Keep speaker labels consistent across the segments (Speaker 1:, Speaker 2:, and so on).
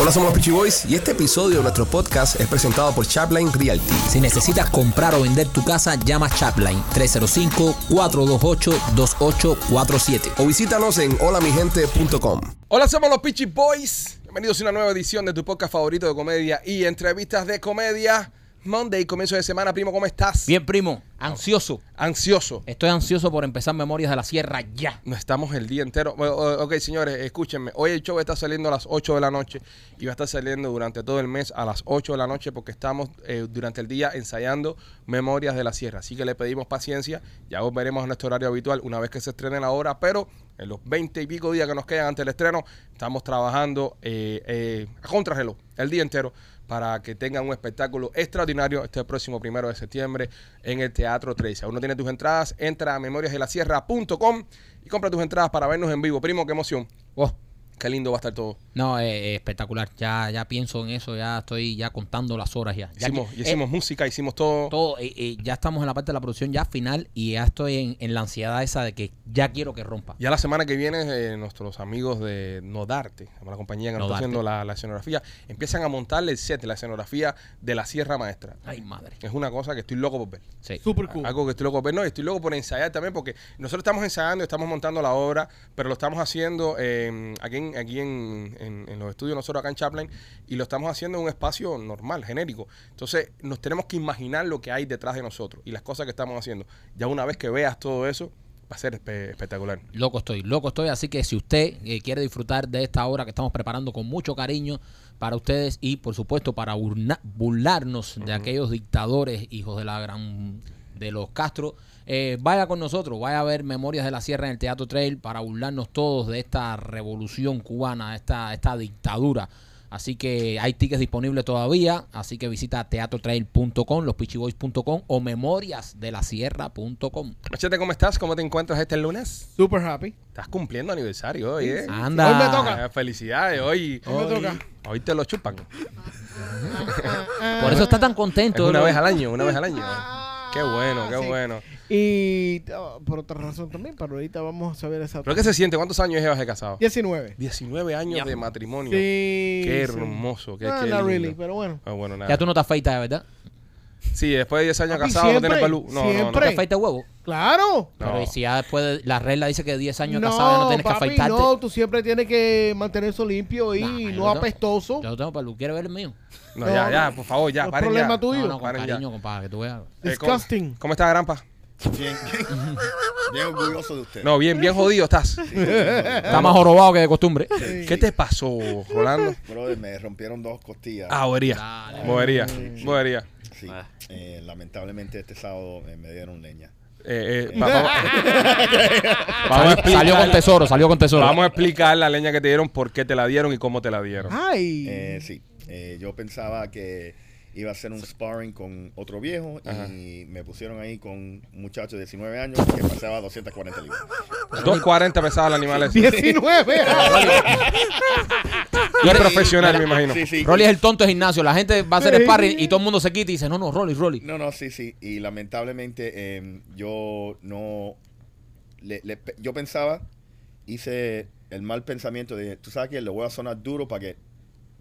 Speaker 1: Hola, somos los Peachy Boys y este episodio de nuestro podcast es presentado por Chapline Realty.
Speaker 2: Si necesitas comprar o vender tu casa, llama Chapline 305-428-2847.
Speaker 1: O visítanos en holamigente.com. Hola, somos los Peachy Boys. Bienvenidos a una nueva edición de tu podcast favorito de comedia y entrevistas de comedia. Monday, comienzo de semana, primo, ¿cómo estás?
Speaker 2: Bien, primo, ansioso.
Speaker 1: Ansioso.
Speaker 2: Estoy ansioso por empezar Memorias de la Sierra ya.
Speaker 1: No estamos el día entero. Bueno, o- Ok, señores, escúchenme. Hoy el show está saliendo a las 8 de la noche y va a estar saliendo durante todo el mes a las 8 de la noche porque estamos eh, durante el día ensayando Memorias de la Sierra. Así que le pedimos paciencia. Ya volveremos a nuestro horario habitual una vez que se estrene la obra, pero en los 20 y pico días que nos quedan antes del estreno, estamos trabajando eh, eh, a contrarreloj el día entero para que tengan un espectáculo extraordinario este próximo primero de septiembre en el Teatro 13. Si aún no tienes tus entradas, entra a memoriasdelasierra.com y compra tus entradas para vernos en vivo. Primo, qué emoción.
Speaker 2: Oh,
Speaker 1: Qué lindo va a estar todo.
Speaker 2: no, eh, eh, espectacular. Ya, ya pienso en eso, ya estoy ya contando las horas ya. Ya
Speaker 1: Hicimos,
Speaker 2: que-
Speaker 1: hicimos música, hicimos todo.
Speaker 2: eh, todo, eh, eh, ya estamos en la parte de la producción ya final y ya estoy en, en la ansiedad esa de que ya quiero que rompa.
Speaker 1: Ya la semana que viene, eh, nuestros amigos de Nodarte, la compañía que nos está
Speaker 2: Nodarte.
Speaker 1: haciendo la, la escenografía, empiezan a montarle el set, la escenografía de la Sierra Maestra.
Speaker 2: Ay, madre.
Speaker 1: Es una cosa que estoy loco por ver.
Speaker 2: Sí.
Speaker 3: Super cool.
Speaker 1: Algo que estoy loco por ver. No, y estoy loco por ensayar también, porque nosotros estamos ensayando, estamos montando la obra, pero lo estamos haciendo eh, aquí, en, aquí en, en- en los estudios, nosotros acá en Chaplin, y lo estamos haciendo en un espacio normal, genérico. Entonces, nos tenemos que imaginar lo que hay detrás de nosotros y las cosas que estamos haciendo. Ya una vez que veas todo eso, va a ser espe- espectacular.
Speaker 2: Loco estoy, loco estoy. Así que si usted eh, quiere disfrutar de esta obra que estamos preparando con mucho cariño para ustedes y por supuesto para urna- burlarnos de aquellos dictadores, hijos de la gran de los Castro, eh, vaya con nosotros, vaya a ver Memorias de la Sierra en el Teatro Trail para burlarnos todos de esta revolución cubana, esta, esta dictadura. Así que hay tickets disponibles todavía, así que visita teatrotrail.com, lospichiboys.com o memoriasdelasierra.com.
Speaker 1: Machete, ¿cómo estás? ¿Cómo te encuentras este lunes?
Speaker 3: Super happy.
Speaker 1: Estás cumpliendo aniversario hoy, ¿eh?
Speaker 2: Anda.
Speaker 3: Hoy me toca.
Speaker 1: Ah, Felicidades, hoy.
Speaker 3: Hoy me toca.
Speaker 1: Hoy te lo chupan.
Speaker 2: Por eso está tan
Speaker 1: Es
Speaker 2: contento.
Speaker 1: una
Speaker 2: ¿no?
Speaker 1: vez al año, una vez al año. Qué bueno, qué
Speaker 3: Ah, Sí.
Speaker 1: bueno.
Speaker 3: Y ah, por otra razón también, pero ahorita vamos a saber esa
Speaker 1: ¿Pero qué se siente? ¿Cuántos años llevas de casado?
Speaker 3: 19.
Speaker 1: 19 años
Speaker 2: Ya.
Speaker 1: de matrimonio.
Speaker 3: Sí.
Speaker 1: Qué
Speaker 3: sí.
Speaker 1: hermoso. Qué,
Speaker 3: Ah,
Speaker 1: qué
Speaker 3: no
Speaker 1: lindo.
Speaker 3: really, pero bueno.
Speaker 1: Ah, bueno, nada.
Speaker 2: Ya tú no te afeitas, ¿verdad?
Speaker 1: Sí, después de 10 años
Speaker 3: Papi,
Speaker 1: casado no tienes
Speaker 3: siempre,
Speaker 1: pelú. No, no, no.
Speaker 3: siempre.
Speaker 2: ¿Te
Speaker 3: Pre.
Speaker 2: afeitas huevo?
Speaker 3: Claro.
Speaker 1: No.
Speaker 2: Pero ¿y si ya después de, la regla dice que 10 años casado ya no tienes que
Speaker 3: papi,
Speaker 2: afeitarte.
Speaker 3: No, tú siempre tienes que mantener eso limpio y
Speaker 2: Nah, yo
Speaker 3: no
Speaker 2: no-
Speaker 3: apestoso.
Speaker 2: Yo no tengo pelu, quiero ver el mío.
Speaker 1: No,
Speaker 3: No,
Speaker 1: ya,
Speaker 3: no.
Speaker 1: ya, por favor, ya.
Speaker 3: No es
Speaker 1: paren ya.
Speaker 3: problema tuyo.
Speaker 2: No, no, con
Speaker 1: Paren ya.
Speaker 2: cariño, compadre, que tú veas.
Speaker 1: Eh, ¿cómo-
Speaker 3: Disgusting.
Speaker 1: ¿Cómo estás, Grampa?
Speaker 4: Bien, bien orgulloso de usted.
Speaker 1: No, bien, bien jodido estás.
Speaker 2: Está más jorobado que de costumbre.
Speaker 1: ¿Qué te pasó, Rolando?
Speaker 4: Brother, me rompieron dos costillas.
Speaker 1: Ah, bobería.
Speaker 2: Dale.
Speaker 1: Bobería. Bobería.
Speaker 4: Sí. Eh, lamentablemente este sábado eh, me dieron leña.
Speaker 1: Eh, eh, va- va-
Speaker 2: Salió-
Speaker 1: vamos, a
Speaker 2: salió con
Speaker 1: explicar,
Speaker 2: tesoro, salió con tesoro.
Speaker 1: vamos a explicar la leña que te dieron, por qué te la dieron y cómo te la dieron.
Speaker 3: Ay.
Speaker 4: Eh, sí, eh, yo pensaba que iba a hacer un sparring con otro viejo y me pusieron ahí con un muchacho de 19 años que pasaba 240 libras.
Speaker 1: 2.40 pesaba el animal ese.
Speaker 3: 19.
Speaker 1: Ah, Y es profesional, me imagino.
Speaker 4: Sí, sí.
Speaker 2: Rolly es el tonto de gimnasio. La gente va a hacer
Speaker 3: Sí.
Speaker 2: sparring y todo el mundo se quita y dice, no, no, Rolly, Rolly.
Speaker 4: No, no, sí, sí. Y lamentablemente eh, yo no... le- le- pe- yo pensaba, hice el mal pensamiento de, tú sabes que le voy a sonar duro para que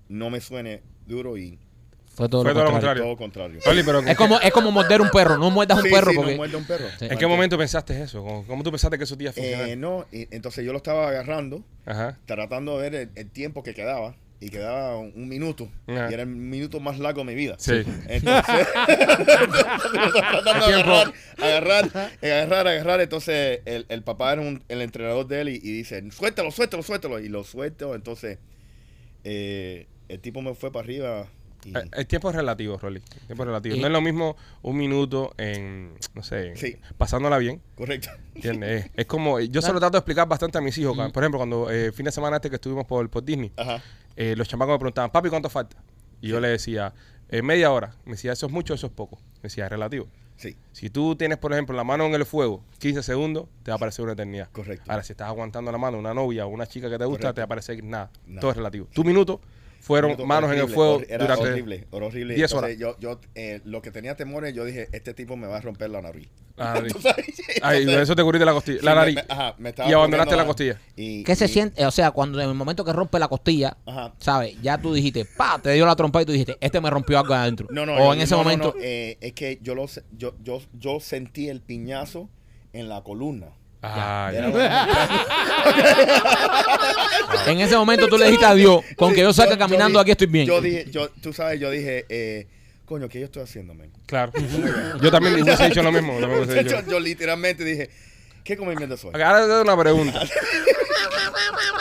Speaker 4: no me suene duro y
Speaker 2: Fue todo,
Speaker 1: Fue
Speaker 2: lo,
Speaker 1: todo
Speaker 2: contrario.
Speaker 1: lo Contrario.
Speaker 4: todo contrario.
Speaker 1: Rolly, pero
Speaker 2: Es como, es como morder un perro. No muerdas un
Speaker 4: Sí,
Speaker 2: perro
Speaker 4: sí, no
Speaker 2: porque...
Speaker 4: muerde un perro.
Speaker 2: Sí.
Speaker 1: ¿En qué momento pensaste eso? ¿Cómo, cómo tú pensaste que esos días funcionaban?
Speaker 4: Eh, no, y- entonces yo lo estaba agarrando,
Speaker 1: Ajá.
Speaker 4: tratando de ver el, el tiempo que quedaba. Y quedaba un, un minuto.
Speaker 1: Ajá.
Speaker 4: Y era el minuto más largo de mi vida.
Speaker 1: Ah. Sí.
Speaker 4: Entonces, tratando de
Speaker 1: tiempo?
Speaker 4: agarrar, agarrar, agarrar, agarrar. Entonces, el, el papá era un- el entrenador de él y, y dice, suéltalo, suéltalo, suéltalo. Y lo suelto. Entonces, eh, el tipo me fue para arriba. Y,
Speaker 1: Eh, El tiempo es relativo, Rolly. El tiempo es relativo.
Speaker 2: Y-
Speaker 1: No es lo mismo un minuto en, no sé, en-
Speaker 4: Sí.
Speaker 1: pasándola bien.
Speaker 4: correcto.
Speaker 1: ¿Entiendes? Es- Es como, eh, yo se lo trato de explicar bastante a mis hijos.
Speaker 4: Mm.
Speaker 1: Por ejemplo, cuando eh, fin de semana este que estuvimos por, por Disney,
Speaker 4: Ajá.
Speaker 1: eh, los chamacos me preguntaban, papi, ¿cuánto falta? Y yo le decía, "Eh, media hora. Me decía, eso es mucho, eso es poco. Me decía, es relativo.
Speaker 4: Sí.
Speaker 1: Si tú tienes, por ejemplo, la mano en el fuego 15 segundos, te va a parecer una eternidad.
Speaker 4: Correcto.
Speaker 1: Ahora, si estás aguantando la mano de una novia o una chica que te gusta,
Speaker 4: Correcto.
Speaker 1: te va a parecer nada.
Speaker 4: Nada.
Speaker 1: Todo es relativo. Tu minuto fueron
Speaker 4: Bruto,
Speaker 1: manos en el
Speaker 4: horrible,
Speaker 1: fuego
Speaker 4: hor- Era
Speaker 1: durante
Speaker 4: horrible, era horrible.
Speaker 1: diez
Speaker 4: Entonces, yo, yo eh, lo que tenía temores, yo dije, este tipo me va a romper la nariz.
Speaker 1: la nariz.
Speaker 4: Entonces,
Speaker 1: Ay, de eso te cubriste la costilla, la
Speaker 4: sí, me-
Speaker 1: nariz.
Speaker 4: me- ajá, me estaba
Speaker 1: y abandonaste
Speaker 4: poniendo
Speaker 1: la costilla.
Speaker 4: y-
Speaker 2: ¿Qué se
Speaker 4: y-
Speaker 2: siente? O sea, cuando en el momento que rompe la costilla,
Speaker 4: Ajá.
Speaker 2: ¿sabes? Ya tú dijiste, pa, te dio la trompa y tú dijiste, este me rompió algo adentro.
Speaker 4: No, no,
Speaker 2: o
Speaker 4: yo-
Speaker 2: en ese
Speaker 4: no, no,
Speaker 2: momento,
Speaker 4: no, eh, es que yo, lo, se- yo, yo, yo sentí el piñazo en la columna.
Speaker 2: Ah,
Speaker 1: Ay,
Speaker 4: Era
Speaker 1: no.
Speaker 4: una-
Speaker 2: en ese momento tú le dijiste a Dios, con que yo salga
Speaker 4: ah. yo
Speaker 2: caminando
Speaker 4: dije-
Speaker 2: aquí estoy bien.
Speaker 4: Yo dije, yo, tú sabes, yo dije, eh, coño, ¿qué yo estoy haciendo, men?
Speaker 1: claro. Yo también hubiese dicho lo mismo. también
Speaker 4: yo,
Speaker 1: hubiese dicho.
Speaker 4: yo literalmente dije, ¿qué comimiento soy?
Speaker 1: Ok, Ahora te doy una pregunta.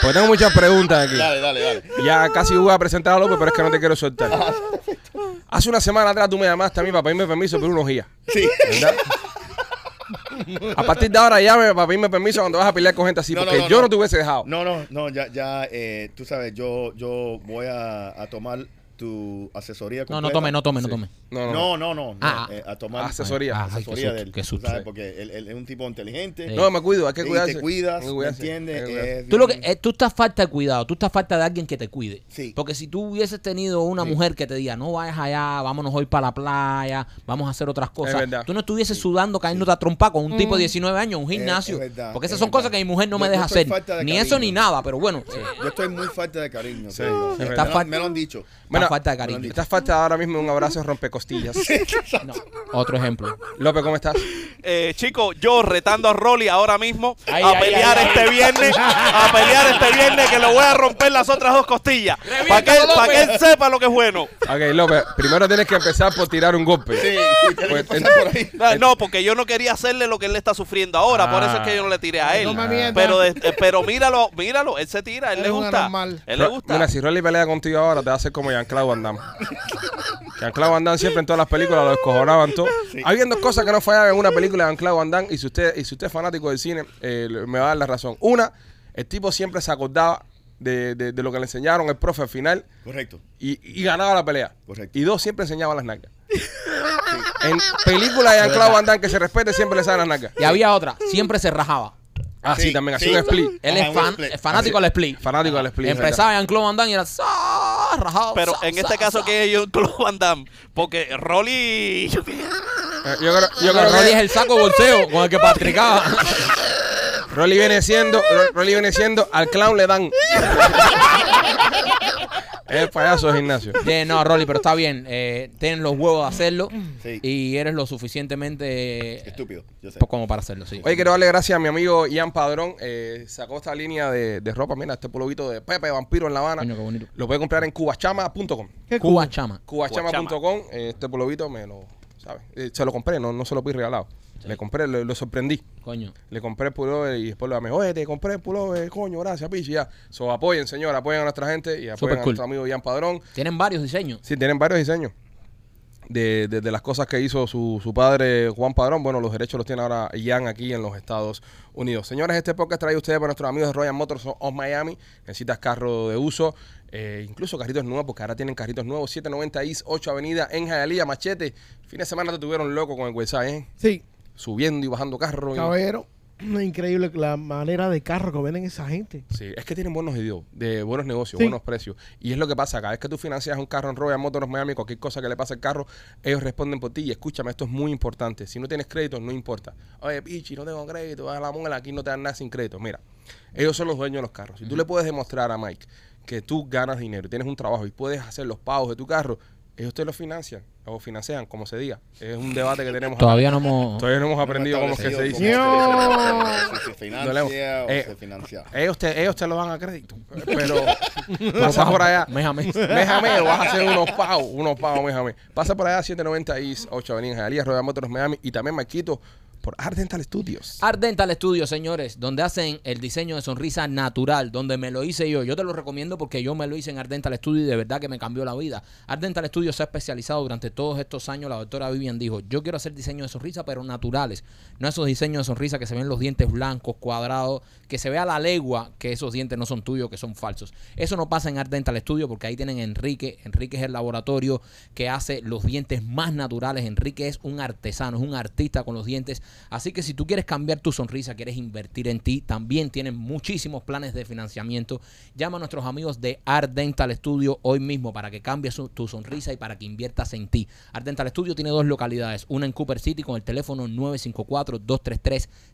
Speaker 1: Pues tengo muchas preguntas aquí.
Speaker 4: Dale, dale, dale.
Speaker 1: Ya casi voy a presentar a López, pero es que no te quiero soltar. Hace una semana atrás tú me llamaste a mí para pedirme permiso por unos días.
Speaker 4: Sí.
Speaker 1: ¿Verdad? A partir de ahora llame para pedirme permiso cuando vas a pelear con gente así,
Speaker 4: No, no,
Speaker 1: porque
Speaker 4: no,
Speaker 1: yo no,
Speaker 4: no.
Speaker 1: te hubiese dejado.
Speaker 4: No, no, no, ya, ya, eh, tú sabes, yo, yo voy a, a tomar tu asesoría.
Speaker 2: no, no
Speaker 4: completa.
Speaker 2: tome, no tome, no tome.
Speaker 1: No, no.
Speaker 4: No, no, no, no,
Speaker 2: Ah.
Speaker 4: eh, a tomar
Speaker 1: Asesoría.
Speaker 2: Ay, ay, qué
Speaker 4: asesoría de
Speaker 2: susto,
Speaker 4: él,
Speaker 2: qué
Speaker 4: tú
Speaker 2: susto.
Speaker 4: sabes, porque él, él es un tipo inteligente.
Speaker 2: Sí.
Speaker 1: No, me cuido, hay que
Speaker 4: y
Speaker 1: cuidarse.
Speaker 4: te cuidas,
Speaker 1: Hay que
Speaker 4: ¿me
Speaker 1: cuidarse,
Speaker 4: entiendes?
Speaker 1: hay que cuidarse.
Speaker 4: Es
Speaker 2: Tú, lo que,
Speaker 4: bien-
Speaker 2: eh, tú estás falta de cuidado, tú estás falta de alguien que te cuide.
Speaker 4: Sí.
Speaker 2: Porque si tú hubieses tenido una mujer que te diga, no vayas allá, vámonos hoy para la playa, vamos a hacer otras cosas,
Speaker 1: verdad.
Speaker 2: tú no estuvieses sudando cayéndote a trompa con un tipo de 19 años, un gimnasio.
Speaker 4: es verdad,
Speaker 2: porque esas
Speaker 4: es
Speaker 2: son cosas
Speaker 4: verdad.
Speaker 2: que mi mujer no
Speaker 4: Yo-
Speaker 2: me
Speaker 4: yo
Speaker 2: deja
Speaker 4: estoy
Speaker 2: hacer.
Speaker 4: falta de
Speaker 2: Ni eso ni
Speaker 4: cariño.
Speaker 2: nada, pero bueno, eh,
Speaker 4: Yo estoy muy falta de cariño.
Speaker 1: Sí,
Speaker 4: te digo.
Speaker 1: es
Speaker 4: Me
Speaker 1: verdad.
Speaker 4: lo han- me lo han dicho.
Speaker 2: está falta de cariño.
Speaker 1: Estás falta ahora mismo un abrazo rompecostillas.
Speaker 2: No, otro ejemplo.
Speaker 1: López, ¿cómo estás?
Speaker 5: Eh, chicos, yo retando a Rolly ahora mismo
Speaker 2: Ay,
Speaker 5: a
Speaker 2: ay,
Speaker 5: pelear
Speaker 2: ay, ay.
Speaker 5: este viernes, a pelear este viernes que le voy a romper las otras dos costillas. Para que, él- pa' que él sepa lo que es bueno.
Speaker 1: Ok, López, primero tienes que empezar por tirar un golpe.
Speaker 4: Sí, sí, tiene
Speaker 1: Pues,
Speaker 4: que pasar por ahí.
Speaker 5: No, No, porque yo no quería hacerle lo que él está sufriendo ahora, por eso es que yo no le tiré a él.
Speaker 3: No me mientas.
Speaker 5: Pero, de- eh, pero míralo, míralo, él se tira, él
Speaker 3: Es
Speaker 5: le
Speaker 3: un
Speaker 5: gusta.
Speaker 3: anormal.
Speaker 5: Él le
Speaker 1: Ro-
Speaker 5: gusta.
Speaker 1: Mira, si Rolly pelea contigo ahora, te va a hacer como Jean-Claude Van Damme. Jean-Claude Van Damme siempre en todas las películas lo descojonaban todo. Habían dos cosas que no fallaban en una película de Jean-Claude Van Damme. Y si usted, y si usted es fanático del cine, eh, le- me va a dar la razón. Una, el tipo siempre se acordaba de, de- de lo que le enseñaron el profe al final
Speaker 4: Correcto.
Speaker 1: y, y ganaba la pelea.
Speaker 4: Correcto.
Speaker 1: Y dos, siempre enseñaba las nalgas. En películas de Jean-Claude Van Damme que se respete, siempre le salen las nalgas.
Speaker 2: Y había otra, siempre se rajaba.
Speaker 1: Ah, sí,
Speaker 4: Sí,
Speaker 1: también. Así
Speaker 4: sí.
Speaker 1: un split.
Speaker 2: Él
Speaker 4: Ajá,
Speaker 2: es
Speaker 4: un
Speaker 2: fan-
Speaker 4: split.
Speaker 2: es fanático del split.
Speaker 1: Fanático del split, es
Speaker 2: Empezaba Jean-Claude Van Damme y era "Sa, rajado.
Speaker 5: pero
Speaker 2: sa,
Speaker 5: en
Speaker 2: sa,
Speaker 5: este caso
Speaker 2: sa".
Speaker 5: que yo Club Van Damme, porque Rolly
Speaker 1: Eh, Yo creo, yo creo
Speaker 2: Pero Rolly
Speaker 1: que
Speaker 2: es el saco de bolseo con el que patricaba.
Speaker 1: Rolly viene siendo, Ro- Rolly viene siendo, al clown le dan. es el payaso de gimnasio.
Speaker 2: Yeah, no, Rolly, pero está bien. Eh, tienes los huevos de hacerlo
Speaker 4: Sí.
Speaker 2: y eres lo suficientemente eh,
Speaker 4: Estúpido, yo sé.
Speaker 2: como para hacerlo, sí.
Speaker 1: Oye, quiero darle gracias a mi amigo Ian Padrón. eh, sacó esta línea de, de ropa. Mira, este pulovito de Pepe Vampiro en La Habana.
Speaker 2: Coño, qué bonito.
Speaker 1: Lo puede comprar en cubachama.com.
Speaker 3: ¿Qué
Speaker 2: Cuba Chama.
Speaker 1: Cubachama.com. eh, este pulovito me lo, ¿sabes? Eh, se lo compré, no, no se lo fui regalado. Le compré, lo- lo sorprendí.
Speaker 2: Coño.
Speaker 1: Le compré el pullover y después lo llamé. Oye, te compré el pullover, coño, gracias, pichi. Ya. So, apoyen, señor, apoyen a nuestra gente y apoyen
Speaker 2: Super
Speaker 1: a
Speaker 2: cool.
Speaker 1: nuestro amigo Ian Padrón.
Speaker 2: Tienen varios diseños.
Speaker 1: Sí, tienen varios diseños. De, de- de las cosas que hizo su, su padre Juan Padrón, bueno, los derechos los tiene ahora Ian aquí en los Estados Unidos. Señores, este podcast trae ustedes para nuestros amigos de Royal Motors of Miami. Necesitas carro de uso, eh, incluso carritos nuevos, porque ahora tienen carritos nuevos. 790 East 8 Avenida en Hialeah, Machete. Fin de semana te tuvieron loco con el website, ¿eh?
Speaker 3: Sí,
Speaker 1: Subiendo y bajando carro. y-
Speaker 3: caballero. Increíble la manera de carro que venden esa gente.
Speaker 1: Sí, es que tienen buenos ideos, de buenos negocios,
Speaker 3: Sí.
Speaker 1: buenos precios. Y es lo que pasa, cada vez que tú financias un carro en Royal Motors Miami, cualquier cosa que le pase al carro, ellos responden por ti. Y escúchame, esto es muy importante. Si no tienes crédito, no importa. Oye, pichi, no tengo crédito, vas a la muela, aquí no te dan nada sin crédito. Mira, ellos son los dueños de los carros. Si tú le puedes demostrar a Mike que tú ganas dinero, tienes un trabajo y puedes hacer los pagos de tu carro, ellos te lo financian o financian, como se diga. Es un debate que tenemos.
Speaker 2: Todavía no hemos.
Speaker 1: Todavía no hemos
Speaker 4: No
Speaker 1: aprendido cómo es que se
Speaker 4: establecido
Speaker 1: dice.
Speaker 4: cómo
Speaker 3: dice.
Speaker 4: se- se
Speaker 1: No le hemos-
Speaker 4: financia o
Speaker 1: Eh,
Speaker 4: se financia.
Speaker 1: Ellos te, ellos te lo dan a crédito. Pero pasa por allá.
Speaker 2: Méjame.
Speaker 1: Méjame, vas a hacer unos pavos, unos pavos, méjame. Pasa por allá, 790 y 8 Avenida Jalía, Rueda Motors Miami y también Maquito por Art Dental Studios.
Speaker 2: Art Dental Studio, señores, donde hacen el diseño de sonrisa natural, donde me lo hice yo. Yo te lo recomiendo porque yo me lo hice en Art Dental Studio y de verdad que me cambió la vida. Art Dental Studio se ha especializado durante todos estos años. La doctora Vivian dijo, yo quiero hacer diseños de sonrisa, pero naturales. No esos diseños de sonrisa que se ven los dientes blancos, cuadrados, que se vea a la legua que esos dientes no son tuyos, que son falsos. Eso no pasa en Art Dental Studio porque ahí tienen a Enrique. Enrique es el laboratorio que hace los dientes más naturales. Enrique es un artesano, es un artista con los dientes Así que si tú quieres cambiar tu sonrisa, quieres invertir en ti, también tienen muchísimos planes de financiamiento. Llama a nuestros amigos de Art Dental Studio hoy mismo para que cambies su- tu sonrisa y para que inviertas en ti. Art Dental Studio tiene dos localidades, una en Cooper City con el teléfono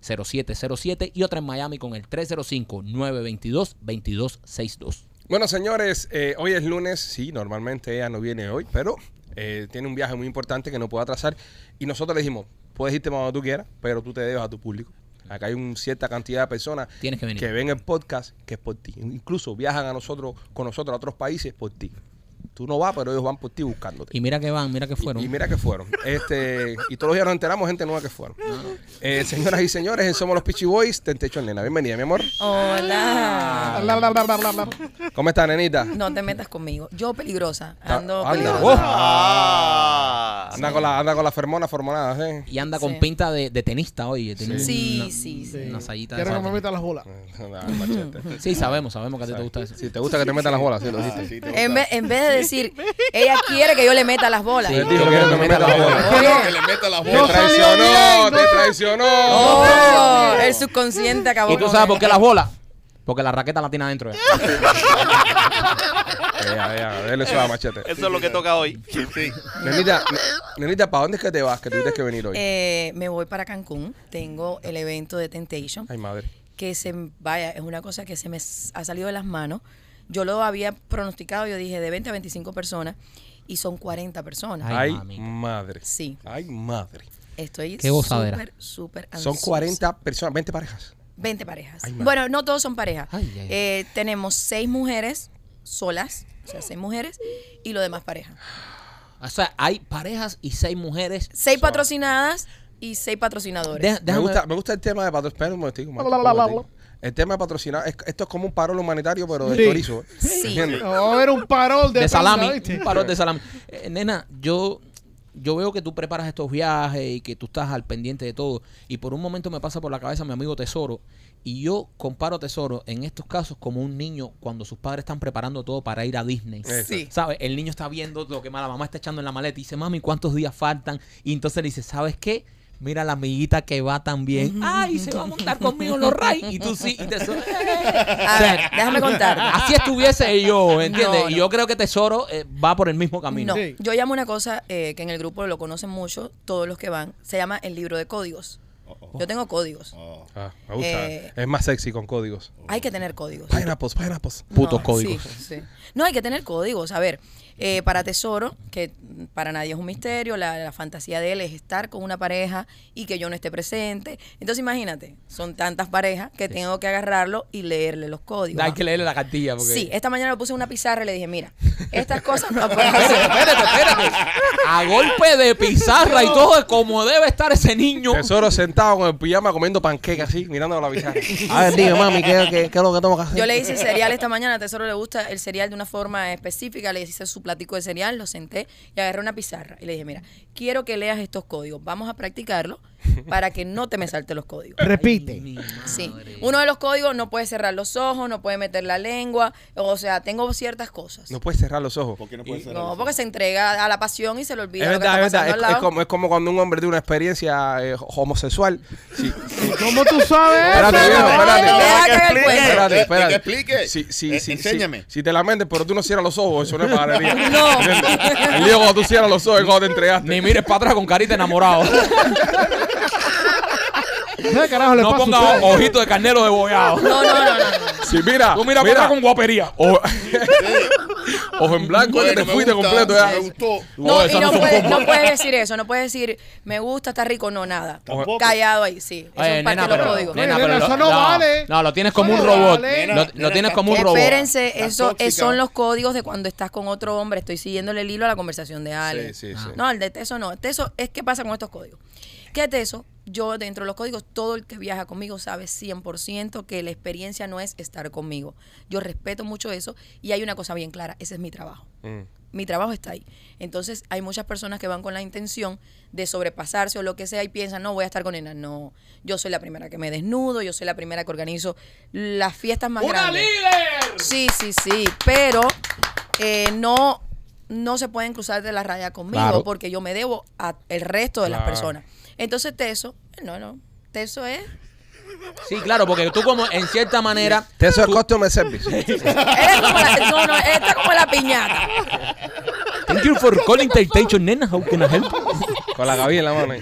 Speaker 2: 954-233-0707 y otra en Miami con el 305-922-2262.
Speaker 1: Bueno, señores, eh, hoy es lunes. Sí, normalmente ella no viene hoy, pero eh, tiene un viaje muy importante que no puede atrasar. Y nosotros le dijimos, puedes irte cuando tú quieras, pero tú te debes a tu público. Acá hay una cierta cantidad de personas
Speaker 2: Tienes que venir.
Speaker 1: ven el podcast que es por ti. Incluso viajan a nosotros, con nosotros a otros países por ti. Tú no vas, pero ellos van por ti buscándote.
Speaker 2: Y mira que van, mira que fueron.
Speaker 1: Y, mira que fueron. Este, y todos los días nos enteramos gente nueva que fueron. Eh, señoras y señores, en Somos los Pichi Boys, Tentecho Nena. Bienvenida, mi amor.
Speaker 2: Oh.
Speaker 1: Ah.
Speaker 6: Hola.
Speaker 3: La, la, la, la, la, la.
Speaker 1: ¿Cómo está, nenita?
Speaker 6: Ah. No te metas conmigo. Yo peligrosa.
Speaker 1: Ah,
Speaker 6: Ando
Speaker 1: anda.
Speaker 6: peligrosa.
Speaker 5: Ah.
Speaker 1: Anda, con la, anda con la fermona formonadas, ¿eh?
Speaker 2: Y anda con
Speaker 6: Sí.
Speaker 2: pinta de, de tenista hoy. tiene
Speaker 6: Sí,
Speaker 2: una-
Speaker 6: sí, sí.
Speaker 2: Una sayita de Eh.
Speaker 3: Eh, Quiero que me
Speaker 2: esas.
Speaker 3: meta las bolas.
Speaker 1: Nah, machete.
Speaker 2: Sí, sabemos, sabemos que a ti te gusta eso.
Speaker 1: Si te gusta que te metan las bolas, sí, lo
Speaker 4: Ah,
Speaker 1: dijiste.
Speaker 4: sí,
Speaker 2: Eh,
Speaker 4: te
Speaker 6: En,
Speaker 4: gusta.
Speaker 6: ve- en vez de decir, ella quiere que yo le meta las bolas.
Speaker 2: Sí.
Speaker 1: Él dijo que no te metan las bolas.
Speaker 4: Quiero que le meta la
Speaker 1: ¡Te
Speaker 3: No
Speaker 4: bola.
Speaker 3: salió
Speaker 1: traicionó!
Speaker 3: bien,
Speaker 1: ¡Te
Speaker 3: no.
Speaker 1: traicionó! Eh,
Speaker 6: Oh, el subconsciente acabó.
Speaker 2: ¿Y tú
Speaker 6: con
Speaker 2: sabes
Speaker 6: él.
Speaker 2: por qué las bolas? Porque la raqueta la tiene adentro. ya.
Speaker 1: Ya, ya, dele suave, machete.
Speaker 5: Eso es lo que toca hoy.
Speaker 4: Sí, sí.
Speaker 1: Nenita, ne- nenita, ¿para dónde es que te vas? Que tuviste que venir hoy.
Speaker 6: Eh, me voy para Cancún. Tengo el evento de Temptation.
Speaker 1: Ay, madre.
Speaker 6: que se vaya, es una cosa que se me s- ha salido de las manos. Yo lo había pronosticado, yo dije de 20 a 25 personas y son 40 personas.
Speaker 2: Ay,
Speaker 1: Ay,
Speaker 2: mamita.
Speaker 1: madre.
Speaker 6: Sí.
Speaker 1: Ay, madre.
Speaker 6: Estoy
Speaker 2: Qué gozadera.
Speaker 6: súper, súper
Speaker 1: Son
Speaker 6: ansiosa.
Speaker 1: 40 personas, 20 parejas.
Speaker 6: 20 parejas.
Speaker 1: Ay, madre.
Speaker 6: bueno, no todos son parejas.
Speaker 2: Ay, ay, ay.
Speaker 6: Eh, tenemos seis mujeres solas, o sea, seis mujeres y lo demás pareja.
Speaker 2: O sea, hay parejas y seis mujeres.
Speaker 6: Seis patrocinadas y seis patrocinadores.
Speaker 2: Deja-
Speaker 1: Me
Speaker 2: déjame-
Speaker 1: gusta, me gusta el tema de patrocinar. Espera un momentico, Marco,
Speaker 3: La, la, la, la,
Speaker 1: un momentico. El tema de patrocinar. es- esto es como un parol humanitario, pero de
Speaker 3: Sí.
Speaker 1: chorizo. ¿eh?
Speaker 6: Sí.
Speaker 1: ¿Entiendes?
Speaker 3: Va a haber un parol de,
Speaker 2: de
Speaker 3: tanta,
Speaker 2: salami.
Speaker 3: ¿viste?
Speaker 2: Un parón de salami. Eh, nena, yo, yo veo que tú preparas estos viajes y que tú estás al pendiente de todo. Y por un momento me pasa por la cabeza mi amigo Tesoro. Y yo comparo a Tesoro en estos casos como un niño cuando sus padres están preparando todo para ir a Disney.
Speaker 6: Sí.
Speaker 2: ¿Sabes? El niño está viendo lo que la mamá está echando en la maleta y dice, mami, ¿cuántos días faltan? Y entonces le dice, ¿sabes qué? Mira la amiguita que va también. Ay, se va a montar conmigo en los rides. Y tú sí, y tesoro.
Speaker 6: A ver, déjame contarte.
Speaker 2: Así estuviese yo, ¿entiendes?
Speaker 6: No,
Speaker 2: Y
Speaker 6: no.
Speaker 2: yo creo que Tesoro eh, va por el mismo camino.
Speaker 6: No,
Speaker 3: Sí.
Speaker 6: yo llamo una cosa eh, que en el grupo lo conocen mucho, todos los que van, se llama el libro de códigos.
Speaker 2: Oh,
Speaker 6: Yo tengo códigos.
Speaker 4: Oh.
Speaker 1: Ah, me gusta.
Speaker 6: Eh.
Speaker 1: Es más sexy con códigos.
Speaker 2: oh.
Speaker 6: Hay que tener códigos.
Speaker 1: Pineapples, pineapples.
Speaker 2: Putos
Speaker 6: No,
Speaker 2: códigos.
Speaker 6: sí, sí. No, hay que tener códigos. A ver, eh, para Tesoro, que para nadie es un misterio, la, la fantasía de él es estar con una pareja y que yo no esté presente. Entonces imagínate, son tantas parejas que tengo que agarrarlo y leerle los códigos.
Speaker 2: Hay que leerle la cartilla porque...
Speaker 6: Sí, esta mañana lo puse en una pizarra y le dije, mira, estas cosas no pueden
Speaker 2: Espérate,
Speaker 6: hacer.
Speaker 2: espérate, espérate. A golpe de pizarra y todo es como debe estar ese niño.
Speaker 1: Tesoro sentado con el pijama comiendo panqueca así, mirando a la pizarra.
Speaker 7: A ver, dime, mami, ¿qué, qué, qué es lo que tengo que hacer?
Speaker 6: Yo le hice cereal esta mañana, a Tesoro le gusta el cereal de una forma específica, le hice su platico de cereal, lo senté y agarré una pizarra y le dije, mira, quiero que leas estos códigos, vamos a practicarlo para que no te me salte los códigos.
Speaker 3: Repite.
Speaker 2: Mi madre.
Speaker 6: Sí, uno de los códigos no puede cerrar los ojos, no puede meter la lengua, o sea, tengo ciertas cosas.
Speaker 1: No puedes cerrar los ojos.
Speaker 4: ¿Por qué no puede ser?
Speaker 6: No, porque se entrega a la pasión y se le olvida
Speaker 1: Es
Speaker 6: lo que
Speaker 1: verdad, es
Speaker 6: está
Speaker 1: verdad.
Speaker 6: pasando
Speaker 1: Es, es
Speaker 6: al lado.
Speaker 1: como, es como cuando un hombre tiene una experiencia eh, homosexual. Sí.
Speaker 3: ¿Cómo tú sabes
Speaker 1: Espérate,
Speaker 3: eso?
Speaker 1: espérate, espérate.
Speaker 6: Deja
Speaker 5: Deja que
Speaker 6: que haga el
Speaker 5: explique.
Speaker 6: cuento.
Speaker 1: Espérate,
Speaker 4: Que-
Speaker 1: espérate.
Speaker 4: que explique.
Speaker 1: Sí, sí,
Speaker 4: Eh,
Speaker 1: sí,
Speaker 4: enséñame.
Speaker 1: sí. Si te lamentes, pero tú no cierras los ojos, eso no es pagadería.
Speaker 6: No.
Speaker 1: ¿Entiendes? El lío cuando tú cierras los ojos es cuando te entregaste.
Speaker 2: Ni mires para atrás con carita enamorado.
Speaker 3: ¿Qué carajo le
Speaker 2: No
Speaker 3: pasa a
Speaker 2: pongas
Speaker 3: ustedes?
Speaker 2: ojito de carnero de bollado.
Speaker 6: No, no, no, no, no.
Speaker 1: Sí, mira.
Speaker 2: Tú mira, para atrás con guapería.
Speaker 1: Ojo, Ojo en blanco, ya
Speaker 4: Bueno,
Speaker 1: te
Speaker 4: me
Speaker 1: fuiste
Speaker 4: gusta,
Speaker 1: completo. ya.
Speaker 4: Me gustó.
Speaker 6: No,
Speaker 2: Oh,
Speaker 6: y
Speaker 2: esa
Speaker 6: no,
Speaker 2: no son
Speaker 6: puedes,
Speaker 2: combos.
Speaker 6: no puedes decir eso, no puedes decir me gusta, está rico, no nada.
Speaker 4: Tampoco.
Speaker 6: Callado ahí, sí. Eso
Speaker 2: Oye,
Speaker 6: es parte de los códigos.
Speaker 3: nena, eso no
Speaker 2: no,
Speaker 3: vale.
Speaker 2: No, lo tienes como
Speaker 3: Eso
Speaker 2: un
Speaker 3: no
Speaker 2: robot.
Speaker 3: vale.
Speaker 2: Lo- lo,
Speaker 4: Nena,
Speaker 2: tienes
Speaker 4: nena,
Speaker 2: como un robot.
Speaker 6: Espérense,
Speaker 4: Estás
Speaker 6: eso
Speaker 4: tóxica.
Speaker 6: es- son los códigos de cuando estás con otro hombre. Estoy siguiéndole el hilo a la conversación de Ale.
Speaker 1: Sí, sí, sí.
Speaker 6: No, el de Teso no. Teso es que pasa con estos códigos. ¿Qué Teso? Yo dentro de los códigos, todo el que viaja conmigo sabe 100% que la experiencia no es estar conmigo. Yo respeto mucho eso y hay una cosa bien clara, ese es mi trabajo.
Speaker 1: Mm.
Speaker 6: Mi trabajo está ahí. Entonces hay muchas personas que van con la intención de sobrepasarse o lo que sea y piensan, no, voy a estar con Nena. No, yo soy la primera que me desnudo, yo soy la primera que organizo las fiestas más grandes. Sí, sí, sí, pero eh, no, no se pueden cruzar de la raya conmigo
Speaker 2: Claro.
Speaker 6: porque yo me debo al resto de las
Speaker 1: Claro.
Speaker 6: personas. Entonces Teso No, no. Eso es.
Speaker 2: Sí, claro, porque tú como en cierta manera...
Speaker 1: Eso es
Speaker 2: tú-
Speaker 1: customer service.
Speaker 6: Eres como la, no, no, esta es como la piñata.
Speaker 2: Thank you for calling Temptation, nena. How can I help?
Speaker 1: Con la gavilla en la mano. ahí.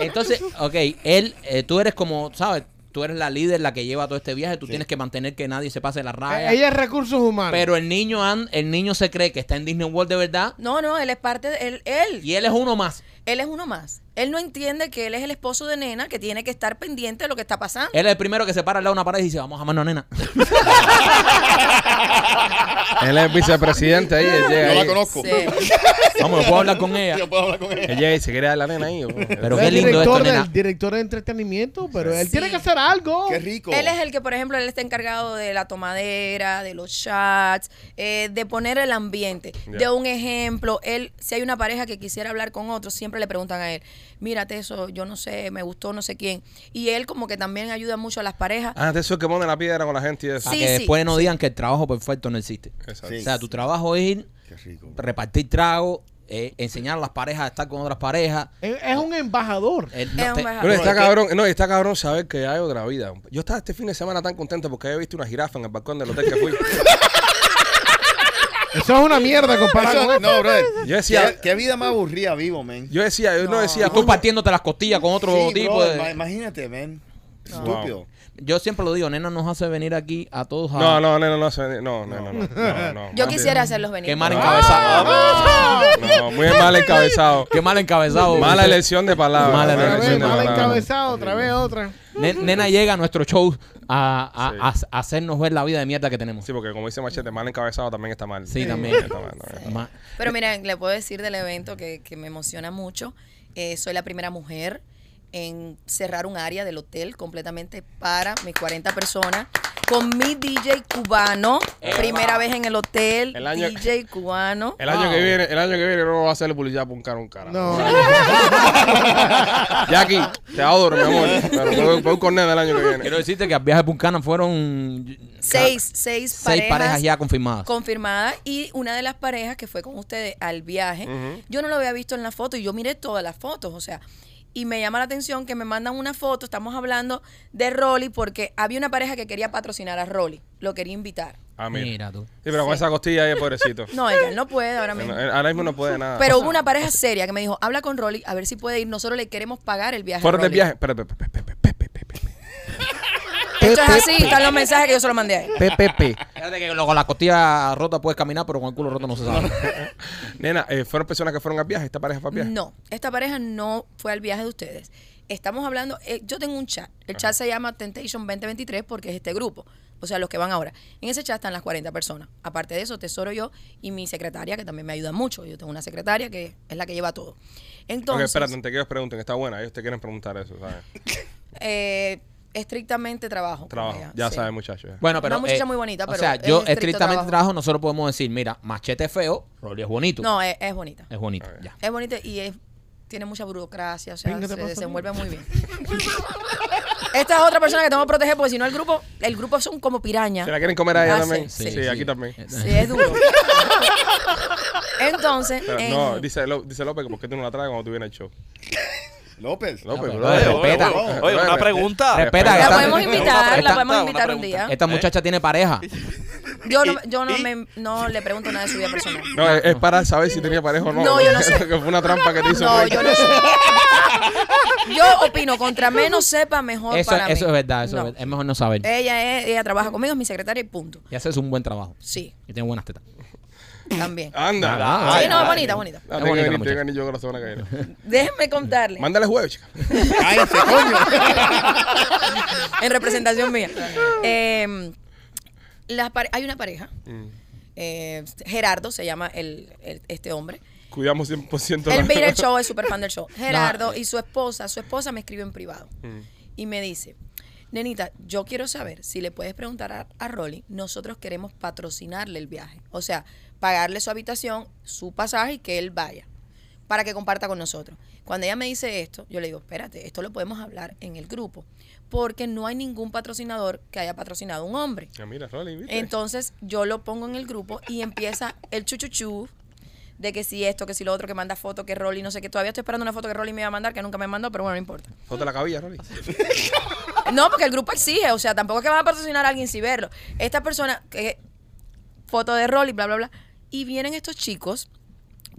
Speaker 2: Entonces, ok, él, eh, tú eres como, ¿sabes? Tú eres la líder, la que lleva todo este viaje. Tú tienes que mantener que nadie se pase la raya.
Speaker 3: Eh, Ella es recursos humanos.
Speaker 2: pero el niño, an- el niño se cree que está en Disney World de verdad
Speaker 6: No, no, él es parte de él, él.
Speaker 2: y él es uno más.
Speaker 6: Él es uno más. Él no entiende que él es el esposo de nena, que tiene que estar pendiente de lo que está pasando.
Speaker 2: Él es el primero que se para al lado de una pared y dice, vamos a amarnos, nena.
Speaker 1: Él es el vicepresidente ahí. Él llega
Speaker 4: Yo la
Speaker 1: ahí.
Speaker 4: conozco.
Speaker 6: Sí.
Speaker 2: Vamos, yo puedo hablar con ella.
Speaker 4: Yo puedo hablar con ella.
Speaker 1: Él llega y se quiere dar la nena ahí. bro.
Speaker 2: Pero qué
Speaker 3: el
Speaker 2: lindo
Speaker 3: director,
Speaker 2: esto,
Speaker 3: del-
Speaker 2: nena.
Speaker 3: director de entretenimiento, pero él
Speaker 6: Sí.
Speaker 3: tiene que hacer algo.
Speaker 4: Qué rico.
Speaker 6: Él es el que, por ejemplo, él está encargado de la tomadera, de los chats, eh, de poner el ambiente. De un ejemplo, él, si hay una pareja que quisiera hablar con otro, siempre le preguntan a él, mírate eso, yo no sé, me gustó no sé quién. Y él como que también ayuda mucho a las parejas.
Speaker 1: Ah, de eso es que pone la piedra con la gente y eso.
Speaker 2: Para
Speaker 6: Sí,
Speaker 2: que
Speaker 6: sí,
Speaker 2: después no digan que el trabajo perfecto no existe.
Speaker 1: Exacto.
Speaker 2: O sea, tu trabajo es ir,
Speaker 4: Qué rico.
Speaker 2: repartir trago, eh, enseñar a las parejas a estar con otras parejas.
Speaker 3: Es, es un embajador.
Speaker 2: El-
Speaker 6: Es un
Speaker 2: te-
Speaker 6: mejor-
Speaker 1: Pero
Speaker 4: No,
Speaker 1: está
Speaker 4: es que-
Speaker 1: cabrón, no, está cabrón saber que hay otra vida. Yo estaba este fin de semana tan contento porque había visto una jirafa en el balcón del hotel que fui.
Speaker 3: Eso es una mierda comparado
Speaker 4: Eso-
Speaker 3: con
Speaker 4: no, brother.
Speaker 1: Yo decía-
Speaker 4: Qué, qué vida más aburrida vivo, man.
Speaker 1: Yo decía, yo no,
Speaker 6: No.
Speaker 1: decía,
Speaker 2: y tú partiéndote las costillas con otro
Speaker 4: Sí,
Speaker 2: tipo
Speaker 4: brother,
Speaker 2: de...
Speaker 4: ma- Imagínate, man. Estúpido.
Speaker 2: Yo siempre lo digo, nena nos hace venir aquí a todos a...
Speaker 1: No, no, no, no, no, no, no, no, no, no. Ah.
Speaker 6: Yo quisiera hacerlos venir.
Speaker 2: Qué mal encabezado.
Speaker 1: No, muy mal encabezado.
Speaker 2: Qué mal encabezado.
Speaker 1: Mala elección de palabras.
Speaker 2: Mala
Speaker 3: Otra
Speaker 2: elección
Speaker 3: vez,
Speaker 2: de
Speaker 3: mal
Speaker 1: palabras.
Speaker 3: encabezado, otra vez, otra.
Speaker 2: Ne- Nena llega a nuestro show a, a- a- a hacernos ver la vida de mierda que tenemos.
Speaker 1: Sí, porque como dice Machete, mal encabezado también está mal.
Speaker 2: Sí, también.
Speaker 1: Está mal, está mal.
Speaker 2: Ma-
Speaker 6: Pero miren, le puedo decir del evento que, que me emociona mucho. Eh, soy la primera mujer en cerrar un área del hotel completamente para mis 40 personas. Con mi DJ cubano, primera vez en el hotel,
Speaker 1: El año-
Speaker 6: DJ cubano.
Speaker 1: El año, que viene, el año que viene no va a hacerle publicidad por un cara un cara.
Speaker 3: No,
Speaker 1: Jackie, te adoro, mi amor. Pero voy, voy con Nena el año que viene.
Speaker 2: Quiero decirte que al viaje de Puncana fueron
Speaker 6: Seis, seis,
Speaker 2: seis
Speaker 6: parejas,
Speaker 2: parejas ya
Speaker 1: Ah.
Speaker 2: confirmadas.
Speaker 6: confirmadas y una de las parejas que fue con ustedes al viaje, yo no lo había visto en la foto y yo miré todas las fotos, o sea, y me llama la atención que me mandan una foto, estamos hablando de Rolly porque había una pareja que quería patrocinar a Rolly, lo quería invitar.
Speaker 1: Ah, mira.
Speaker 2: Mira tú.
Speaker 1: Sí, pero con esa costilla ahí, el pobrecito.
Speaker 6: No, ella no puede ahora mismo.
Speaker 1: Ahora mismo no puede nada.
Speaker 6: Pero hubo una pareja seria que me dijo, habla con Rolly, a ver si puede ir, nosotros le queremos pagar el viaje. a
Speaker 1: Fueron de
Speaker 6: Rolly".
Speaker 1: viaje. Pero, pero, pero, pero, pero, pero, pero, pero.
Speaker 6: Esto es así, están los mensajes que yo se los mandé a él.
Speaker 7: PPP.
Speaker 2: Fíjate que lo- con la costilla rota puedes caminar, pero con el culo roto no se sabe.
Speaker 1: Nena, eh, fueron personas que fueron al viaje. Esta pareja fue al viaje.
Speaker 6: No, esta pareja no fue al viaje de ustedes. Estamos hablando, eh, yo tengo un chat. El chat se llama Temptation 2023 porque es este grupo. O sea, los que van ahora. En ese chat están las 40 personas. Aparte de eso, Tesoro yo y mi secretaria, que también me ayuda mucho. Yo tengo una secretaria que es la que lleva todo.
Speaker 1: Ok,
Speaker 6: Entonces,
Speaker 1: espérate, te quiero pregunten. Está buena. Ellos te quieren preguntar eso, ¿sabes?
Speaker 6: eh, estrictamente trabajo. con
Speaker 1: Trabajo.
Speaker 6: ella,
Speaker 1: ya
Speaker 6: sí.
Speaker 1: sabes, muchachos. ya.
Speaker 2: Bueno, pero. eh,
Speaker 6: Una muchacha muy bonita,
Speaker 2: O
Speaker 6: pero
Speaker 2: sea,
Speaker 6: es
Speaker 2: yo
Speaker 6: estricto
Speaker 2: estrictamente trabajo.
Speaker 6: trabajo.
Speaker 2: nosotros podemos decir, mira, machete es feo, Rolly es bonito.
Speaker 6: No, es, es bonita.
Speaker 2: Es bonito,
Speaker 1: Ah,
Speaker 2: ya.
Speaker 6: Es bonita y es, tiene mucha burocracia. O sea,
Speaker 3: Venga, te
Speaker 6: se
Speaker 3: paso
Speaker 6: desenvuelve muy bien. Esta es otra persona que tengo que proteger porque si no el grupo, el grupo son como pirañas.
Speaker 1: ¿Se la quieren comer a ella
Speaker 6: Ah, sí,
Speaker 1: también? Sí,
Speaker 6: sí, Eh,
Speaker 2: sí.
Speaker 1: aquí también.
Speaker 6: Sí, es duro. Entonces,
Speaker 1: Pero,
Speaker 6: en-
Speaker 1: no, dice, Lo- dice López que por qué tú no la traes cuando tú vienes al show.
Speaker 4: López.
Speaker 1: López,
Speaker 2: pero
Speaker 1: bro.
Speaker 2: oye,
Speaker 1: bro,
Speaker 2: respeta.
Speaker 1: bro,
Speaker 5: Oye,
Speaker 1: bro,
Speaker 5: oye, una
Speaker 1: bro.
Speaker 5: pregunta.
Speaker 2: Respeta,
Speaker 6: la
Speaker 2: Esta-
Speaker 6: podemos invitar,
Speaker 2: esta-
Speaker 6: la podemos invitar un día.
Speaker 1: ¿Eh?
Speaker 2: Esta muchacha tiene pareja.
Speaker 6: Yo
Speaker 5: ¿Y-
Speaker 6: no, yo no,
Speaker 5: y?
Speaker 6: me- no le pregunto nada de su vida personal.
Speaker 1: No, es, es para saber si tenía pareja o no.
Speaker 6: No, yo no sé.
Speaker 1: que fue una trampa que te hizo.
Speaker 6: No,
Speaker 1: Frank.
Speaker 6: yo no sé. Yo opino, contra menos sepa, mejor
Speaker 2: Eso,
Speaker 6: para mí.
Speaker 2: eso es verdad, eso
Speaker 6: No. Eh.
Speaker 2: es, verdad. Es mejor no saber.
Speaker 6: Ella, es, ella trabaja conmigo, es mi secretaria y punto.
Speaker 2: Y haces un buen trabajo.
Speaker 6: Sí,
Speaker 2: Y tiene buenas tetas.
Speaker 6: también.
Speaker 1: Anda.
Speaker 2: Nada.
Speaker 6: Sí,
Speaker 2: Ay,
Speaker 6: no,
Speaker 2: ay,
Speaker 6: es bonita, bonita.
Speaker 1: No,
Speaker 2: Es
Speaker 1: tengo que
Speaker 2: bonita la
Speaker 1: venir, tengo que
Speaker 2: muchacha.
Speaker 1: venir yo con la semana que viene.
Speaker 6: Déjenme contarle.
Speaker 1: Mándale jueves, chica.
Speaker 4: Cállense, coño.
Speaker 6: en representación mía. Eh, las pare- hay una pareja. Eh, Gerardo se llama el, el- este hombre.
Speaker 1: Cuidamos 100%
Speaker 6: Él
Speaker 1: la-
Speaker 6: mira el show, es súper fan del show. Gerardo y su esposa, su esposa me escribe en privado y me dice, nenita, yo quiero saber si le puedes preguntar a, a Rolly, nosotros queremos patrocinarle el viaje, o sea, pagarle su habitación, su pasaje y que él vaya para que comparta con nosotros. Cuando ella me dice esto, yo le digo, espérate, esto lo podemos hablar en el grupo, porque no hay ningún patrocinador que haya patrocinado a un hombre.
Speaker 1: Ah, Mira, Rolly, ¿viste?
Speaker 6: Entonces yo lo pongo en el grupo y empieza el chuchuchú de que si esto, que si lo otro, que manda foto, que Rolly, no sé qué. Todavía estoy esperando una foto que Rolly me iba a mandar, que nunca me mandó, pero bueno, no importa.
Speaker 1: Foto la cabilla, Rolly.
Speaker 6: No, porque el grupo exige, o sea, tampoco es que van a patrocinar a alguien si verlo. Esta persona, que, foto de Rolly, bla, bla, bla. Y vienen estos chicos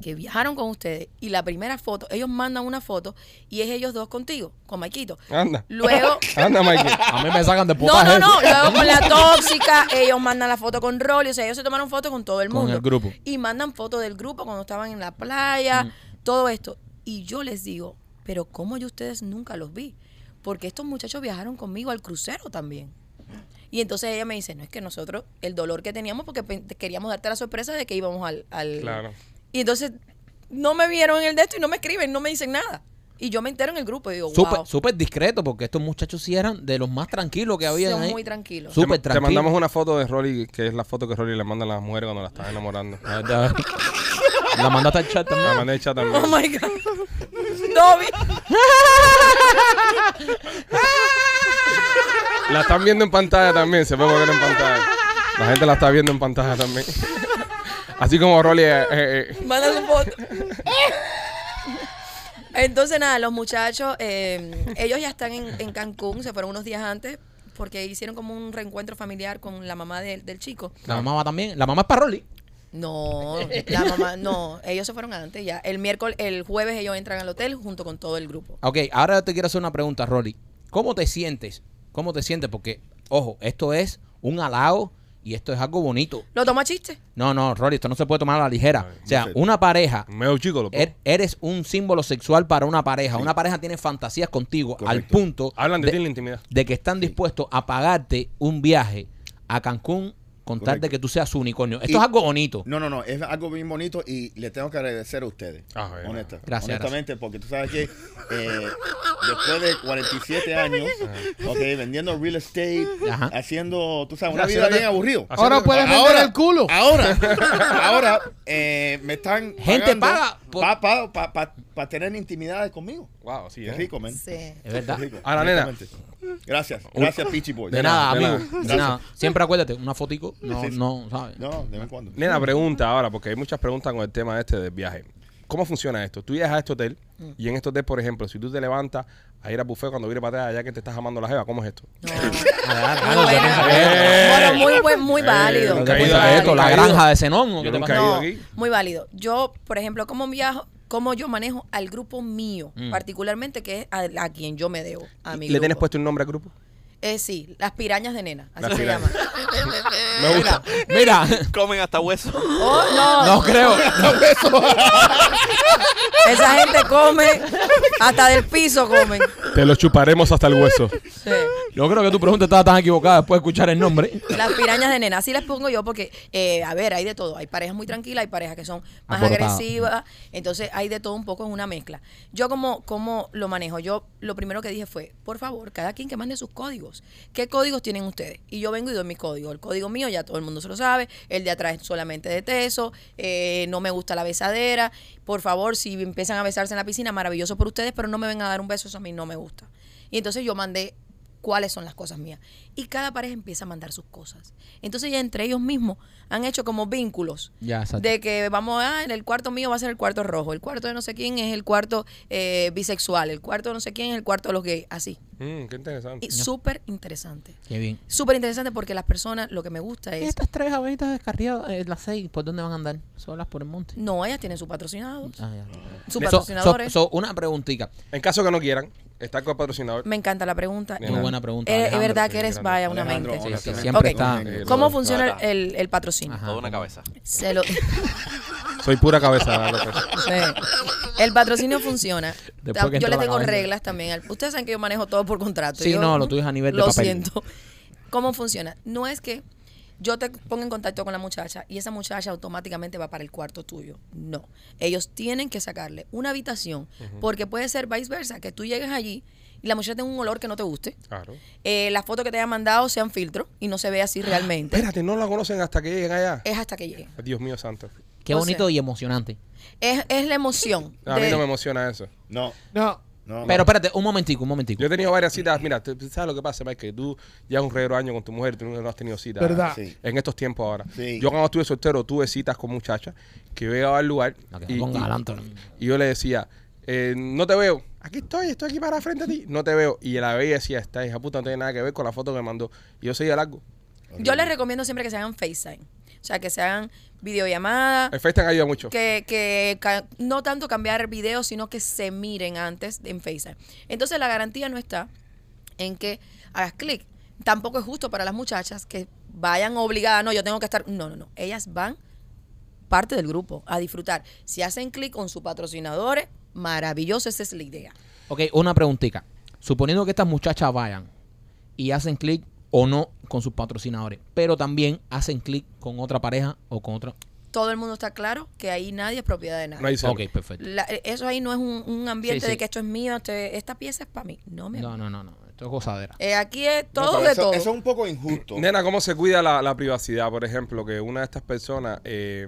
Speaker 6: que viajaron con ustedes y la primera foto, ellos mandan una foto y es ellos dos contigo, con Maikito.
Speaker 1: Anda.
Speaker 6: Luego,
Speaker 1: Anda, Mikey.
Speaker 2: A mí me sacan de
Speaker 6: no,
Speaker 2: potaje.
Speaker 6: no, no, luego con la tóxica, ellos mandan la foto con Rolly, o sea, ellos se tomaron fotos con todo el
Speaker 2: Con
Speaker 6: mundo.
Speaker 2: el grupo.
Speaker 6: Y mandan fotos del grupo cuando estaban en la playa,
Speaker 2: Mm.
Speaker 6: todo esto. Y yo les digo, pero ¿cómo yo ustedes nunca los vi? Porque estos muchachos viajaron conmigo al crucero también. Y entonces ella me dice, no es que nosotros, el dolor que teníamos, porque pe- queríamos darte la sorpresa de que íbamos al... al-
Speaker 1: Claro.
Speaker 6: Y entonces no me vieron en el de esto y no me escriben, no me dicen nada. Y yo me entero en el grupo y digo,
Speaker 2: Súper,
Speaker 6: wow,
Speaker 2: súper discreto, porque estos muchachos sí eran de los más tranquilos que había
Speaker 6: son
Speaker 2: ahí.
Speaker 6: muy tranquilos.
Speaker 1: Te-
Speaker 2: Súper
Speaker 1: te,
Speaker 2: tranquilo.
Speaker 1: mandamos una foto de Rolly, que es la foto que Rolly le mandan a las mujeres cuando la están enamorando.
Speaker 2: La verdad. La mandaste al chat
Speaker 1: La
Speaker 2: también.
Speaker 1: mandé hecha también.
Speaker 6: Oh my God. Dobby.
Speaker 1: La están viendo en pantalla también, se puede ver en pantalla. La gente la está viendo en pantalla también. Así como Rolly. eh, eh, eh.
Speaker 6: Manda su foto. Entonces, nada, los muchachos, eh, ellos ya están en, en Cancún, se fueron unos días antes porque hicieron como un reencuentro familiar con la mamá del- del chico.
Speaker 2: La mamá también. La mamá es para Rolly.
Speaker 6: No, la mamá, no, ellos se fueron antes ya. El miércoles, el jueves ellos entran al hotel junto con todo el grupo.
Speaker 2: Ok, ahora te quiero hacer una pregunta, Rolly. ¿Cómo te sientes? ¿Cómo te sientes? Porque, ojo, esto es un halago y esto es algo bonito.
Speaker 6: ¿Lo toma chiste?
Speaker 2: No, no, Rolly, esto no se puede tomar a la ligera. o sea,
Speaker 4: no sé.
Speaker 2: una pareja,
Speaker 1: Medio chico, lo
Speaker 6: Eh,
Speaker 2: er- eres un símbolo sexual para una pareja. Una pareja tiene fantasías contigo al
Speaker 4: Correcto.
Speaker 2: punto
Speaker 1: Hablan de, ti en la intimidad.
Speaker 2: de que están dispuestos a pagarte un viaje a Cancún con tal de
Speaker 4: Correcto.
Speaker 2: que tú seas su unicornio. Esto
Speaker 4: Y-
Speaker 2: es algo bonito.
Speaker 4: No, no, no, es algo bien bonito y le tengo que agradecer a ustedes.
Speaker 1: Ah, bueno.
Speaker 4: honesta-
Speaker 2: Gracias,
Speaker 4: honestamente, porque tú sabes que eh, después de 47 años, ok, vendiendo real estate,
Speaker 2: Ajá.
Speaker 4: haciendo, tú sabes, una
Speaker 1: Haciendo-
Speaker 4: vida bien aburrida.
Speaker 1: haciendo-
Speaker 3: Ahora puedes vender el culo.
Speaker 4: Ahora, ahora eh, me están
Speaker 2: Gente paga por-
Speaker 4: para tener intimidades conmigo.
Speaker 1: Wow, sí,
Speaker 4: Qué
Speaker 1: eh.
Speaker 4: rico, man.
Speaker 6: Sí.
Speaker 2: Es verdad.
Speaker 4: Qué rico,
Speaker 1: Ahora, nena.
Speaker 4: honestamente. Gracias, gracias, Peachy Boy.
Speaker 2: De nada,
Speaker 1: de
Speaker 2: amigo.
Speaker 1: nada.
Speaker 2: De
Speaker 4: Gracias.
Speaker 2: nada. Siempre acuérdate, una fotico. No,
Speaker 4: Sí, sí.
Speaker 2: no, ¿sabes?
Speaker 4: No, de vez en cuando.
Speaker 1: Nena, pregunta ahora, porque hay muchas preguntas con el tema este del viaje. ¿Cómo funciona esto? Tú llegas a este hotel y en este hotel, por ejemplo, si tú te levantas a ir al buffet cuando vienes para atrás, ya que te estás amando la jeva, ¿cómo es esto?
Speaker 6: No.
Speaker 2: Ah,
Speaker 6: Muy
Speaker 2: no,
Speaker 6: bueno,
Speaker 2: no,
Speaker 6: bueno, muy, buen- muy
Speaker 1: Eh,
Speaker 6: válido.
Speaker 1: nunca he
Speaker 6: muy
Speaker 1: ido a
Speaker 6: válido.
Speaker 1: esto,
Speaker 2: la
Speaker 1: Caído.
Speaker 2: granja de Zenón. ¿o qué
Speaker 1: Yo
Speaker 2: te
Speaker 1: nunca
Speaker 2: pasa?
Speaker 1: he ido
Speaker 6: Pues No,
Speaker 1: aquí.
Speaker 6: muy válido. Yo, por ejemplo, cómo viajo, cómo yo manejo al grupo mío, particularmente que es a, a quien yo me debo, a mi
Speaker 1: Mm. ¿Le tienes
Speaker 6: grupo.
Speaker 1: puesto un nombre al grupo?
Speaker 6: Eh, sí, las pirañas de nena, así
Speaker 1: Las
Speaker 6: se
Speaker 1: pirañas.
Speaker 6: llama.
Speaker 1: Me gusta.
Speaker 2: Mira,
Speaker 5: Comen hasta hueso.
Speaker 6: Oh, no,
Speaker 2: no creo.
Speaker 6: esa gente come hasta del piso comen.
Speaker 1: Te lo chuparemos hasta el hueso.
Speaker 6: Sí.
Speaker 2: Yo creo que tu pregunta estaba tan equivocada después de escuchar el nombre.
Speaker 6: Las pirañas de nena, así las pongo yo porque, eh, a ver, hay de todo. Hay parejas muy tranquilas, hay parejas que son más
Speaker 2: Alborotadas.
Speaker 6: agresivas, entonces hay de todo un poco en una mezcla. Yo como, como lo manejo, yo lo primero que dije fue, por favor, cada quien que mande sus códigos. ¿Qué códigos tienen ustedes? Y yo vengo y doy mi código. El código mío ya todo el mundo se lo sabe, el de atrás es solamente de teso, eh, no me gusta la besadera. Por favor, si empiezan a besarse en la piscina, maravilloso por ustedes, pero no me vengan a dar un beso, eso a mí no me gusta. Y entonces yo mandé cuáles son las cosas mías. Y cada pareja empieza a mandar sus cosas. Entonces ya entre ellos mismos han hecho como vínculos
Speaker 2: Ya, exacto.
Speaker 6: de que vamos a, el cuarto mío va a ser el cuarto rojo, el cuarto de no sé quién es el cuarto eh, bisexual, el cuarto de no sé quién es el cuarto de los gays, así.
Speaker 1: Mm, qué interesante.
Speaker 6: Y súper interesante.
Speaker 2: Qué bien.
Speaker 6: Súper interesante porque las personas, lo que me gusta es,
Speaker 2: Estas tres abejitas descarriadas, eh, las seis, ¿por dónde van a andar? Solas por el monte.
Speaker 6: no, ellas tienen su patrocinado,
Speaker 2: Ah, ya.
Speaker 6: sus
Speaker 2: So-
Speaker 6: patrocinadores.
Speaker 2: so- so, una preguntica.
Speaker 1: En caso que no quieran, está con el patrocinador.
Speaker 6: me encanta la pregunta.
Speaker 1: Muy
Speaker 2: Muy buena pregunta.
Speaker 6: Eh, es
Speaker 2: Alejandro.
Speaker 6: verdad que eres
Speaker 1: Alejandro.
Speaker 6: vaya una
Speaker 4: Alejandro,
Speaker 6: mente.
Speaker 2: Sí, sí,
Speaker 4: honestamente.
Speaker 2: siempre
Speaker 6: Ok.
Speaker 2: está-
Speaker 6: ¿Cómo funciona
Speaker 5: Claro.
Speaker 6: el, el patrocinio?
Speaker 2: Ajá.
Speaker 5: Toda una cabeza.
Speaker 6: Se lo-
Speaker 1: Soy pura cabeza. López.
Speaker 6: Sí. El patrocinio funciona.
Speaker 2: Después que
Speaker 6: yo
Speaker 2: entra
Speaker 6: le
Speaker 2: la
Speaker 6: tengo
Speaker 2: cabeza.
Speaker 6: reglas también. al- Ustedes saben que yo manejo todo por contrato.
Speaker 2: Sí,
Speaker 6: Yo-
Speaker 2: no, lo tuyo es a nivel de
Speaker 6: Lo
Speaker 2: papel.
Speaker 6: siento. ¿Cómo funciona? No es que yo te ponga en contacto con la muchacha y esa muchacha automáticamente va para el cuarto tuyo. No. Ellos tienen que sacarle una habitación porque puede ser viceversa, que tú llegues allí y la muchacha tenga un olor que no te guste.
Speaker 1: Claro.
Speaker 6: eh, la foto que te haya mandado sean filtro y no se ve
Speaker 2: Ah,
Speaker 6: así realmente.
Speaker 1: Espérate, no la conocen hasta que lleguen allá.
Speaker 6: Es hasta que llegue.
Speaker 1: Dios mío santo.
Speaker 2: Qué
Speaker 6: O
Speaker 2: bonito
Speaker 6: sea-
Speaker 2: y emocionante.
Speaker 6: Es, es la emoción.
Speaker 1: A mí
Speaker 6: de-
Speaker 1: no me emociona eso.
Speaker 4: No,
Speaker 3: No.
Speaker 4: No, no.
Speaker 2: Pero espérate, un momentico, un momentico.
Speaker 1: Yo he tenido varias citas. Mira, tú- tú ¿sabes lo que pasa, Mike? Que tú ya un reguero año con tu mujer, tú no has tenido citas. ¿eh?
Speaker 3: ¿Verdad?
Speaker 4: Sí.
Speaker 1: En estos tiempos ahora.
Speaker 4: Sí.
Speaker 1: Yo cuando estuve soltero tuve citas con muchachas que llegaba al lugar
Speaker 2: No, que
Speaker 1: y,
Speaker 2: no pongas
Speaker 1: y-
Speaker 2: al Anthony.
Speaker 1: y yo le decía, eh, no te veo. Aquí estoy, estoy aquí para frente a ti. No te veo. Y la veía y decía, esta hija puta no tiene nada que ver con la foto que me mandó. Y yo seguía largo.
Speaker 6: Yo les recomiendo siempre que se hagan FaceTime. O sea, que se hagan videollamada.
Speaker 1: El FaceTime ayuda mucho.
Speaker 6: que, que ca- no tanto cambiar videos, sino que se miren antes en FaceTime. Entonces la garantía no está en que hagas clic. Tampoco es justo para las muchachas que vayan obligadas, no, yo tengo que estar. No, no, no. Ellas van parte del grupo a disfrutar. Si hacen clic con sus patrocinadores, maravilloso, esa es la idea.
Speaker 2: Ok, una preguntita. Suponiendo que estas muchachas vayan y hacen clic o no con sus patrocinadores, pero también hacen clic con otra pareja o con otra.
Speaker 6: Todo el mundo está claro que ahí nadie es propiedad de nadie.
Speaker 1: No hay celo.
Speaker 2: Ok, perfecto.
Speaker 6: La- eh, eso ahí no es un, un ambiente
Speaker 2: sí.
Speaker 6: de que esto es mío, esto es- esta pieza es para mí. No, mi
Speaker 2: No,
Speaker 6: amor.
Speaker 2: no, no, no. Esto es gozadera.
Speaker 6: Eh, aquí es
Speaker 4: No,
Speaker 6: todo
Speaker 4: pero
Speaker 6: de
Speaker 4: eso,
Speaker 6: todo.
Speaker 4: Eso es un poco injusto.
Speaker 1: Nena, ¿cómo se cuida la, la privacidad? Por ejemplo, que una de estas personas eh,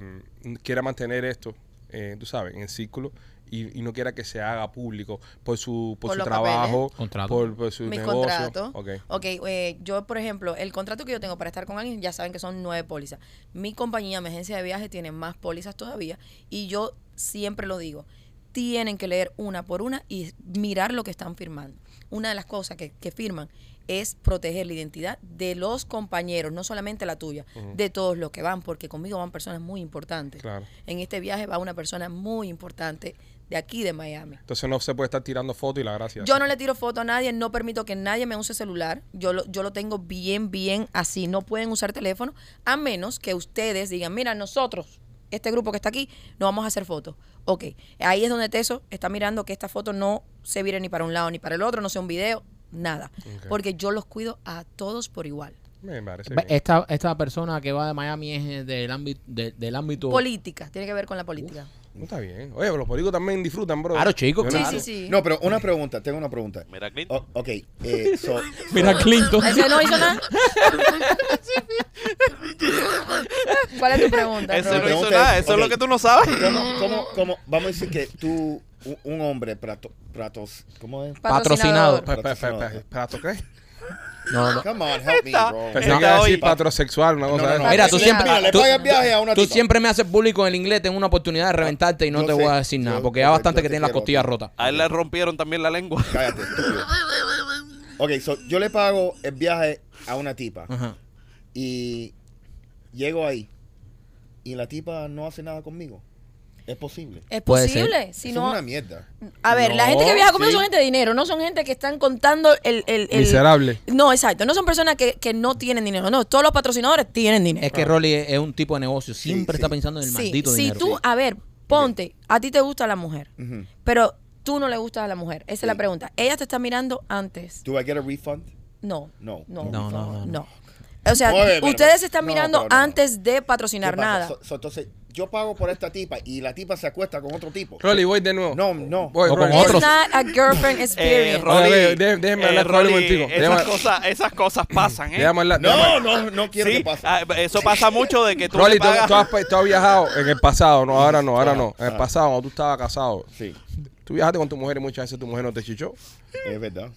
Speaker 1: quiera mantener esto, eh, tú sabes, en el círculo y, y no quiera que se haga público por su, por
Speaker 6: Por
Speaker 1: su
Speaker 6: los
Speaker 1: trabajo,
Speaker 2: papeles. Contrato.
Speaker 1: por, por su
Speaker 6: mis
Speaker 1: negocio.
Speaker 6: contratos.
Speaker 1: Ok.
Speaker 6: Ok, eh, yo, por ejemplo, el contrato que yo tengo para estar con alguien, ya saben que son nueve pólizas. Mi compañía, mi agencia de viaje, tiene más pólizas todavía. Y yo siempre lo digo, tienen que leer una por una y mirar lo que están firmando. Una de las cosas que, que firman es proteger la identidad de los compañeros, no solamente la tuya, de todos los que van, porque conmigo van personas muy importantes.
Speaker 1: Claro.
Speaker 6: En este viaje va una persona muy importante de aquí, de Miami.
Speaker 1: Entonces no se puede estar tirando fotos y la gracia.
Speaker 6: Yo no le tiro foto a nadie, no permito que nadie me use celular. Yo lo, yo lo tengo bien, bien así. No pueden usar teléfono a menos que ustedes digan, mira, nosotros, este grupo que está aquí, no vamos a hacer fotos. Ok, ahí es donde Teso está mirando que esta foto no se vire ni para un lado ni para el otro, no sea un video, nada.
Speaker 1: Ok.
Speaker 6: Porque yo los cuido a todos por igual.
Speaker 1: Me parece
Speaker 2: Ve, eh.
Speaker 1: bien.
Speaker 2: Esta, esta persona que va de Miami es eh, del ámbito. de- del ámbito
Speaker 6: Política, tiene que ver con la política.
Speaker 1: No está bien. Oye, pero los políticos también disfrutan, bro.
Speaker 2: Claro, chicos,
Speaker 1: Yo
Speaker 6: sí,
Speaker 2: claro.
Speaker 6: sí, sí,
Speaker 4: No, pero una pregunta, tengo una pregunta.
Speaker 5: Mira, Clinton.
Speaker 4: O- ok, eh, so-
Speaker 2: Mira, Clinton.
Speaker 6: Ah, ¿Ese no hizo nada? ¿Cuál es tu pregunta?
Speaker 5: Ese
Speaker 6: Robert?
Speaker 5: no hizo
Speaker 4: Ok,
Speaker 5: nada, eso
Speaker 4: ok.
Speaker 5: es lo que tú no sabes.
Speaker 4: ¿cómo, cómo, cómo- vamos a decir que tú, un, un hombre, prato, pratos, ¿cómo es?
Speaker 2: Patrocinado.
Speaker 1: Pa- pa- pa- pa- ¿Pato qué?
Speaker 4: eh,
Speaker 2: No, no.
Speaker 4: Come on, help me, bro.
Speaker 1: Pensé que
Speaker 5: Está
Speaker 1: iba a decir
Speaker 5: hoy-
Speaker 1: patrosexual, una cosa de esa.
Speaker 2: Mira, tú
Speaker 6: Patrocinado.
Speaker 2: siempre.
Speaker 4: Mira, le
Speaker 2: tú-
Speaker 4: pagas viaje a una
Speaker 2: Tú
Speaker 4: tipa.
Speaker 2: siempre me haces público en el inglés. Tengo una oportunidad de reventarte y no
Speaker 4: Yo
Speaker 2: te
Speaker 4: sé,
Speaker 2: voy a decir nada.
Speaker 4: yo-
Speaker 2: Porque ya
Speaker 4: yo-
Speaker 2: bastante
Speaker 4: yo
Speaker 2: que
Speaker 4: te
Speaker 2: tiene la
Speaker 4: quiero,
Speaker 2: costilla
Speaker 4: bro.
Speaker 2: rota.
Speaker 5: A él le rompieron también la lengua.
Speaker 4: Cállate, estúpido. Ok, so, yo le pago el viaje a una tipa
Speaker 2: Ajá.
Speaker 4: y llego ahí y la tipa no hace nada conmigo. Es posible.
Speaker 6: Es
Speaker 2: Puede ser.
Speaker 6: posible. Si
Speaker 4: Eso
Speaker 6: no,
Speaker 4: es una mierda.
Speaker 6: A ver, la
Speaker 1: No,
Speaker 6: gente que viaja conmigo
Speaker 4: sí.
Speaker 6: son gente de dinero, no son gente que están contando el... el, el-
Speaker 1: Miserable.
Speaker 6: No, exacto, no son personas que, que no tienen dinero, no, todos los patrocinadores tienen dinero.
Speaker 2: Es que Rolly es, es un tipo de negocio. Siempre
Speaker 4: Sí,
Speaker 2: está
Speaker 4: sí.
Speaker 2: pensando en el
Speaker 6: Sí,
Speaker 2: maldito
Speaker 6: si
Speaker 2: dinero.
Speaker 6: tú, a ver, ponte, a ti te gusta la mujer,
Speaker 4: Ujú.
Speaker 6: pero tú no le gustas a la mujer, esa es la
Speaker 4: Sí.
Speaker 6: pregunta. Ella te está mirando antes.
Speaker 4: Do I get a refund?
Speaker 6: No,
Speaker 4: No.
Speaker 6: no,
Speaker 2: No, no, no, no.
Speaker 6: O sea,
Speaker 4: Oye, pero-
Speaker 6: ustedes se están
Speaker 4: no,
Speaker 6: mirando
Speaker 4: pero no.
Speaker 6: antes de
Speaker 4: ¿Qué
Speaker 6: patrocinar
Speaker 4: pasa?
Speaker 6: nada.
Speaker 4: So- so, entonces, yo pago por esta tipa y la tipa se acuesta con otro tipo.
Speaker 1: Rolly, voy de nuevo.
Speaker 4: No, no.
Speaker 1: Voy,
Speaker 2: O con
Speaker 1: Rolly.
Speaker 6: It's
Speaker 2: otros.
Speaker 6: not a girlfriend
Speaker 5: Eh,
Speaker 6: experience.
Speaker 5: Rolly,
Speaker 1: Oye, déjame- déjame
Speaker 5: eh,
Speaker 1: hablar con Rolly un
Speaker 5: Rolly,
Speaker 1: momentico.
Speaker 5: esas,
Speaker 1: Déjame-
Speaker 5: cosas, esas cosas pasan, ¿eh?
Speaker 1: Déjame hablar- déjame-
Speaker 4: No, no, no quiero
Speaker 5: Sí,
Speaker 4: que pase.
Speaker 5: ah, eso pasa mucho de que tú
Speaker 1: Rolly,
Speaker 5: le
Speaker 1: tú, tú
Speaker 5: pagas.
Speaker 1: has, pe- tú has viajado en el pasado, no, ahora no, ahora no. En el
Speaker 4: Ah.
Speaker 1: pasado, cuando tú estabas casado,
Speaker 4: Sí,
Speaker 1: tú viajaste con tu mujer y muchas veces tu mujer no te chichó.
Speaker 4: es verdad.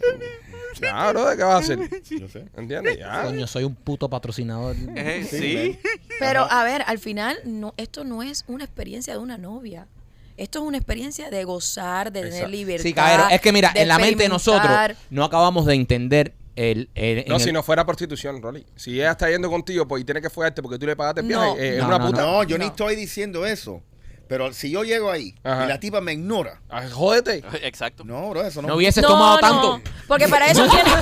Speaker 1: Ya, bro, ¿qué vas a hacer?
Speaker 4: Yo sé.
Speaker 1: ¿Entiendes? Ya.
Speaker 2: Coño, soy un puto patrocinador.
Speaker 5: Eh,
Speaker 4: Sí,
Speaker 5: sí.
Speaker 4: man.
Speaker 6: Pero
Speaker 2: Ah.
Speaker 4: Ajá.
Speaker 6: a ver, al final no, esto no es una experiencia de una novia. Esto es una experiencia de gozar, de
Speaker 1: Exacto.
Speaker 6: tener libertad.
Speaker 2: Sí, cabrón. Es que mira,
Speaker 6: de
Speaker 2: en la mente de nosotros
Speaker 6: experimentar.
Speaker 2: no acabamos de entender el. el- en
Speaker 1: No,
Speaker 2: el-
Speaker 1: si no fuera prostitución, Rolly. Si ella está yendo contigo pues, y tiene que fuerte porque tú le pagaste el viaje,
Speaker 6: No.
Speaker 1: eh, es
Speaker 2: No,
Speaker 1: una
Speaker 2: no,
Speaker 1: puta.
Speaker 4: No, yo ni
Speaker 6: No.
Speaker 4: estoy diciendo eso. Pero si yo llego ahí
Speaker 1: Ajá.
Speaker 4: y la tipa me ignora,
Speaker 1: Ay, Ah, jódete.
Speaker 5: Exacto.
Speaker 4: no, bro, eso no.
Speaker 2: No hubieses tomado tanto.
Speaker 6: No, porque para eso tienes.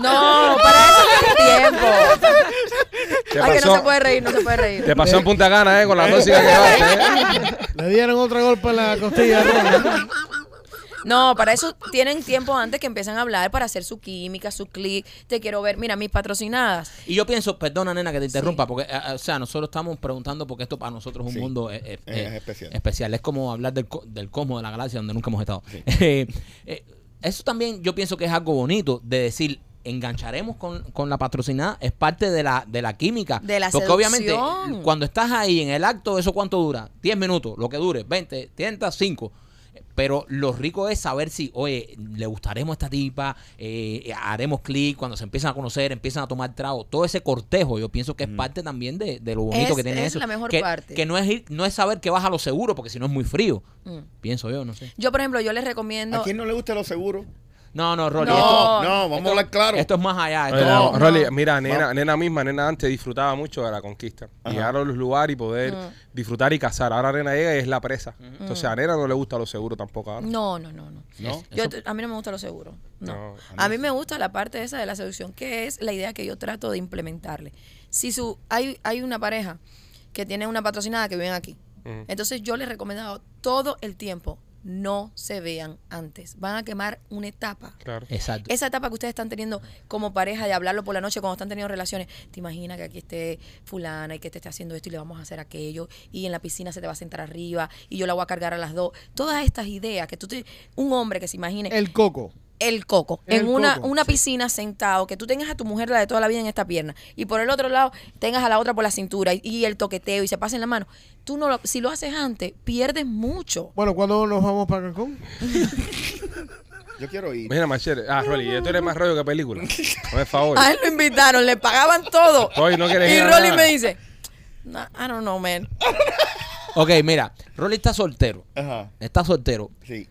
Speaker 6: No, para eso tienes tiempo.
Speaker 1: Te
Speaker 6: Ay, que no se
Speaker 1: pasó,
Speaker 6: puede reír, no se puede reír.
Speaker 1: te pasó en Punta Gana, eh, con la música que llevaste, eh.
Speaker 3: Le dieron otro golpe en la costilla. ¿no?
Speaker 6: No, para eso tienen tiempo antes que empiezan a hablar para hacer su química, su clic. Te quiero ver. Mira, mis patrocinadas.
Speaker 2: Y yo pienso, perdona nena que te interrumpa, porque, eh, eh, o sea, nosotros estamos preguntando porque esto para nosotros es un
Speaker 4: Sí.
Speaker 2: mundo eh, eh,
Speaker 4: Es
Speaker 2: eh,
Speaker 4: especial.
Speaker 2: Es como hablar del, co- del cosmos, de la galaxia, donde nunca hemos estado. Eh, eh, eso también yo pienso que es algo bonito de decir, engancharemos con, con la patrocinada, es parte de la, de la química.
Speaker 6: De la
Speaker 2: Porque obviamente,
Speaker 6: seducción.
Speaker 2: cuando estás ahí en el acto, ¿eso cuánto dura? 10 minutos, lo que dure, 20, 30, 5. Pero lo rico es saber si, oye, le gustaremos a esta tipa, eh, haremos clic, cuando se empiezan a conocer, empiezan a tomar trago. Todo ese cortejo, yo pienso que
Speaker 4: Mm.
Speaker 2: es parte también de, de lo bonito
Speaker 6: Es-
Speaker 2: que tiene
Speaker 6: es
Speaker 2: eso.
Speaker 6: la mejor
Speaker 2: que,
Speaker 6: parte.
Speaker 2: Que no es, ir- no es saber que vas a lo seguro, porque si no es muy frío.
Speaker 6: Mm.
Speaker 2: Pienso yo, no sé.
Speaker 6: Yo, por ejemplo, yo les recomiendo.
Speaker 4: ¿A quién no le gusta lo seguro?
Speaker 2: No, no, Rolly.
Speaker 6: No.
Speaker 2: esto-
Speaker 4: No, vamos a hablar claro.
Speaker 2: Esto es más allá. esto-
Speaker 1: Oye,
Speaker 4: No,
Speaker 1: no, Rolly,
Speaker 6: no.
Speaker 1: mira, nena, nena misma, nena antes disfrutaba mucho de la conquista. Llegar a los lugares y poder disfrutar y cazar. Ahora nena llega y es la presa. Entonces a nena no le gusta lo seguro tampoco ahora.
Speaker 6: No, no, no, no.
Speaker 4: ¿No?
Speaker 6: Yo, a mí no me gusta lo seguro. No.
Speaker 1: No,
Speaker 6: a mí me gusta la parte esa de la seducción, que es la idea que yo trato de implementarle. Si su, hay, hay una pareja que tiene una patrocinada que viven aquí,
Speaker 1: Ujú.
Speaker 6: entonces yo les he recomendado todo el tiempo, no se vean antes. Van a quemar una etapa.
Speaker 1: Claro.
Speaker 2: Exacto.
Speaker 6: Esa etapa que ustedes están teniendo como pareja de hablarlo por la noche cuando están teniendo relaciones, te imaginas que aquí esté fulana y que te esté haciendo esto y le vamos a hacer aquello y en la piscina se te va a sentar arriba y yo la voy a cargar a las dos. Todas estas ideas que tú te, un hombre que se imagine el,
Speaker 3: El coco.
Speaker 6: coco
Speaker 3: El
Speaker 6: en una,
Speaker 3: coco,
Speaker 6: una
Speaker 3: sí.
Speaker 6: piscina sentado, que tú tengas a tu mujer la de toda la vida en esta pierna y por el otro lado tengas a la otra por la cintura y, y el toqueteo y se pasen la mano. Tú no lo- si lo haces antes, pierdes mucho.
Speaker 3: Bueno, ¿cuándo nos vamos para Cancún?
Speaker 4: Yo quiero ir.
Speaker 1: Mira, Machere. Ah, Rolly, tú eres más rollo que película. Por favor.
Speaker 6: A él lo invitaron, le pagaban todo.
Speaker 1: Oye, no quieres
Speaker 6: y
Speaker 1: ir a
Speaker 6: Rolly
Speaker 1: nada. Ah.
Speaker 6: me dice, "No, I don't know, man.
Speaker 2: Ok, mira, Rolly está soltero.
Speaker 4: Ajá.
Speaker 2: Está soltero.
Speaker 4: Sí.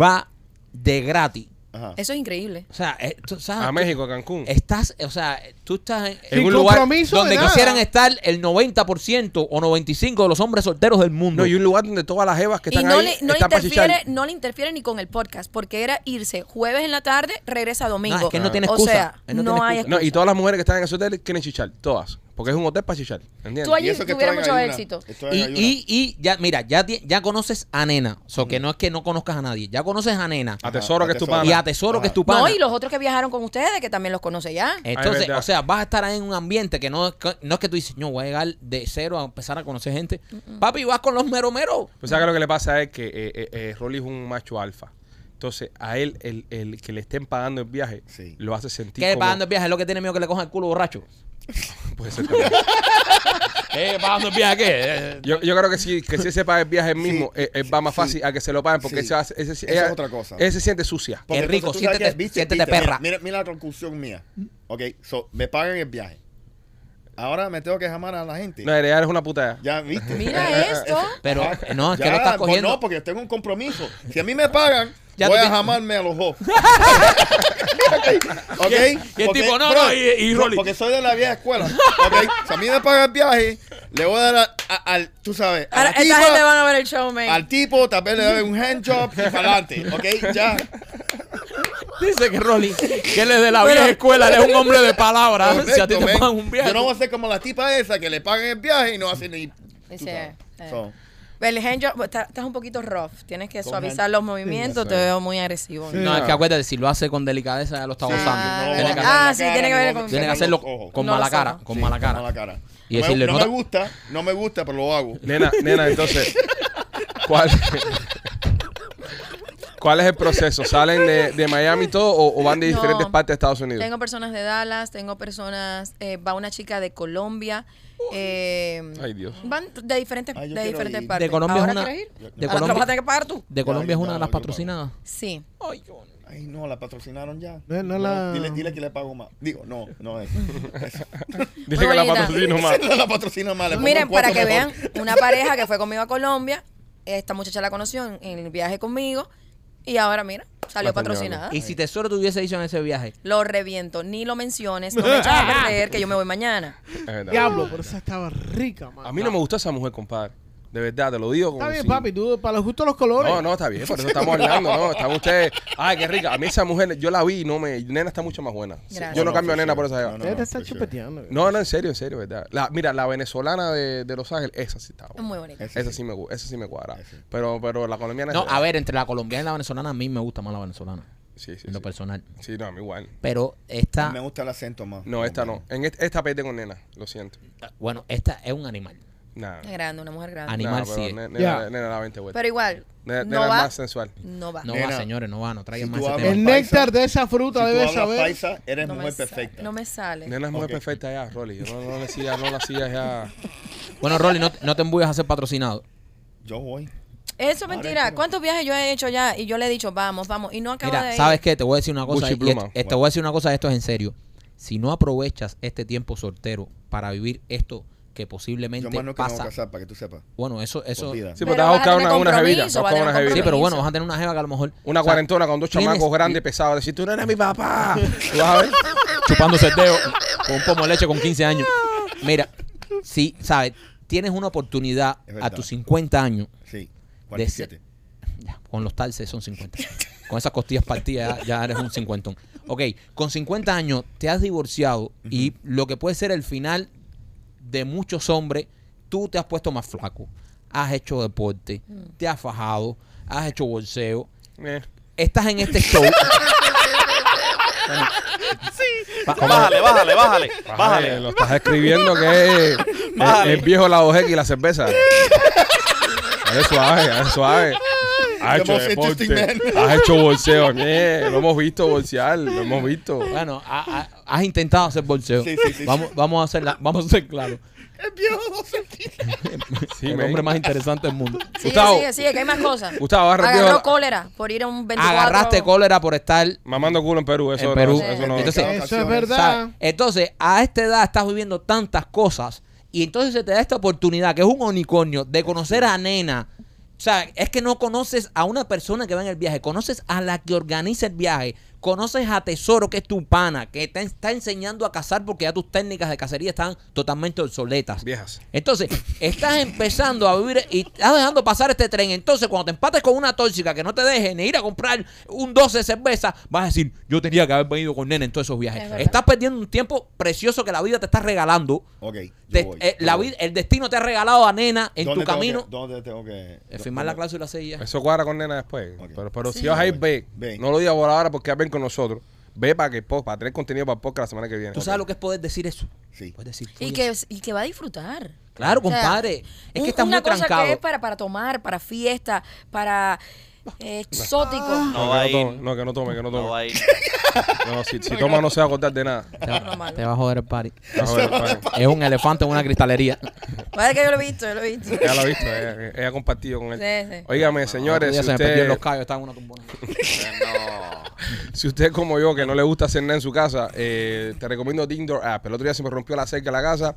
Speaker 2: Va de gratis.
Speaker 4: Ajá.
Speaker 6: Eso es increíble.
Speaker 2: O sea, eh, tú sabes,
Speaker 1: A
Speaker 2: tú-
Speaker 1: México, a Cancún.
Speaker 2: Estás, o sea, tú estás en,
Speaker 1: Sin
Speaker 2: en un lugar
Speaker 3: compromiso de
Speaker 2: donde
Speaker 3: nada.
Speaker 2: quisieran estar el 90% o 95% de los hombres solteros del mundo.
Speaker 1: No, y un lugar donde todas las evas que
Speaker 6: Y
Speaker 1: están
Speaker 6: no
Speaker 1: ahí
Speaker 6: le, no, le
Speaker 1: están para chichar.
Speaker 6: interfiere, no le interfiere ni con el podcast, porque era irse jueves en la tarde, regresa domingo.
Speaker 2: No, es que no tiene
Speaker 6: O
Speaker 2: excusa.
Speaker 6: sea,
Speaker 2: Él
Speaker 6: no,
Speaker 2: no tiene
Speaker 6: hay
Speaker 1: No,
Speaker 6: excusa.
Speaker 1: y todas las mujeres que están en ese hotel quieren chichar, todas. Porque es un hotel para chichar. ¿Entiendes?
Speaker 6: Tú allí
Speaker 4: Y eso que
Speaker 6: tuviera
Speaker 4: estoy en
Speaker 6: mucho
Speaker 4: ayuna.
Speaker 6: éxito.
Speaker 4: Estoy en
Speaker 2: Y,
Speaker 4: ayuna.
Speaker 2: y, y ya, mira, ya, ti- ya conoces a Nena. O sea, que no es que no conozcas a nadie. Ya conoces a Nena.
Speaker 1: A Tesoro, que
Speaker 4: Ajá,
Speaker 1: es
Speaker 4: a
Speaker 1: tu
Speaker 4: Tesoro.
Speaker 1: pana.
Speaker 2: Y a Tesoro, que es tu pana.
Speaker 6: No, y los otros que viajaron con ustedes, que también los conoce ya.
Speaker 2: Entonces,
Speaker 1: verdad.
Speaker 2: o sea, vas a estar ahí en un ambiente que no, es que- no es que tú dices, no, voy a llegar de cero a empezar a conocer gente. Papi, vas con los meromeros.
Speaker 1: Pues sabes que lo que le pasa es que eh, eh, eh, Rolly es un macho alfa. Entonces, a él, el, el que le estén pagando el viaje,
Speaker 4: Sí.
Speaker 1: lo hace sentir
Speaker 2: ¿Qué
Speaker 1: como-
Speaker 2: pagando el viaje? Es lo que tiene miedo que le cojan el culo borracho.
Speaker 1: Puede ser también.
Speaker 2: ¿Qué pagando el viaje? ¿Qué? Eh,
Speaker 1: yo, yo creo que si, que si se paga el viaje él mismo,
Speaker 4: Sí,
Speaker 1: eh, él va más
Speaker 4: sí.
Speaker 1: fácil a que se lo paguen porque
Speaker 4: Sí.
Speaker 1: ese hace- ese-
Speaker 4: Eso
Speaker 1: ella-
Speaker 4: es otra cosa.
Speaker 1: Él se siente sucia.
Speaker 4: Porque
Speaker 2: Qué rico,
Speaker 4: entonces tú sabes
Speaker 2: siéntete-
Speaker 4: que-
Speaker 2: siéntete
Speaker 4: mira,
Speaker 2: perra.
Speaker 4: Mira, mira la conclusión mía. Ok, so, me pagan el viaje. Ahora me tengo que llamar a la gente.
Speaker 1: No, ella es una puta.
Speaker 4: Ya, ¿viste?
Speaker 6: Mira esto.
Speaker 2: Pero
Speaker 4: Ajá.
Speaker 2: no, es que
Speaker 4: Ya,
Speaker 2: lo estás
Speaker 4: pues
Speaker 2: cogiendo.
Speaker 4: No, porque tengo un compromiso. Si a mí me pagan,
Speaker 2: Ya
Speaker 4: voy
Speaker 2: tú
Speaker 4: a
Speaker 2: tienes-
Speaker 4: jamarme a los dos. ok.
Speaker 2: Y el- y el
Speaker 4: porque-
Speaker 2: tipo, no,
Speaker 4: bro,
Speaker 2: no, y- y
Speaker 4: bro,
Speaker 2: Rolly.
Speaker 4: Porque soy de la vieja escuela. Ok. Si a mí me pagan el viaje, le voy a dar a- a- al. Tú sabes. A
Speaker 6: Ahora,
Speaker 4: la
Speaker 6: esta
Speaker 4: tipa,
Speaker 6: gente van a ver el show, man.
Speaker 4: al tipo, tal vez le doy un handjob y para adelante. Ok, ya.
Speaker 2: Dice que Rolly, que él es de la
Speaker 6: Bueno.
Speaker 2: vieja escuela, él es un hombre de palabras. si a ti
Speaker 4: Correcto,
Speaker 2: te
Speaker 4: man.
Speaker 2: pagan un viaje.
Speaker 4: Yo no voy a ser como la tipa esa que le pagan el viaje y no hace ni. tú
Speaker 6: Dice,
Speaker 4: sabes.
Speaker 6: eh.
Speaker 4: So,
Speaker 6: El handjob- está- estás un poquito rough. Tienes que
Speaker 4: Con
Speaker 6: suavizar
Speaker 4: hand-
Speaker 6: los movimientos.
Speaker 1: Sí,
Speaker 6: te
Speaker 1: sí.
Speaker 6: veo muy agresivo.
Speaker 3: Sí.
Speaker 6: ¿no?
Speaker 2: No, es que acuérdate, si lo hace con delicadeza, ya lo está
Speaker 4: sí,
Speaker 2: gozando.
Speaker 4: no
Speaker 2: tiene,
Speaker 4: va
Speaker 2: que,
Speaker 4: a dar
Speaker 6: Ah,
Speaker 4: la
Speaker 6: sí, tiene que ver
Speaker 4: no va a
Speaker 6: con-
Speaker 2: tiene que
Speaker 4: sacar
Speaker 2: hacerlo
Speaker 4: los ojos.
Speaker 2: con
Speaker 6: No
Speaker 2: mala
Speaker 6: lo saca.
Speaker 2: cara. Con
Speaker 4: Sí,
Speaker 2: mala cara.
Speaker 4: mala cara.
Speaker 2: Y
Speaker 4: no
Speaker 2: decirle,
Speaker 4: me, no
Speaker 2: no
Speaker 4: me
Speaker 2: te-
Speaker 4: gusta, no me gusta, pero lo hago.
Speaker 1: Nena, nena, entonces, ¿cuál, ¿cuál es el proceso? ¿Salen de, de Miami y todo o, o van de
Speaker 6: No.
Speaker 1: diferentes partes de Estados Unidos?
Speaker 6: Tengo personas de Dallas, tengo personas, eh, va una chica de Colombia. eh,
Speaker 1: Ay, Dios.
Speaker 6: Van de diferentes,
Speaker 4: Ay, yo
Speaker 6: de
Speaker 4: quiero
Speaker 6: diferentes
Speaker 4: ir.
Speaker 6: partes.
Speaker 2: De Colombia es
Speaker 6: ¿Ahora
Speaker 2: una-
Speaker 6: quieres ir?
Speaker 2: de
Speaker 6: Ahora te
Speaker 2: Colombia-
Speaker 6: la vas a tener que pagar tú.
Speaker 2: De
Speaker 4: Ya,
Speaker 2: Colombia es una
Speaker 4: ya,
Speaker 2: de las
Speaker 4: yo pago.
Speaker 2: patrocinadas.
Speaker 6: Sí.
Speaker 4: Ay, no, la patrocinaron ya.
Speaker 3: No, no la-
Speaker 4: Dile, dile que le pago más. Digo, no, no es.
Speaker 1: Dice que la
Speaker 6: bonita.
Speaker 1: patrocino más.
Speaker 4: la patrocina más. le pongo
Speaker 6: Miren,
Speaker 4: un
Speaker 6: para
Speaker 4: cuarto
Speaker 6: que
Speaker 4: mejor.
Speaker 6: vean, una pareja que fue conmigo a Colombia, esta muchacha la conoció en, en el viaje conmigo y ahora mira, salió
Speaker 1: La tenía,
Speaker 6: patrocinada.
Speaker 2: Y si Tesoro te hubiese dicho en ese viaje,
Speaker 6: Lo reviento, ni lo menciones, no me echas a perder que yo me voy mañana.
Speaker 1: Es verdad.
Speaker 3: Diablo, pero esa estaba rica, man.
Speaker 1: A mí no me gustó esa mujer, compadre. De verdad, te lo digo. como
Speaker 3: Está bien,
Speaker 1: si-
Speaker 3: papi, tú, para los gustos los colores.
Speaker 1: No, no, está bien, por eso estamos hablando, ¿no? Están ustedes. Ay, qué rica. A mí esa mujer, yo la vi y no me. Nena está mucho más buena. Sí,
Speaker 6: Gracias.
Speaker 1: Yo no
Speaker 4: No,
Speaker 1: cambio a
Speaker 4: for
Speaker 1: nena
Speaker 4: sure.
Speaker 1: por esa jeva.
Speaker 4: No,
Speaker 1: No,
Speaker 3: Ustedes te están
Speaker 4: for sure.
Speaker 3: chupeteando.
Speaker 1: no, en serio, en serio, ¿verdad? La, mira, la venezolana de, de Los Ángeles, esa sí está
Speaker 6: Es
Speaker 1: buena.
Speaker 6: muy bonita.
Speaker 4: Ese
Speaker 1: Esa
Speaker 4: sí.
Speaker 1: sí me, gu- esa sí me cuadra.
Speaker 4: Ese.
Speaker 1: Pero, pero la colombiana es
Speaker 2: no,
Speaker 1: de-
Speaker 2: a ver, entre la colombiana y la venezolana, a mí me gusta más la venezolana,
Speaker 1: Sí, sí.
Speaker 2: en lo
Speaker 1: sí.
Speaker 2: personal.
Speaker 1: Sí, no, a mí igual.
Speaker 2: Pero esta,
Speaker 4: Me gusta el acento más.
Speaker 1: No, esta no. En est- esta pete con nena, lo siento.
Speaker 2: bueno, esta es un animal.
Speaker 1: Nada.
Speaker 6: Es grande, una mujer grande.
Speaker 2: Ani- animal
Speaker 1: Nah,
Speaker 2: sí
Speaker 1: pero
Speaker 2: es.
Speaker 1: ne- Nena,
Speaker 3: Ya.
Speaker 1: nena la 20 vueltas.
Speaker 6: Pero igual,
Speaker 1: Ne- nena
Speaker 6: no
Speaker 1: es
Speaker 6: va,
Speaker 1: más sensual.
Speaker 6: no va.
Speaker 2: No
Speaker 4: Nena,
Speaker 2: va, señores, no va, no traigan
Speaker 4: si
Speaker 2: más
Speaker 4: tú
Speaker 2: ese
Speaker 4: hablas-
Speaker 2: tema.
Speaker 3: El
Speaker 4: Paisa.
Speaker 3: néctar de esa
Speaker 4: Si tú
Speaker 3: fruta debe
Speaker 4: hablas
Speaker 3: saber.
Speaker 4: paisa, eres
Speaker 6: no me
Speaker 4: mujer
Speaker 6: sa-
Speaker 4: perfecta.
Speaker 6: No me sale.
Speaker 1: Nena es muy
Speaker 4: Ok.
Speaker 1: perfecta ya, Rolly. Yo no, no le sigas, no la sigas ya.
Speaker 2: Bueno, Rolly, no, no te embuyas a ser patrocinado.
Speaker 4: Yo voy.
Speaker 6: Eso es mentira. ¿Cuántos viajes yo he hecho ya? Y yo le he dicho, vamos, vamos. Y no acabo
Speaker 2: Mira,
Speaker 6: de ir.
Speaker 2: ¿sabes qué? Te voy a decir una cosa.
Speaker 1: Gucci
Speaker 2: y esto-
Speaker 1: Pluma.
Speaker 2: eh, Te voy a decir una cosa, esto es en serio. Si no aprovechas este tiempo soltero para vivir esto que
Speaker 4: Yo
Speaker 2: posiblemente
Speaker 4: más no que me voy a
Speaker 2: pasa.
Speaker 4: casar, para que tú sepas.
Speaker 2: Bueno, eso, eso.
Speaker 4: Por
Speaker 2: Sí,
Speaker 4: vida.
Speaker 1: Sí,
Speaker 6: Pero
Speaker 1: pero te vas a
Speaker 6: vas a
Speaker 1: buscar
Speaker 6: tener
Speaker 1: una, una jevita.
Speaker 6: compromiso,
Speaker 1: vas a buscar
Speaker 6: vas a
Speaker 1: una
Speaker 6: tener
Speaker 1: jevita.
Speaker 2: pero
Speaker 6: Permiso.
Speaker 2: bueno, vas a tener una jeva que a lo mejor.
Speaker 1: Una
Speaker 2: o sea,
Speaker 1: cuarentona con dos
Speaker 2: tienes-
Speaker 1: chamacos grandes pesados. Decir, tú no eres mi papá. Tú vas a ver.
Speaker 2: chupándose el dedo con un pomo de leche con 15 años. Mira, si, ¿sabes? Tienes una oportunidad
Speaker 4: Es verdad.
Speaker 2: a tus 50 años.
Speaker 4: Sí.
Speaker 2: De se-
Speaker 4: 47.
Speaker 2: Ya, con los talces son 50. Con esas costillas partidas ya, ya eres un cincuentón. Ok, con 50 años te has divorciado y lo que puede ser el final de muchos hombres, tú te has puesto más flaco, has hecho deporte,
Speaker 6: Mm.
Speaker 2: te has fajado, has hecho bolseo,
Speaker 1: Eh,
Speaker 2: estás en este show. Va-
Speaker 5: Bájale, bájale, bájale.
Speaker 1: eh,
Speaker 5: Bájale.
Speaker 1: Lo estás escribiendo que es
Speaker 5: Bájale.
Speaker 1: el viejo la OGX y la cerveza. Es suave, es suave. Has
Speaker 4: The
Speaker 1: hecho
Speaker 4: most interesting
Speaker 1: deporte, has hecho bolseo. eh, Lo hemos visto bolsear, lo hemos visto.
Speaker 2: Bueno, ha- ha- has intentado hacer bolseo.
Speaker 4: Sí, sí, sí,
Speaker 2: vamos, vamos a hacerla, vamos a ser claros.
Speaker 4: El viejo José Pina.
Speaker 1: Sí,
Speaker 2: el
Speaker 1: men.
Speaker 2: hombre más interesante del mundo.
Speaker 6: Ah, Sigue,
Speaker 1: Gustavo.
Speaker 6: sigue, sigue, que hay más cosas.
Speaker 1: Gustavo, agarra el
Speaker 6: Agarró
Speaker 1: viejo-
Speaker 6: cólera por ir a un 24.
Speaker 2: Agarraste cólera por estar
Speaker 1: Mamando culo en Perú, eso
Speaker 2: en
Speaker 1: no-
Speaker 2: Perú.
Speaker 1: eso no-
Speaker 2: Entonces,
Speaker 4: Cada
Speaker 3: Eso es
Speaker 4: vacaciones.
Speaker 3: verdad.
Speaker 2: ¿sabes? Entonces, a esta edad estás viviendo tantas cosas y entonces se te da esta oportunidad, que es un unicornio, de conocer a Nena. O sea, es que no conoces a una persona que va en el viaje, conoces a la que organiza el viaje, conoces a Tesoro, que es tu pana, que te está enseñando a cazar porque ya tus técnicas de cacería están totalmente obsoletas.
Speaker 1: Viejas.
Speaker 2: Entonces, estás empezando a vivir y estás dejando pasar este tren. Entonces, cuando te empates con una tóxica que no te deje ni ir a comprar un 12 de cerveza, vas a decir, yo tenía que haber venido con nena en todos esos viajes.
Speaker 6: Es verdad.
Speaker 2: estás perdiendo un tiempo precioso que la vida te está regalando.
Speaker 4: Ok. yo
Speaker 2: Te-
Speaker 4: voy,
Speaker 2: eh,
Speaker 4: yo
Speaker 2: la
Speaker 4: voy.
Speaker 2: vida- el destino te ha regalado a nena en
Speaker 4: ¿Dónde
Speaker 2: tu
Speaker 4: tengo
Speaker 2: camino.
Speaker 4: que- ¿Dónde tengo que.?
Speaker 2: Eh, firmar la
Speaker 4: dónde-
Speaker 2: cláusula 6 ya.
Speaker 1: Eso cuadra con nena después.
Speaker 4: Ok.
Speaker 1: Pero, pero si
Speaker 4: Sí.
Speaker 1: vas a ir, ve.
Speaker 4: Ve.
Speaker 1: No lo digas por ahora porque ya ven con nosotros. Ve para que po- para tener contenido para el podcast la semana que viene.
Speaker 2: ¿Tú sabes lo que es poder decir eso?
Speaker 4: Sí.
Speaker 2: Puedes decir,
Speaker 6: Y
Speaker 2: "Oye,
Speaker 6: que, y que va a disfrutar.
Speaker 2: Claro,
Speaker 6: O sea,
Speaker 2: compadre. es
Speaker 6: un-
Speaker 2: que estás
Speaker 6: una
Speaker 2: muy
Speaker 6: cosa
Speaker 2: trancado.
Speaker 6: que es para, para tomar, para fiesta, para eh, exótico.
Speaker 5: No
Speaker 1: No,
Speaker 5: va a
Speaker 1: que no
Speaker 5: ir.
Speaker 1: tome, no, que no tome, que no
Speaker 5: No va a
Speaker 1: tome.
Speaker 5: ir.
Speaker 1: No, si, si toma no se va a acordar de nada.
Speaker 2: Te
Speaker 6: No,
Speaker 2: va,
Speaker 6: malo.
Speaker 2: te va a joder el party.
Speaker 1: Ah, bueno, vale.
Speaker 2: Es un elefante en una cristalería.
Speaker 6: Vale, que yo lo he visto, yo lo he visto.
Speaker 1: Ya lo ha visto, ella, ella ha compartido con él.
Speaker 6: Sí, sí.
Speaker 1: Óigame,
Speaker 2: Otro
Speaker 1: señores,
Speaker 2: día
Speaker 1: si
Speaker 2: se me perdió en
Speaker 1: usted,
Speaker 2: los callos, estaba en una tumbona.
Speaker 1: si usted es como yo, que no le gusta hacer nada en su casa, eh, te recomiendo Dindor App. El otro día se me rompió la cerca de la casa.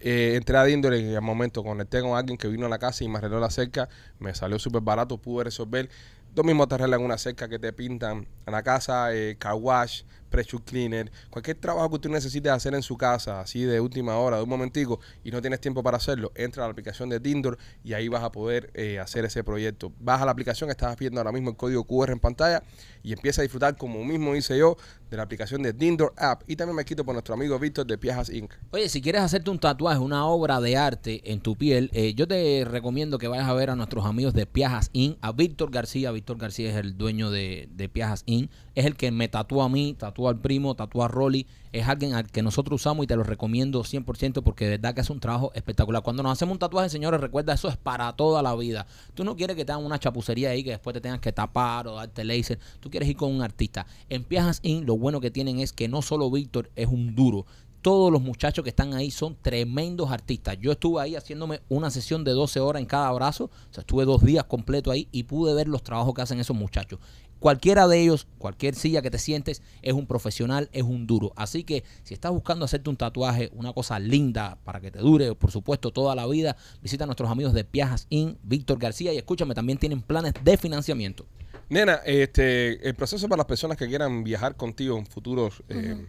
Speaker 1: Eh, entré a Dindor y al momento conecté con alguien que vino a la casa y me arregló la cerca. Me salió súper barato, pude resolver. Tú mismo te arreglan una cerca que te pintan en la casa, eh, car wash, pressure cleaner, cualquier trabajo que usted necesite hacer en su casa, así de última hora, de un momentico, y no tienes tiempo para hacerlo, entra a la aplicación de Tinder y ahí vas a poder eh, hacer ese proyecto. Baja la aplicación, estás viendo ahora mismo el código QR en pantalla y empieza a disfrutar, como mismo hice yo, de la aplicación de Tinder App. Y también me quito por nuestro amigo Víctor de Piajas Inc.
Speaker 2: Oye, si quieres hacerte un tatuaje, una obra de arte en tu piel, eh, yo te recomiendo que vayas a ver a nuestros amigos de Piajas In, a Víctor García. Víctor García es el dueño de, de Piajas In. Es el que me tatúa a mí, tatúa al primo, tatúa a Rolly. Es alguien al que nosotros usamos y te lo recomiendo 100% porque de verdad que hace un trabajo espectacular. Cuando nos hacemos un tatuaje, señores, recuerda, eso es para toda la vida. Tú no quieres que te hagan una chapucería ahí que después te tengas que tapar o darte laser. Tú quieres ir con un artista. En Piajas In, lo bueno que tienen es que no solo Víctor es un duro, todos los muchachos que están ahí son tremendos artistas. Yo estuve ahí haciéndome una sesión de 12 horas en cada brazo. O sea, estuve dos días completo ahí y pude ver los trabajos que hacen esos muchachos. Cualquiera de ellos, cualquier silla que te sientes, es un profesional, es un duro. Así que si estás buscando hacerte un tatuaje, una cosa linda para que te dure, por supuesto, toda la vida, visita a nuestros amigos de Piajas In, Víctor García, y escúchame, también tienen planes de financiamiento.
Speaker 1: Nena, este, el proceso para las personas que quieran viajar contigo en futuros eh,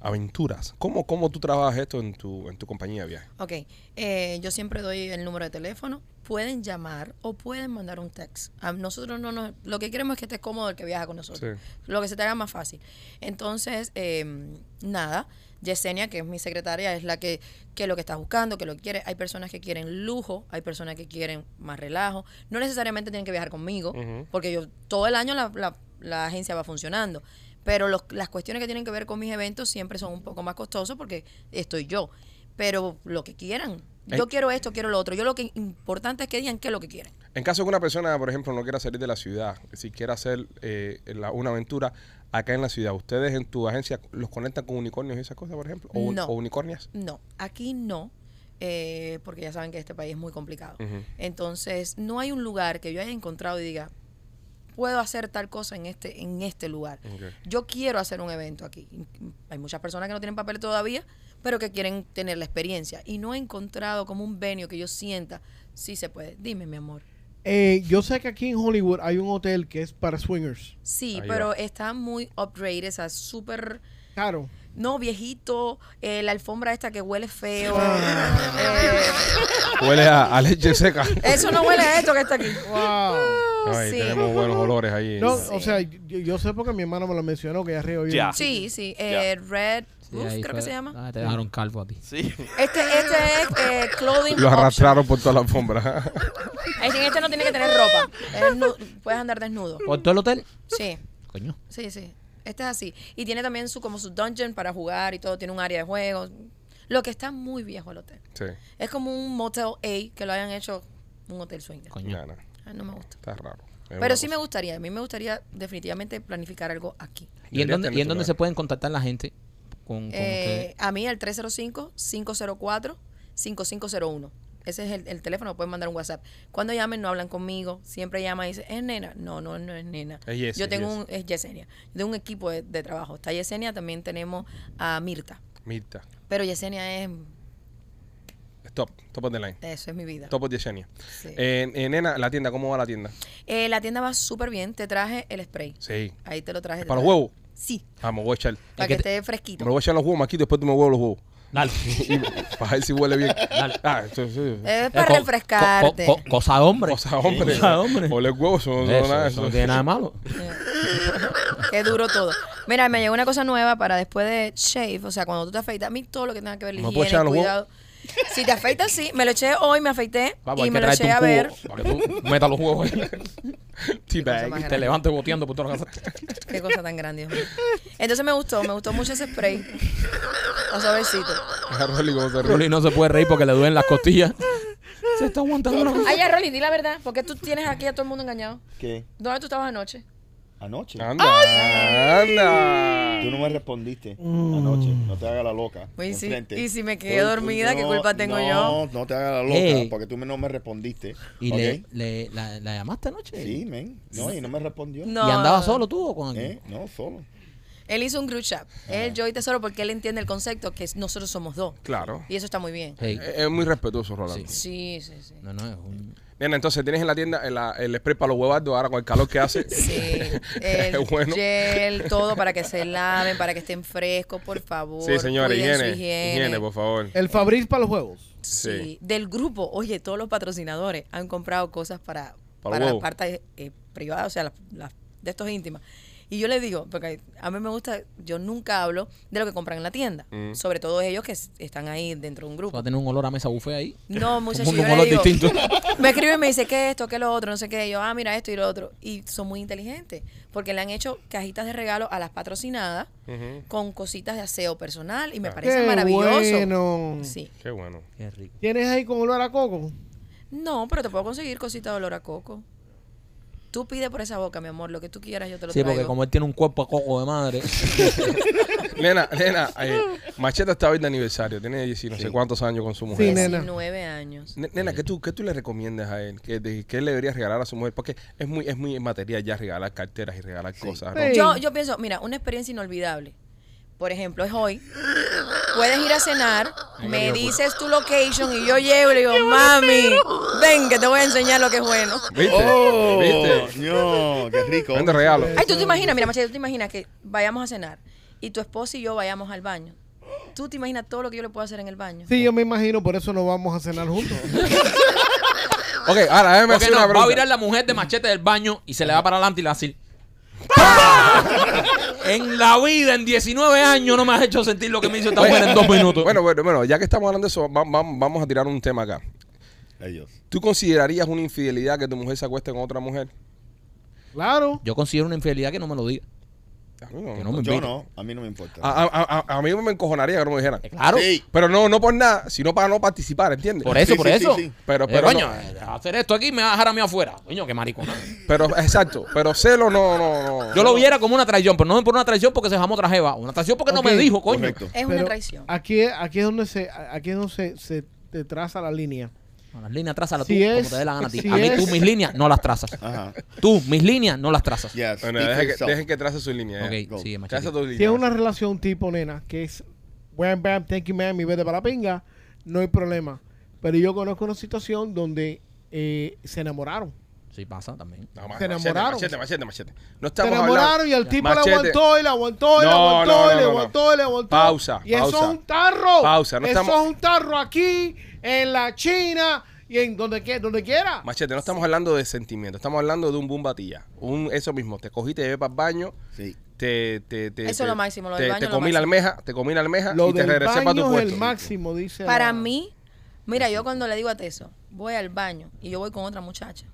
Speaker 1: aventuras, ¿cómo, ¿cómo tú trabajas esto en tu, en tu compañía de viaje?
Speaker 6: Ok, eh, yo siempre doy el número de teléfono. Pueden llamar o pueden mandar un text. A nosotros no nos. Lo que queremos es que esté cómodo el que viaja con nosotros. Lo que se te haga más fácil. Entonces, eh, nada. Yesenia, que es mi secretaria, es la que, que lo que está buscando, que lo que quiere. Hay personas que quieren lujo, hay personas que quieren más relajo. No necesariamente tienen que viajar conmigo,
Speaker 1: Ujú.
Speaker 6: porque yo todo el año la, la- la agencia va funcionando. Pero los- las cuestiones que tienen que ver con mis eventos siempre son un poco más costosos porque estoy yo. Pero lo que quieran. Yo
Speaker 1: Eh.
Speaker 6: quiero esto, quiero lo otro. Yo lo que importante es que digan qué es lo que quieren.
Speaker 1: En caso de que una persona, por ejemplo, no quiera salir de la ciudad, si quiera hacer eh, la- una aventura acá en la ciudad, ¿ustedes en tu agencia los conectan con unicornios y esas cosas, por ejemplo? ¿O, un-
Speaker 6: No.
Speaker 1: o unicornias?
Speaker 6: No, aquí no. eh, porque ya saben que este país es muy complicado.
Speaker 1: Ujú.
Speaker 6: Entonces, no hay un lugar que yo haya encontrado y diga, puedo hacer tal cosa en este, en este lugar.
Speaker 1: Ok.
Speaker 6: Yo quiero hacer un evento aquí. Hay muchas personas que no tienen papel todavía, pero que quieren tener la experiencia. Y no he encontrado como un venio que yo sienta, sí se puede. Dime, mi amor.
Speaker 3: Eh, yo sé que aquí en Hollywood hay un hotel que es para swingers.
Speaker 6: Sí,
Speaker 1: Ahí
Speaker 6: pero
Speaker 1: va.
Speaker 6: está muy upgraded, o sea, súper...
Speaker 3: Claro.
Speaker 6: No, viejito, eh, la alfombra esta que huele feo.
Speaker 1: Huele a, a leche seca.
Speaker 6: Eh, Ah. eso no huele a esto que está aquí.
Speaker 3: Wow.
Speaker 1: Ay,
Speaker 6: sí.
Speaker 1: Tenemos buenos olores ahí.
Speaker 3: No,
Speaker 6: Sí.
Speaker 3: o sea, yo, yo sé porque mi hermano me lo mencionó que allá arriba había
Speaker 5: Ya.
Speaker 3: un-
Speaker 6: Sí, sí. eh, Red
Speaker 2: Sí,
Speaker 6: Roof,
Speaker 2: ahí
Speaker 6: creo
Speaker 2: fue-
Speaker 6: que se llama.
Speaker 2: Ah, te dejaron calvo a ti.
Speaker 5: Sí.
Speaker 6: Este, este es eh, Clothing
Speaker 1: Los
Speaker 6: option.
Speaker 1: arrastraron por toda la alfombra.
Speaker 6: Este, este no tiene que tener ropa. Es nu- puedes andar desnudo.
Speaker 2: ¿Por todo el hotel?
Speaker 6: Sí,
Speaker 2: Coño.
Speaker 6: sí, sí. Este es así. Y tiene también su como su dungeon para jugar y todo. Tiene un área de juegos. Lo que está muy viejo el hotel.
Speaker 1: sí.
Speaker 6: Es como un Motel A que lo hayan hecho un hotel swinger.
Speaker 2: Coño.
Speaker 1: No, no.
Speaker 6: Ay, no me gusta.
Speaker 1: Está raro.
Speaker 6: Pero sí me gustaría. A mí me gustaría definitivamente planificar algo aquí.
Speaker 2: ¿Y en
Speaker 1: Deberías
Speaker 2: dónde, y
Speaker 1: tener tu
Speaker 2: en dónde
Speaker 1: lugar.
Speaker 2: se pueden contactar la gente? Con, con
Speaker 6: Eh,
Speaker 2: ustedes?
Speaker 6: a mí al 305-504-5501. Ese es el, el teléfono, me pueden mandar un WhatsApp. Cuando llamen no hablan conmigo, siempre llaman y dicen, ¿es nena? No, no, no es nena.
Speaker 1: Es Yesi,
Speaker 6: Yo tengo
Speaker 1: Yesi.
Speaker 6: un, es Yesenia, de un equipo de, de trabajo. Está Yesenia, también tenemos a Mirta.
Speaker 1: Mirta.
Speaker 6: Pero Yesenia es,
Speaker 1: Stop. Top of the line.
Speaker 6: eso es mi vida.
Speaker 1: Top of the Yesenia.
Speaker 6: Sí.
Speaker 1: Eh, eh, nena, la tienda, ¿cómo va la tienda?
Speaker 6: Eh, la tienda va súper bien, te traje el spray.
Speaker 1: Sí.
Speaker 6: Ahí te lo traje.
Speaker 1: ¿Es
Speaker 6: te
Speaker 1: para los
Speaker 6: traje-
Speaker 1: huevos?
Speaker 6: Sí,
Speaker 1: Vamos, voy a echar.
Speaker 6: para que,
Speaker 2: que te-
Speaker 6: esté
Speaker 1: Me
Speaker 6: fresquito.
Speaker 1: lo voy a echar los huevos aquí, después tú me huevos los huevos.
Speaker 2: Dale.
Speaker 1: Y- para ver si huele bien. Ah, esto, sí.
Speaker 6: Es para
Speaker 2: Eh, co-
Speaker 6: refrescarte.
Speaker 2: co- co- cosa de hombre.
Speaker 1: O sea, hombre.
Speaker 2: O sea, hombre.
Speaker 1: Oler huevos, no, no,
Speaker 2: Eso,
Speaker 1: nada,
Speaker 2: eso
Speaker 1: eso.
Speaker 2: no tiene nada de malo.
Speaker 6: Qué duro todo. Mira, me llegó una cosa nueva para después de shave, o sea, cuando tú te afeitas, a mí todo lo que tenga que ver
Speaker 1: ¿Me
Speaker 6: con
Speaker 1: puedo echar los
Speaker 6: higiene, cuidado. Si te afeitas, sí. Me lo eché hoy, me afeité
Speaker 2: Vamos,
Speaker 6: y
Speaker 2: hay
Speaker 6: me
Speaker 2: que
Speaker 6: lo
Speaker 2: traerte
Speaker 6: eché a ver.
Speaker 2: un cubo para que tú metas los huevos ahí.
Speaker 6: cosa más
Speaker 2: Y te
Speaker 6: grande.
Speaker 2: levantes boteando por toda la casa.
Speaker 6: Qué cosa tan grande. Dios mío. Entonces me gustó, me gustó mucho ese spray. A suavecito.
Speaker 1: Rolly, ¿cómo se ríe?
Speaker 2: Rolly no se puede reír porque le duelen las costillas. Se está aguantando una cosa.
Speaker 6: Ay, ya, Rolly, di la verdad. ¿Por qué tú tienes aquí a todo el mundo engañado?
Speaker 4: ¿Qué?
Speaker 6: ¿Dónde tú estabas anoche?
Speaker 4: Anoche.
Speaker 1: Anda, anda.
Speaker 4: Tú no me respondiste
Speaker 1: Mm.
Speaker 4: anoche. No te hagas la loca.
Speaker 6: Oye, sí.
Speaker 4: enfrente.
Speaker 6: Pues Y si me quedé
Speaker 4: Tú- tú-
Speaker 6: dormida, ¿qué culpa tengo
Speaker 4: no,
Speaker 6: yo?
Speaker 4: No, no te hagas la loca
Speaker 1: Eh.
Speaker 2: Ey.
Speaker 4: porque tú me- no me respondiste.
Speaker 2: ¿Y
Speaker 4: ¿ok?
Speaker 2: le, le- la, la llamaste anoche?
Speaker 4: Sí, men. No, y no me respondió.
Speaker 6: No.
Speaker 2: ¿Y andaba solo tú o con alguien?
Speaker 4: ¿Eh? No, solo.
Speaker 6: Él hizo un group chat. Él, yo y Tesoro, porque él entiende el concepto que es- nosotros somos dos.
Speaker 1: Claro.
Speaker 6: Y eso está muy bien.
Speaker 2: Hey,
Speaker 1: Es es muy respetuoso, Rolando.
Speaker 6: Sí, sí, sí.
Speaker 2: No, no, es un...
Speaker 1: Nena, entonces tienes en la tienda el, el spray para los huevardos ahora con el calor que hace.
Speaker 6: Sí, el
Speaker 1: Es bueno.
Speaker 6: gel, todo para que se laven, para que estén frescos, por favor.
Speaker 1: Sí, señores,
Speaker 6: cuiden su
Speaker 1: higiene, higiene. por favor.
Speaker 3: El Fabriz para los juegos.
Speaker 6: Sí.
Speaker 1: Sí.
Speaker 6: Del grupo, oye, todos los patrocinadores han comprado cosas para,
Speaker 1: Para
Speaker 6: para,
Speaker 1: huevo.
Speaker 6: las partes eh, privadas, o sea, las, las de estos íntimas. Y yo les digo, porque a mí me gusta, yo nunca hablo de lo que compran en la tienda,
Speaker 1: Mm.
Speaker 6: sobre todo ellos que s- están ahí dentro de un
Speaker 2: Va a
Speaker 6: grupo.
Speaker 2: tener un olor a mesa buffet ahí.
Speaker 6: No, muchachos,
Speaker 2: un
Speaker 6: yo
Speaker 2: olor
Speaker 6: les digo,
Speaker 2: distinto.
Speaker 6: me escribe y me dice, ¿qué es esto? ¿Qué es lo otro? No sé qué. Y yo, ah, mira esto y lo otro. Y son muy inteligentes, porque le han hecho cajitas de regalo a las patrocinadas
Speaker 1: Ujú.
Speaker 6: con cositas de aseo personal y me
Speaker 1: Claro.
Speaker 6: parece maravilloso.
Speaker 3: bueno.
Speaker 6: Sí.
Speaker 1: Qué bueno.
Speaker 2: Qué rico.
Speaker 3: ¿Tienes ahí con olor a coco?
Speaker 6: No, pero te puedo conseguir cositas de olor a coco. Tú pide por esa boca, mi amor, lo que tú quieras, yo te lo
Speaker 2: Sí,
Speaker 6: traigo.
Speaker 2: porque como él tiene un cuerpo a coco de madre.
Speaker 1: Nena, nena, eh, Macheta está hoy de aniversario. Tiene 10 y no sé cuántos años con su mujer.
Speaker 3: Sí, nena.
Speaker 6: 19 años.
Speaker 1: Ne- Nena, ¿qué
Speaker 2: Eh.
Speaker 1: tú, qué tú le recomiendas a él? ¿Qué, de- qué le deberías regalar a su mujer? Porque es muy, es muy material ya regalar carteras y regalar cosas. ¿no?
Speaker 3: Sí.
Speaker 6: Yo, yo pienso, mira, una experiencia inolvidable. Por ejemplo, es hoy. Puedes ir a cenar, me
Speaker 3: pues.
Speaker 6: dices tu location y yo llevo y le digo, mami, ven que te voy a enseñar lo que es bueno.
Speaker 1: ¿Viste?
Speaker 4: ¡Oh!
Speaker 1: ¿Viste?
Speaker 4: No, qué rico.
Speaker 1: Vende regalo.
Speaker 6: Ay, tú te imaginas, mira, Machete, tú te imaginas que vayamos a cenar y tu esposa y yo vayamos al baño. Tú te imaginas todo lo que yo le puedo hacer en el baño.
Speaker 3: Sí, yo me imagino, por eso no vamos a cenar juntos.
Speaker 1: Ok, ahora déjame
Speaker 2: Porque
Speaker 1: hacer
Speaker 2: no,
Speaker 1: una
Speaker 2: va a
Speaker 1: pregunta.
Speaker 2: virar la mujer de machete del baño y se le va para adelante y le va a decir. En la vida, en 19 años, no me has hecho sentir lo que me hizo esta mujer en dos minutos.
Speaker 1: Bueno, bueno, bueno, ya que estamos hablando de eso, va- va- vamos a tirar un tema acá.
Speaker 4: Ellos.
Speaker 1: ¿Tú considerarías una infidelidad que tu mujer se acueste con otra mujer?
Speaker 3: Claro.
Speaker 2: Yo considero una infidelidad que no me lo diga.
Speaker 1: A mí no.
Speaker 2: Que no me
Speaker 4: Yo
Speaker 2: invite.
Speaker 4: no, a mí no me importa.
Speaker 1: A, a- a- a mí me encojonaría que no me dijeran.
Speaker 2: Eh, Claro.
Speaker 4: Sí.
Speaker 1: Pero no, no por nada, sino para no participar, ¿entiendes?
Speaker 2: Por eso,
Speaker 4: Sí,
Speaker 2: por
Speaker 4: sí,
Speaker 2: eso.
Speaker 4: sí, sí.
Speaker 1: Pero-
Speaker 2: Eh,
Speaker 1: pero
Speaker 2: coño,
Speaker 1: no.
Speaker 2: eh, hacer esto aquí me va a dejar a mí afuera. Coño, qué maricón.
Speaker 1: Pero, exacto, pero celo no, no, no.
Speaker 2: Yo lo viera como una traición, pero no por una traición porque se jamó otra jeva. Una traición porque
Speaker 3: Ok.
Speaker 2: no me dijo, coño.
Speaker 4: Correcto.
Speaker 6: Es una
Speaker 3: Pero
Speaker 6: traición.
Speaker 3: Aquí, es- aquí es donde se, aquí es donde se, se te traza la línea.
Speaker 2: No, Las líneas trázalas
Speaker 3: Si
Speaker 2: tú
Speaker 3: es-
Speaker 2: como te dé la gana a ti.
Speaker 3: si
Speaker 2: a mí tú
Speaker 3: es-
Speaker 2: mis líneas no las trazas.
Speaker 4: Ajá.
Speaker 2: Tú mis líneas no las trazas.
Speaker 4: Yes.
Speaker 1: Bueno,
Speaker 4: speak
Speaker 1: dejen
Speaker 4: for
Speaker 1: que,
Speaker 4: yourself.
Speaker 1: dejen que trace su línea. eh.
Speaker 2: Ok, sí, machete.
Speaker 1: Traza tu línea.
Speaker 3: Si es una relación tipo nena, que es bam, bam, thank you, ma'am, y vete para la pinga, no hay problema. Pero yo conozco una situación donde eh, se enamoraron.
Speaker 2: Sí pasa también.
Speaker 1: No, ma-
Speaker 3: Se
Speaker 1: machete,
Speaker 3: enamoraron.
Speaker 1: Machete, machete, machete. No
Speaker 3: Se
Speaker 1: estamos
Speaker 3: enamoraron
Speaker 1: hablando-
Speaker 3: y el tipo
Speaker 1: Machete.
Speaker 3: le aguantó y le aguantó y le
Speaker 1: No,
Speaker 3: aguantó
Speaker 1: no,
Speaker 3: y
Speaker 1: no,
Speaker 3: le
Speaker 1: no, no.
Speaker 3: aguantó y le aguantó.
Speaker 1: Pausa,
Speaker 3: Y eso
Speaker 1: pausa.
Speaker 3: es un tarro.
Speaker 1: Pausa, no
Speaker 3: eso
Speaker 1: estamos-
Speaker 3: es un tarro aquí, en la China y en donde, que- donde quiera.
Speaker 1: Machete, no estamos hablando de sentimiento, estamos hablando de un boom batilla. Un, eso mismo, te cogí, te llevé para el baño,
Speaker 4: Sí.
Speaker 1: te, te, te,
Speaker 6: Eso es
Speaker 1: te-
Speaker 6: lo máximo, lo
Speaker 1: te,
Speaker 6: del baño
Speaker 1: te
Speaker 6: es lo
Speaker 1: comí la almeja, te comí la almeja
Speaker 3: Lo
Speaker 1: y te
Speaker 3: del
Speaker 1: regresé para tu
Speaker 3: baño es
Speaker 1: puesto.
Speaker 3: el máximo, dice.
Speaker 6: Para
Speaker 3: la-
Speaker 6: mí, mira, yo cuando le digo a Teso, voy al baño y yo voy con otra muchacha.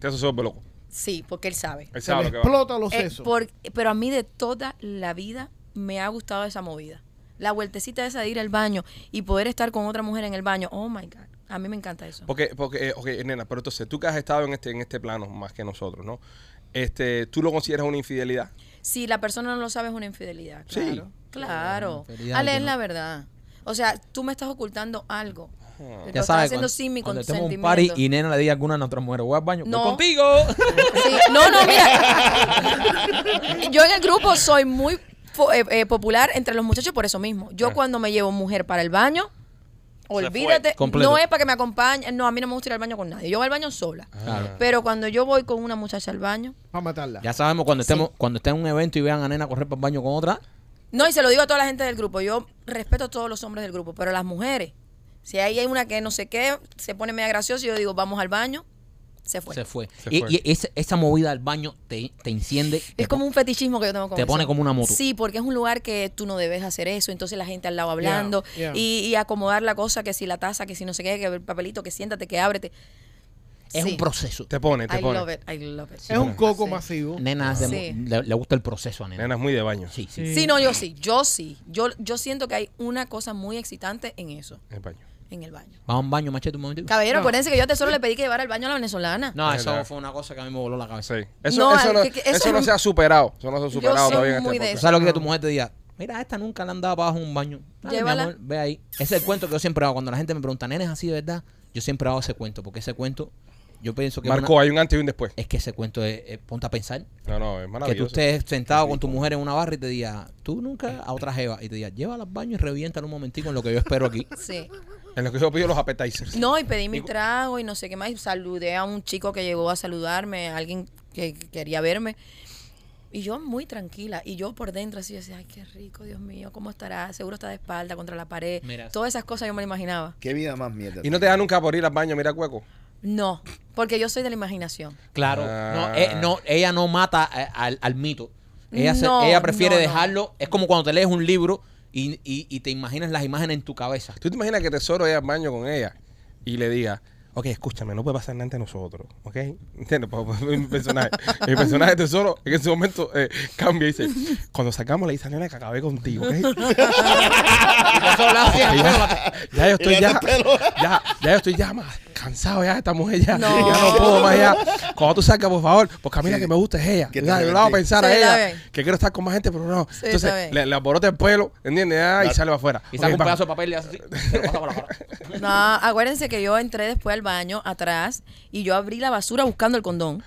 Speaker 1: Te eso sube loco.
Speaker 6: Sí, porque él sabe.
Speaker 1: Él
Speaker 3: Se le
Speaker 1: sabe lo que va.
Speaker 3: explota los
Speaker 6: Eh,
Speaker 3: sesos.
Speaker 6: por- pero a mí de toda la vida me ha gustado esa movida. La vueltecita esa de ir al baño y poder estar con otra mujer en el baño. Oh my God. A mí me encanta eso.
Speaker 1: Porque, porque, eh, ok, nena, pero entonces tú que has estado en este, en este plano más que nosotros, ¿no? Este, ¿tú lo consideras una infidelidad?
Speaker 6: Si la persona no lo sabe es una infidelidad.
Speaker 1: Sí.
Speaker 6: Claro. Claro.
Speaker 2: infidelidad
Speaker 6: Ale,
Speaker 2: que
Speaker 6: es
Speaker 2: no-
Speaker 6: la verdad. O sea, tú me estás ocultando algo.
Speaker 2: Ya
Speaker 6: Te lo
Speaker 2: sabes,
Speaker 6: estás haciendo
Speaker 2: cuando-
Speaker 6: sin mi
Speaker 2: cuando
Speaker 6: consentimiento.
Speaker 2: estemos en un party y nena le diga a alguna a nuestra mujer, voy al baño, voy
Speaker 6: No.
Speaker 2: contigo.
Speaker 6: Sí, no, no, mira. Yo en el grupo soy muy fo- eh, eh, popular entre los muchachos por eso mismo. Yo cuando me llevo mujer para el baño,
Speaker 5: fue.
Speaker 6: olvídate,
Speaker 2: Completo.
Speaker 6: no es para que me acompañe, no, a mí no me gusta ir al baño con nadie. Yo voy al baño sola.
Speaker 2: Ah. Claro.
Speaker 6: Pero cuando yo voy con una muchacha al baño,
Speaker 3: Para matarla.
Speaker 2: Ya sabemos cuando estemos, cuando esté en un evento y vean a nena correr para el baño con otra,
Speaker 6: no, y se lo digo a toda la gente del grupo, yo respeto a todos los hombres del grupo, pero las mujeres, si ahí hay una que no sé qué, se pone media graciosa y yo digo, vamos al baño, se fue.
Speaker 2: se fue.
Speaker 1: Se
Speaker 2: pues, y
Speaker 1: fue.
Speaker 2: y esa, esa movida del baño te, te enciende. te
Speaker 6: Es como un fetichismo que yo tengo con
Speaker 2: Te
Speaker 6: eso.
Speaker 2: pone como una moto.
Speaker 6: Sí, porque es un lugar que tú no debes hacer eso. Entonces la gente al lado hablando
Speaker 3: Yeah, yeah.
Speaker 6: Y, y acomodar la cosa, que si la taza, que si no sé qué, que el papelito, que siéntate, que ábrete.
Speaker 2: Es
Speaker 6: Sí.
Speaker 2: un proceso.
Speaker 1: Te pone, te
Speaker 6: I
Speaker 1: pone.
Speaker 6: love it, I love it.
Speaker 3: es un coco
Speaker 6: Sí.
Speaker 3: masivo.
Speaker 2: Nena es de-
Speaker 6: Sí.
Speaker 2: le, le gusta el proceso a nena.
Speaker 1: Nena es muy de baño.
Speaker 2: Sí, sí.
Speaker 6: Sí, no, yo sí, yo sí. Yo, yo siento que hay una cosa muy excitante en eso,
Speaker 1: Es baño.
Speaker 6: en el baño.
Speaker 2: Vamos a un baño, machete, un momentito.
Speaker 6: Caballero, acuérdense que yo a Tesoro le pedí que llevara al baño a la venezolana.
Speaker 2: No,
Speaker 1: Es
Speaker 2: eso
Speaker 1: verdad.
Speaker 2: fue una cosa que a mí me voló la cabeza.
Speaker 1: Sí. Eso
Speaker 6: No,
Speaker 1: no, eso
Speaker 6: al-
Speaker 1: no,
Speaker 6: que- que-
Speaker 1: eso
Speaker 6: eso-
Speaker 1: no se ha superado. Eso no se ha superado
Speaker 6: soy
Speaker 1: todavía en
Speaker 6: muy
Speaker 1: este
Speaker 6: de
Speaker 1: podcast.
Speaker 2: ¿Tú sabes lo que tu mujer te diga? Mira, a esta nunca le han dado para abajo un baño. Dale, mi
Speaker 6: Llévala.
Speaker 2: amor, ve ahí. Ese es el cuento que yo siempre hago. Cuando la gente me pregunta, nene, ¿es así de verdad? Yo siempre hago ese cuento, porque ese cuento, yo pienso que... es
Speaker 1: Marco,
Speaker 2: una-
Speaker 1: hay un antes y un después.
Speaker 2: es que ese cuento es, es- ponte a pensar.
Speaker 1: No, no, es
Speaker 2: Que tú
Speaker 1: maravilloso.
Speaker 2: estés sentado con tu mujer en una barra y te diga, tú nunca a otra jeva, y te diga, llévala al baño y reviéntala un momentico en lo que yo espero aquí.
Speaker 6: Sí.
Speaker 1: En lo que yo pido los appetizers.
Speaker 6: No, y pedí mi trago y no sé qué más. Y saludé a un chico que llegó a saludarme, a alguien que quería verme. Y yo muy tranquila. Y yo por dentro así decía, ay, qué rico, Dios mío, ¿cómo estará? Seguro está de espalda contra la pared.
Speaker 2: Mira.
Speaker 6: Todas esas cosas yo me las imaginaba.
Speaker 4: ¿Qué vida más mierda?
Speaker 1: Y no te da nunca por ir al baño, mira cueco.
Speaker 6: No, porque yo soy de la imaginación.
Speaker 2: Claro,
Speaker 1: Ah.
Speaker 2: no, eh, no, ella no mata eh, al, al mito. Ella, se-
Speaker 6: No,
Speaker 2: ella prefiere
Speaker 6: no, no.
Speaker 2: dejarlo. Es como cuando te lees un libro y, y- y te imaginas las imágenes en tu cabeza.
Speaker 1: ¿Tú te imaginas que Tesoro vaya al baño con ella y le diga, ok, escúchame, no puede pasar nada entre nosotros, ¿ok? ¿Entiendes? Por- por- Mi personaje, mi personaje Tesoro en ese momento eh, cambia y dice, cuando sacamos la Isanena que acabé contigo, ¿ok? Ya, ya, ya yo estoy
Speaker 4: Y le
Speaker 1: ya,
Speaker 4: hace pelo.
Speaker 1: ya, ya yo estoy ya más cansado ya de esta mujer ya,
Speaker 6: No.
Speaker 1: ya no puedo más ya. Cuando tú salgas, por favor, porque a mí la que me gusta es ella.
Speaker 4: Que te
Speaker 1: Ya, yo la voy a
Speaker 4: arrepentí.
Speaker 1: pensar a
Speaker 6: Sí, está
Speaker 1: ella,
Speaker 6: bien.
Speaker 1: que quiero estar con más gente, pero no.
Speaker 6: Sí, está
Speaker 1: Entonces
Speaker 6: bien.
Speaker 1: le, le aborota el pelo, ¿entiendes? Ya, y
Speaker 4: La-
Speaker 1: sale para afuera.
Speaker 2: Y saca
Speaker 1: Ok,
Speaker 2: un
Speaker 1: vamos.
Speaker 2: pedazo de papel y le hace así. te lo pasa por la cara.
Speaker 6: No, acuérdense que yo entré después al baño atrás y yo abrí la basura buscando el condón.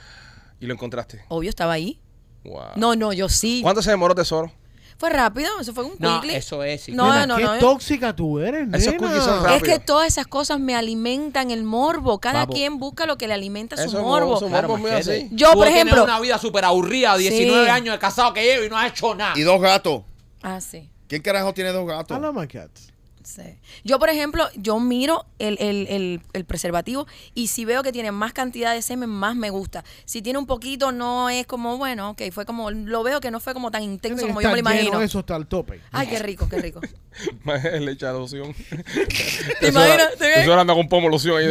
Speaker 1: Y lo encontraste.
Speaker 6: Obvio estaba ahí.
Speaker 1: Wow.
Speaker 2: Ah.
Speaker 6: No, no, yo sí.
Speaker 1: ¿Cuánto se demoró Tesoro?
Speaker 6: Fue rápido, eso fue un
Speaker 2: No,
Speaker 6: quickly.
Speaker 2: eso es, sí.
Speaker 6: No,
Speaker 3: Nena,
Speaker 6: no, eh.
Speaker 3: qué
Speaker 6: no.
Speaker 3: tóxica tú eres, nena.
Speaker 1: Esos cookies son raros.
Speaker 6: Es que todas esas cosas me alimentan el morbo. Cada
Speaker 2: Papo.
Speaker 6: quien busca lo que le alimenta su
Speaker 1: Eso es
Speaker 6: morbo.
Speaker 1: morbo,
Speaker 2: Claro,
Speaker 1: Vamos, mira,
Speaker 2: machete.
Speaker 1: sí.
Speaker 6: Yo,
Speaker 2: Tú
Speaker 6: por
Speaker 2: tienes
Speaker 6: ejemplo-
Speaker 2: una vida súper aburrida, 19
Speaker 6: Sí.
Speaker 2: años de casado que llevo y no has hecho nada.
Speaker 4: Y dos gatos.
Speaker 6: Ah, sí.
Speaker 4: ¿Quién carajo tiene dos gatos?
Speaker 3: I
Speaker 1: Ah,
Speaker 3: love my cats.
Speaker 6: sí. Yo, por ejemplo, yo miro el, el- el- el preservativo y si veo que tiene más cantidad de semen, más me gusta. Si tiene un poquito, no es como, bueno, ok, fue como, lo veo que no fue como tan
Speaker 3: Tiene
Speaker 6: intenso
Speaker 3: que
Speaker 6: como yo me lo
Speaker 3: estar lleno
Speaker 6: imagino. Ah,
Speaker 3: Eso está al tope.
Speaker 6: Ay, qué rico, qué rico.
Speaker 1: Más el hecho de loción.
Speaker 6: ¿Te imaginas? ¿Te ves?
Speaker 1: Tesoro anda con pomo loción ahí.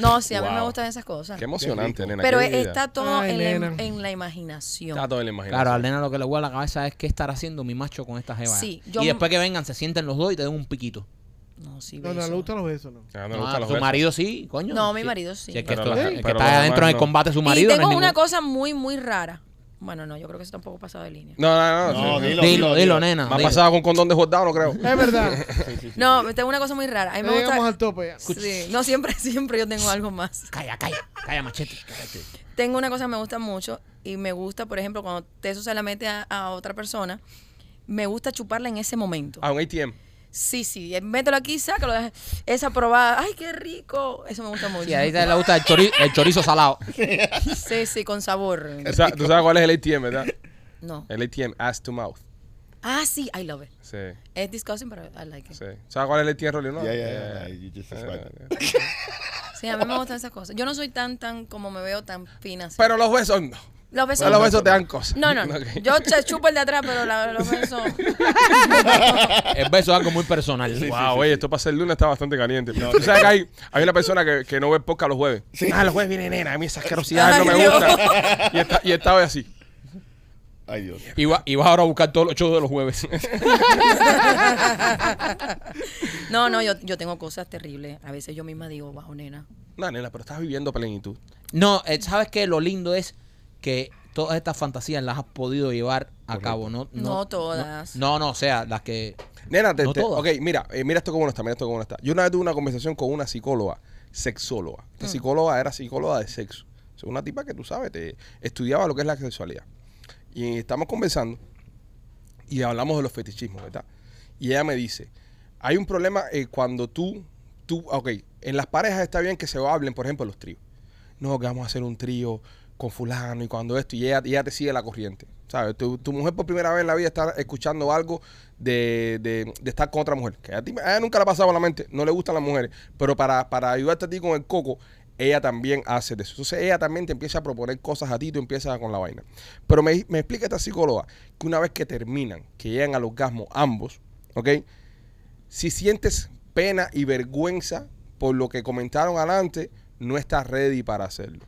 Speaker 6: No, sí, a mí me
Speaker 1: Wow.
Speaker 6: gustan esas cosas.
Speaker 1: Qué emocionante, nena.
Speaker 6: Pero
Speaker 1: qué vida.
Speaker 6: e- está todo
Speaker 3: Ay,
Speaker 6: en, la,
Speaker 3: nena.
Speaker 6: en la imaginación.
Speaker 1: Está todo en la imaginación.
Speaker 2: Claro, a Elena lo que le huele a la cabeza es qué estará haciendo mi macho con esta jeva.
Speaker 6: Sí, yo-
Speaker 2: y después que vengan, se sienten los dos y te den un piquito.
Speaker 6: No, sí,
Speaker 3: No, no,
Speaker 6: beso.
Speaker 3: le gustan los besos, ¿no?
Speaker 1: Ah, no le
Speaker 2: No,
Speaker 1: gustan los
Speaker 2: su
Speaker 1: besos.
Speaker 2: marido sí, coño.
Speaker 6: No, mi marido sí.
Speaker 2: Si es que,
Speaker 1: Pero
Speaker 2: esto-
Speaker 1: la-
Speaker 2: el que
Speaker 1: pero
Speaker 2: está
Speaker 1: los
Speaker 2: adentro
Speaker 1: demás
Speaker 2: en el
Speaker 1: no.
Speaker 2: combate su marido.
Speaker 6: y tengo
Speaker 2: no es
Speaker 6: una
Speaker 2: ningún-
Speaker 6: cosa muy, muy rara. Bueno, no, yo creo que eso tampoco ha pasado de línea.
Speaker 1: No, no, no.
Speaker 4: No,
Speaker 1: sí.
Speaker 4: dilo,
Speaker 2: Dilo, dilo,
Speaker 6: Ah,
Speaker 2: nena.
Speaker 1: Me ha
Speaker 2: dilo.
Speaker 1: pasado con condón de Jordano, creo.
Speaker 3: Es verdad.
Speaker 6: No, tengo una cosa muy rara. A mí
Speaker 3: Ya
Speaker 6: me gusta- Ah,
Speaker 3: llegamos al tope ya.
Speaker 6: Sí, no, siempre, siempre yo tengo algo más.
Speaker 2: Calla, calla, calla, machete. cállate.
Speaker 6: Tengo una cosa que me gusta mucho y me gusta, por ejemplo, cuando eso se la mete a, a otra persona, me gusta chuparla en ese momento.
Speaker 1: A Ah, un ATM.
Speaker 6: Sí, sí, eh, mételo aquí, sácalo. deja- Esa probada, ay, qué rico. Eso me gusta mucho.
Speaker 2: Sí, ahí te le gusta el, chori- el chorizo salado.
Speaker 6: Sí, sí, con sabor.
Speaker 1: O sea, Tú sabes cuál es el ATM, ¿verdad?
Speaker 6: No.
Speaker 1: El ATM, ass to mouth.
Speaker 6: Ah, sí, I love it.
Speaker 1: Sí,
Speaker 6: Es disgusting, pero I like it.
Speaker 1: sí. ¿Sabes cuál es el ATM, Rolly? No? Eh,
Speaker 4: Yeah, yeah, yeah. You just described it.
Speaker 6: Sí, a mí me gustan esas cosas. Yo no soy tan, tan, como me veo, tan fina. así.
Speaker 1: Pero los besos no.
Speaker 6: los besos.
Speaker 1: Pero los besos te dan cosas.
Speaker 6: No, no, no.
Speaker 1: Ok.
Speaker 6: Yo te chupo el de atrás, pero la- los besos.
Speaker 2: El beso es algo muy personal.
Speaker 1: wow, oye, esto para ser lunes está bastante caliente. Tú sabes que hay, hay una persona que, que no ve poca los jueves. Ah, los jueves viene nena, a mí esa asquerosidad no
Speaker 6: Ay,
Speaker 1: me
Speaker 6: Dios.
Speaker 1: gusta. Y, está, y estaba así.
Speaker 4: Ay, Dios.
Speaker 2: eh. Y, va- y vas ahora a buscar todos los shows de los jueves.
Speaker 6: No, no, yo, yo tengo cosas terribles. A veces yo misma digo, wow, nena.
Speaker 1: No, nena, pero estás viviendo plenitud.
Speaker 2: No, eh, ¿sabes qué? Lo lindo es que todas estas fantasías las has podido llevar a cabo, ¿no?
Speaker 6: No todas.
Speaker 2: No, no, o sea, las que...
Speaker 1: Nena, te,
Speaker 2: No
Speaker 1: te-
Speaker 2: todas.
Speaker 1: ok, mira, eh, mira esto como no está, mira esto como no está. Yo una vez tuve una conversación con una psicóloga, sexóloga. Esta psicóloga era psicóloga de sexo. O sea, una tipa que tú sabes, te estudiaba lo que es la sexualidad. Y estamos conversando y hablamos de los fetichismos, ¿verdad? Y ella me dice, hay un problema eh, cuando tú, tú, ok, en las parejas está bien que se hablen, por ejemplo, los tríos. No, que vamos a hacer un trío con fulano y cuando esto, y ella, y ella te sigue la corriente. ¿Sabes? Tu, tu mujer por primera vez en la vida está escuchando algo de, de- de estar con otra mujer. Que a, ti, a ella nunca le ha pasado por la mente, no le gustan las mujeres, pero para, para ayudarte a ti con el coco, ella también hace de eso. Entonces ella también te empieza a proponer cosas a ti, tú empiezas con la vaina. Pero me, me explica esta psicóloga que una vez que terminan, que llegan al orgasmo ambos, ¿ok? Si sientes pena y vergüenza por lo que comentaron adelante, no estás ready para hacerlo.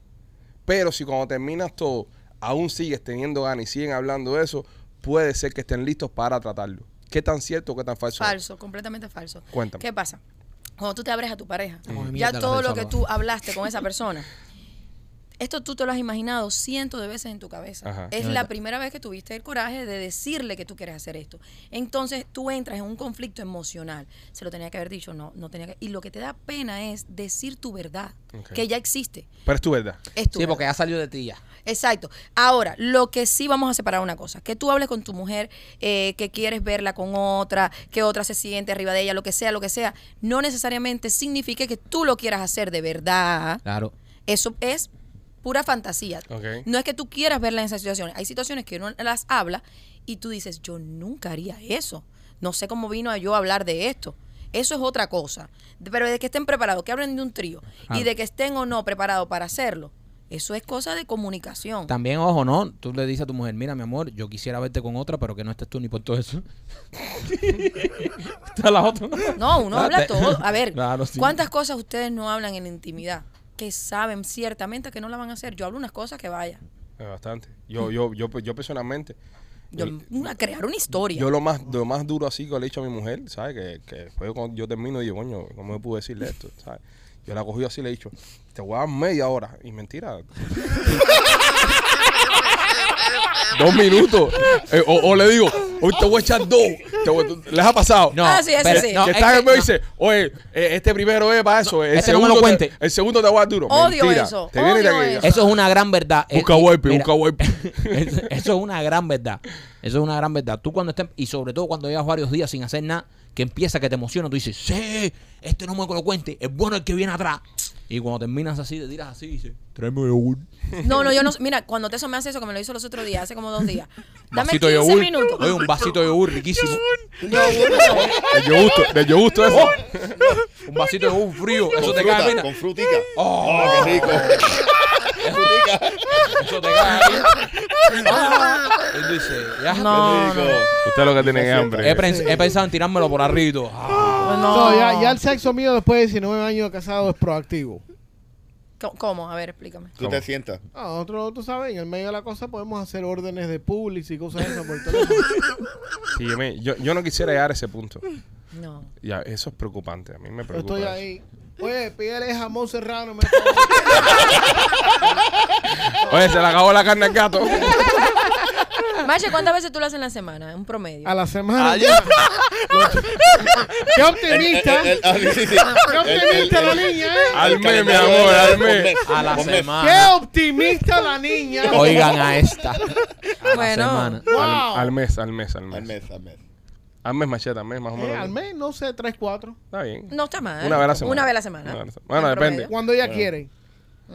Speaker 1: Pero si cuando terminas todo, aún sigues teniendo ganas y siguen hablando de eso, puede ser que estén listos para tratarlo. ¿Qué tan cierto o qué tan falso? es?
Speaker 6: Falso, completamente falso.
Speaker 1: Cuéntame.
Speaker 6: ¿Qué pasa? Cuando tú te abres a tu pareja,
Speaker 2: Estamos de
Speaker 6: ya
Speaker 2: mierda
Speaker 6: todo
Speaker 2: los
Speaker 6: lo que
Speaker 2: sexólogos.
Speaker 6: tú hablaste con esa persona, esto tú te lo has imaginado cientos de veces en tu cabeza.
Speaker 1: Ajá.
Speaker 6: Es
Speaker 2: Es
Speaker 6: la
Speaker 2: verdad.
Speaker 6: primera vez que tuviste el coraje de decirle que tú quieres hacer esto. Entonces tú entras en un conflicto emocional. Se lo tenía que haber dicho, no, no tenía que. Y lo que te da pena es decir tu verdad,
Speaker 1: Ok.
Speaker 6: que ya existe.
Speaker 1: Pero es tu verdad.
Speaker 6: Es tu
Speaker 2: Sí,
Speaker 6: verdad.
Speaker 2: porque ha salido de ti ya.
Speaker 6: Exacto. Ahora, lo que sí vamos a separar una cosa, que tú hables con tu mujer, eh, que quieres verla con otra, que otra se siente arriba de ella, lo que sea, lo que sea, no necesariamente significa que tú lo quieras hacer de verdad.
Speaker 2: Claro.
Speaker 6: Eso es pura fantasía.
Speaker 1: Ok.
Speaker 6: No es que tú quieras verla en esas situaciones. Hay situaciones que uno las habla y tú dices, yo nunca haría eso. No sé cómo vino a yo a hablar de esto. Eso es otra cosa. De- Pero de que estén preparados, que hablen de un trío
Speaker 2: Claro.
Speaker 6: y de que estén o no preparados para hacerlo. Eso es cosa de comunicación.
Speaker 2: También, ojo, ¿no? Tú le dices a tu mujer, mira, mi amor, yo quisiera verte con otra, pero que no estés tú ni por todo eso. Está la otra.
Speaker 6: No, uno
Speaker 2: Ah,
Speaker 6: habla
Speaker 2: te-
Speaker 6: todo. A ver,
Speaker 2: Claro, sí.
Speaker 6: ¿cuántas cosas ustedes no hablan en intimidad? Que saben ciertamente que no la van a hacer. Yo hablo unas cosas que vaya.
Speaker 1: Eh, Bastante. Yo, yo, yo, yo personalmente,
Speaker 6: Yo, una- crear una historia.
Speaker 1: yo lo más, lo más duro así que le he dicho a mi mujer, ¿sabes? Que, que después cuando yo termino y digo, coño, ¿cómo me pude decirle esto? ¿Sabes? Yo la cogí así y le he dicho, te voy a dar media hora. Y mentira. dos minutos. Eh, o, o le digo, hoy te voy a echar dos. Te voy- ¿Les ha pasado?
Speaker 2: No,
Speaker 6: Ah, sí, ese sí.
Speaker 2: no,
Speaker 1: que
Speaker 2: es
Speaker 1: estás en el
Speaker 2: que-
Speaker 1: medio y dice, oye, eh, este primero es para eso. el,
Speaker 2: este no me lo
Speaker 1: segundo te-
Speaker 2: cuente.
Speaker 1: el segundo te voy a dar duro.
Speaker 6: Odio
Speaker 1: Mentira.
Speaker 6: eso,
Speaker 1: Te viene y te-
Speaker 6: odio eso.
Speaker 2: Eso es una gran verdad. Eh,
Speaker 1: Busca
Speaker 2: y-
Speaker 1: wipe,
Speaker 2: mira,
Speaker 1: busca wipe.
Speaker 2: eso, eso es una gran verdad. Eso es una gran verdad. Tú cuando estés, y sobre todo cuando llevas varios días sin hacer nada, que empieza, que te emociona, tú dices, sí, este no me lo cuente, es bueno el que viene atrás. Y cuando terminas así, te tiras así y dices, tráeme yogur.
Speaker 6: No, no, yo no. Mira, cuando Teso me hace eso, que me lo hizo los otros días, hace como dos días. Dame
Speaker 2: vasito
Speaker 6: 15
Speaker 2: de yogur.
Speaker 6: minutos.
Speaker 2: Oye, un vasito de yogur riquísimo.
Speaker 1: Del yogusto, del yogusto eso.
Speaker 2: Un vasito de yogur frío. Eso
Speaker 4: Con
Speaker 2: te cae,
Speaker 4: fruta,
Speaker 2: mira.
Speaker 4: con frutica. Oh, qué rico.
Speaker 2: Eso te cae. Ah. Él dice, ya.
Speaker 6: No,
Speaker 4: Qué
Speaker 6: no,
Speaker 4: rico.
Speaker 1: Usted lo que tiene es hambre.
Speaker 2: He, pens- he pensado en tirármelo por arriba. Ah.
Speaker 6: no.
Speaker 3: No, ya, ya el sexo mío después de 19 años de casado es proactivo.
Speaker 6: Co- ¿Cómo? A ver, explícame.
Speaker 4: Tú te sientas.
Speaker 3: Ah, nosotros, tú sabes, en el medio de la cosa podemos hacer órdenes de publics y cosas de esas por teléfono.
Speaker 1: Sí, me- yo, yo no quisiera llegar a ese punto.
Speaker 6: No.
Speaker 1: Ya, eso es preocupante. A mí me
Speaker 3: Yo
Speaker 1: preocupa.
Speaker 3: estoy
Speaker 1: eso.
Speaker 3: ahí. Oye, pídele jamón serrano. Me
Speaker 1: Oye, se le acabó la carne al gato.
Speaker 6: Mache, ¿cuántas veces tú lo haces en la semana? Un promedio.
Speaker 3: A la semana.
Speaker 5: Adiós.
Speaker 3: Ah, ¡Qué
Speaker 4: El- el-
Speaker 3: optimista!
Speaker 4: el- el- sí, sí, sí.
Speaker 3: ¡Qué
Speaker 4: El- el-
Speaker 3: optimista
Speaker 4: el-
Speaker 3: la niña, eh!
Speaker 4: el
Speaker 1: Alme,
Speaker 4: calendario
Speaker 1: mi amor,
Speaker 4: de-
Speaker 1: alme.
Speaker 4: ponme-
Speaker 2: A la
Speaker 4: ponme-
Speaker 3: ¡Qué
Speaker 2: semana.
Speaker 3: optimista la niña!
Speaker 2: Oigan a esta. A
Speaker 6: Bueno.
Speaker 2: la semana.
Speaker 3: ¡Wow!
Speaker 1: Al, al mes, al mes, al mes.
Speaker 4: Al mes, al mes.
Speaker 1: Al mes, machete, al mes, más o
Speaker 3: Eh,
Speaker 1: menos.
Speaker 3: al mes, no sé, tres, cuatro.
Speaker 1: Está bien.
Speaker 6: No está mal.
Speaker 1: Una vez a la semana.
Speaker 6: Una vez a la semana.
Speaker 1: Una vez a la semana. Bueno,
Speaker 6: En
Speaker 1: depende.
Speaker 6: promedio.
Speaker 3: Cuando ella quiere.
Speaker 6: Mm.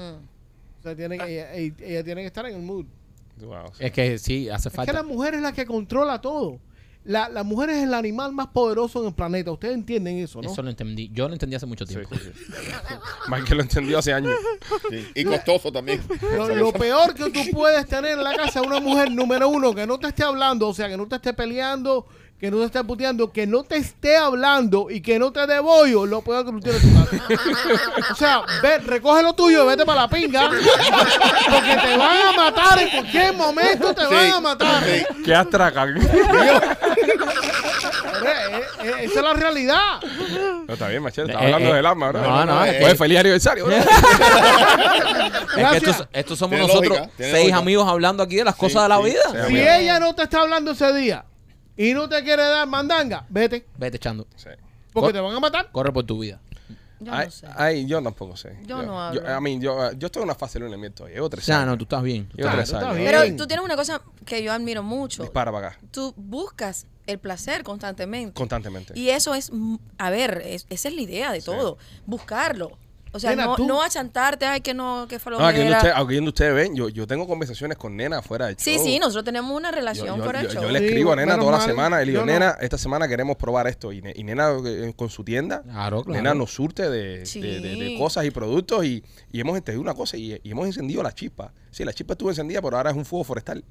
Speaker 3: O sea, tiene que- ella, ella- ella tiene que estar en el mood.
Speaker 1: Wow, sí.
Speaker 2: Es que sí, hace
Speaker 3: Es que la
Speaker 2: falta.
Speaker 3: mujer es la que controla todo. La, la mujer es el animal más poderoso en el planeta. Ustedes entienden eso, ¿no?
Speaker 2: Eso lo entendí. Yo lo entendí hace mucho
Speaker 1: Sí,
Speaker 2: tiempo.
Speaker 1: sí, sí. Michael lo entendió hace años.
Speaker 4: Sí, Y costoso también.
Speaker 3: Lo, lo peor que tú puedes tener en la casa es una mujer, número uno, que no te esté hablando, o sea, que no te esté peleando, que no te esté puteando, que no te esté hablando y que no te dé bollo, lo peor que tú tienes en tu casa. O sea, ve, recoge lo tuyo y vete para la pinga, porque te van a matar en cualquier momento, te van a matar.
Speaker 4: Sí.
Speaker 1: ¿Qué atracan?
Speaker 3: Pero, eh, eh, esa es la realidad.
Speaker 1: No, está bien, machete. Está
Speaker 2: Eh,
Speaker 1: hablando
Speaker 2: eh,
Speaker 1: del alma, bro.
Speaker 2: no, no,
Speaker 1: Oye,
Speaker 4: eh.
Speaker 1: feliz aniversario, bro.
Speaker 2: Es que
Speaker 3: Gracias.
Speaker 2: estos, estos somos
Speaker 4: Tiene
Speaker 2: nosotros
Speaker 4: lógica, tiene
Speaker 2: seis
Speaker 4: lógica.
Speaker 2: amigos hablando aquí de las cosas de la
Speaker 4: sí,
Speaker 2: vida.
Speaker 1: sí.
Speaker 3: Si
Speaker 1: Mira.
Speaker 3: ella no te está hablando ese día y no te quiere dar mandanga, vete,
Speaker 2: Vete echando.
Speaker 1: Sí.
Speaker 3: porque te van a matar.
Speaker 2: Corre por tu vida.
Speaker 6: Yo
Speaker 1: Ay,
Speaker 6: no sé.
Speaker 1: ay, yo tampoco sé.
Speaker 6: Yo no hablo.
Speaker 1: a mí, yo, ah, yo estoy en una fase de luna de miel todavía. Llevo tres
Speaker 2: Ya,
Speaker 1: años.
Speaker 2: no, tú estás bien.
Speaker 1: Llevo
Speaker 3: Claro,
Speaker 1: tres
Speaker 3: está
Speaker 1: años.
Speaker 3: bien.
Speaker 6: Pero tú tienes una cosa que yo admiro mucho.
Speaker 1: Dispara para acá.
Speaker 6: Tú buscas el placer constantemente.
Speaker 1: Constantemente.
Speaker 6: Y eso es, mm, a ver, es- esa es la idea de todo, buscarlo. O sea,
Speaker 3: Nena,
Speaker 6: no,
Speaker 3: tú-
Speaker 6: no achantarte, ay, que no, que
Speaker 1: Ah, No, aquí donde,
Speaker 6: falomera.
Speaker 1: usted- aquí donde ustedes ven, yo, yo tengo conversaciones con nena fuera de
Speaker 6: sí,
Speaker 1: show.
Speaker 6: sí, nosotros tenemos una relación
Speaker 1: oh. Yo, yo-
Speaker 6: fuera de
Speaker 1: yo-
Speaker 6: show.
Speaker 1: yo le
Speaker 3: Sí,
Speaker 1: escribo a Nena
Speaker 3: menos
Speaker 1: toda la
Speaker 3: mal,
Speaker 1: semana y le digo,
Speaker 3: yo no.
Speaker 1: Nena, esta semana queremos probar esto. Y, ne- y Nena eh, con su tienda,
Speaker 2: Claro, claro.
Speaker 1: Nena nos surte de,
Speaker 6: Sí.
Speaker 1: de- de- de cosas y productos y, y hemos entendido una cosa y, y hemos encendido la chispa. Sí, la chispa estuvo encendida, pero ahora es un fuego forestal.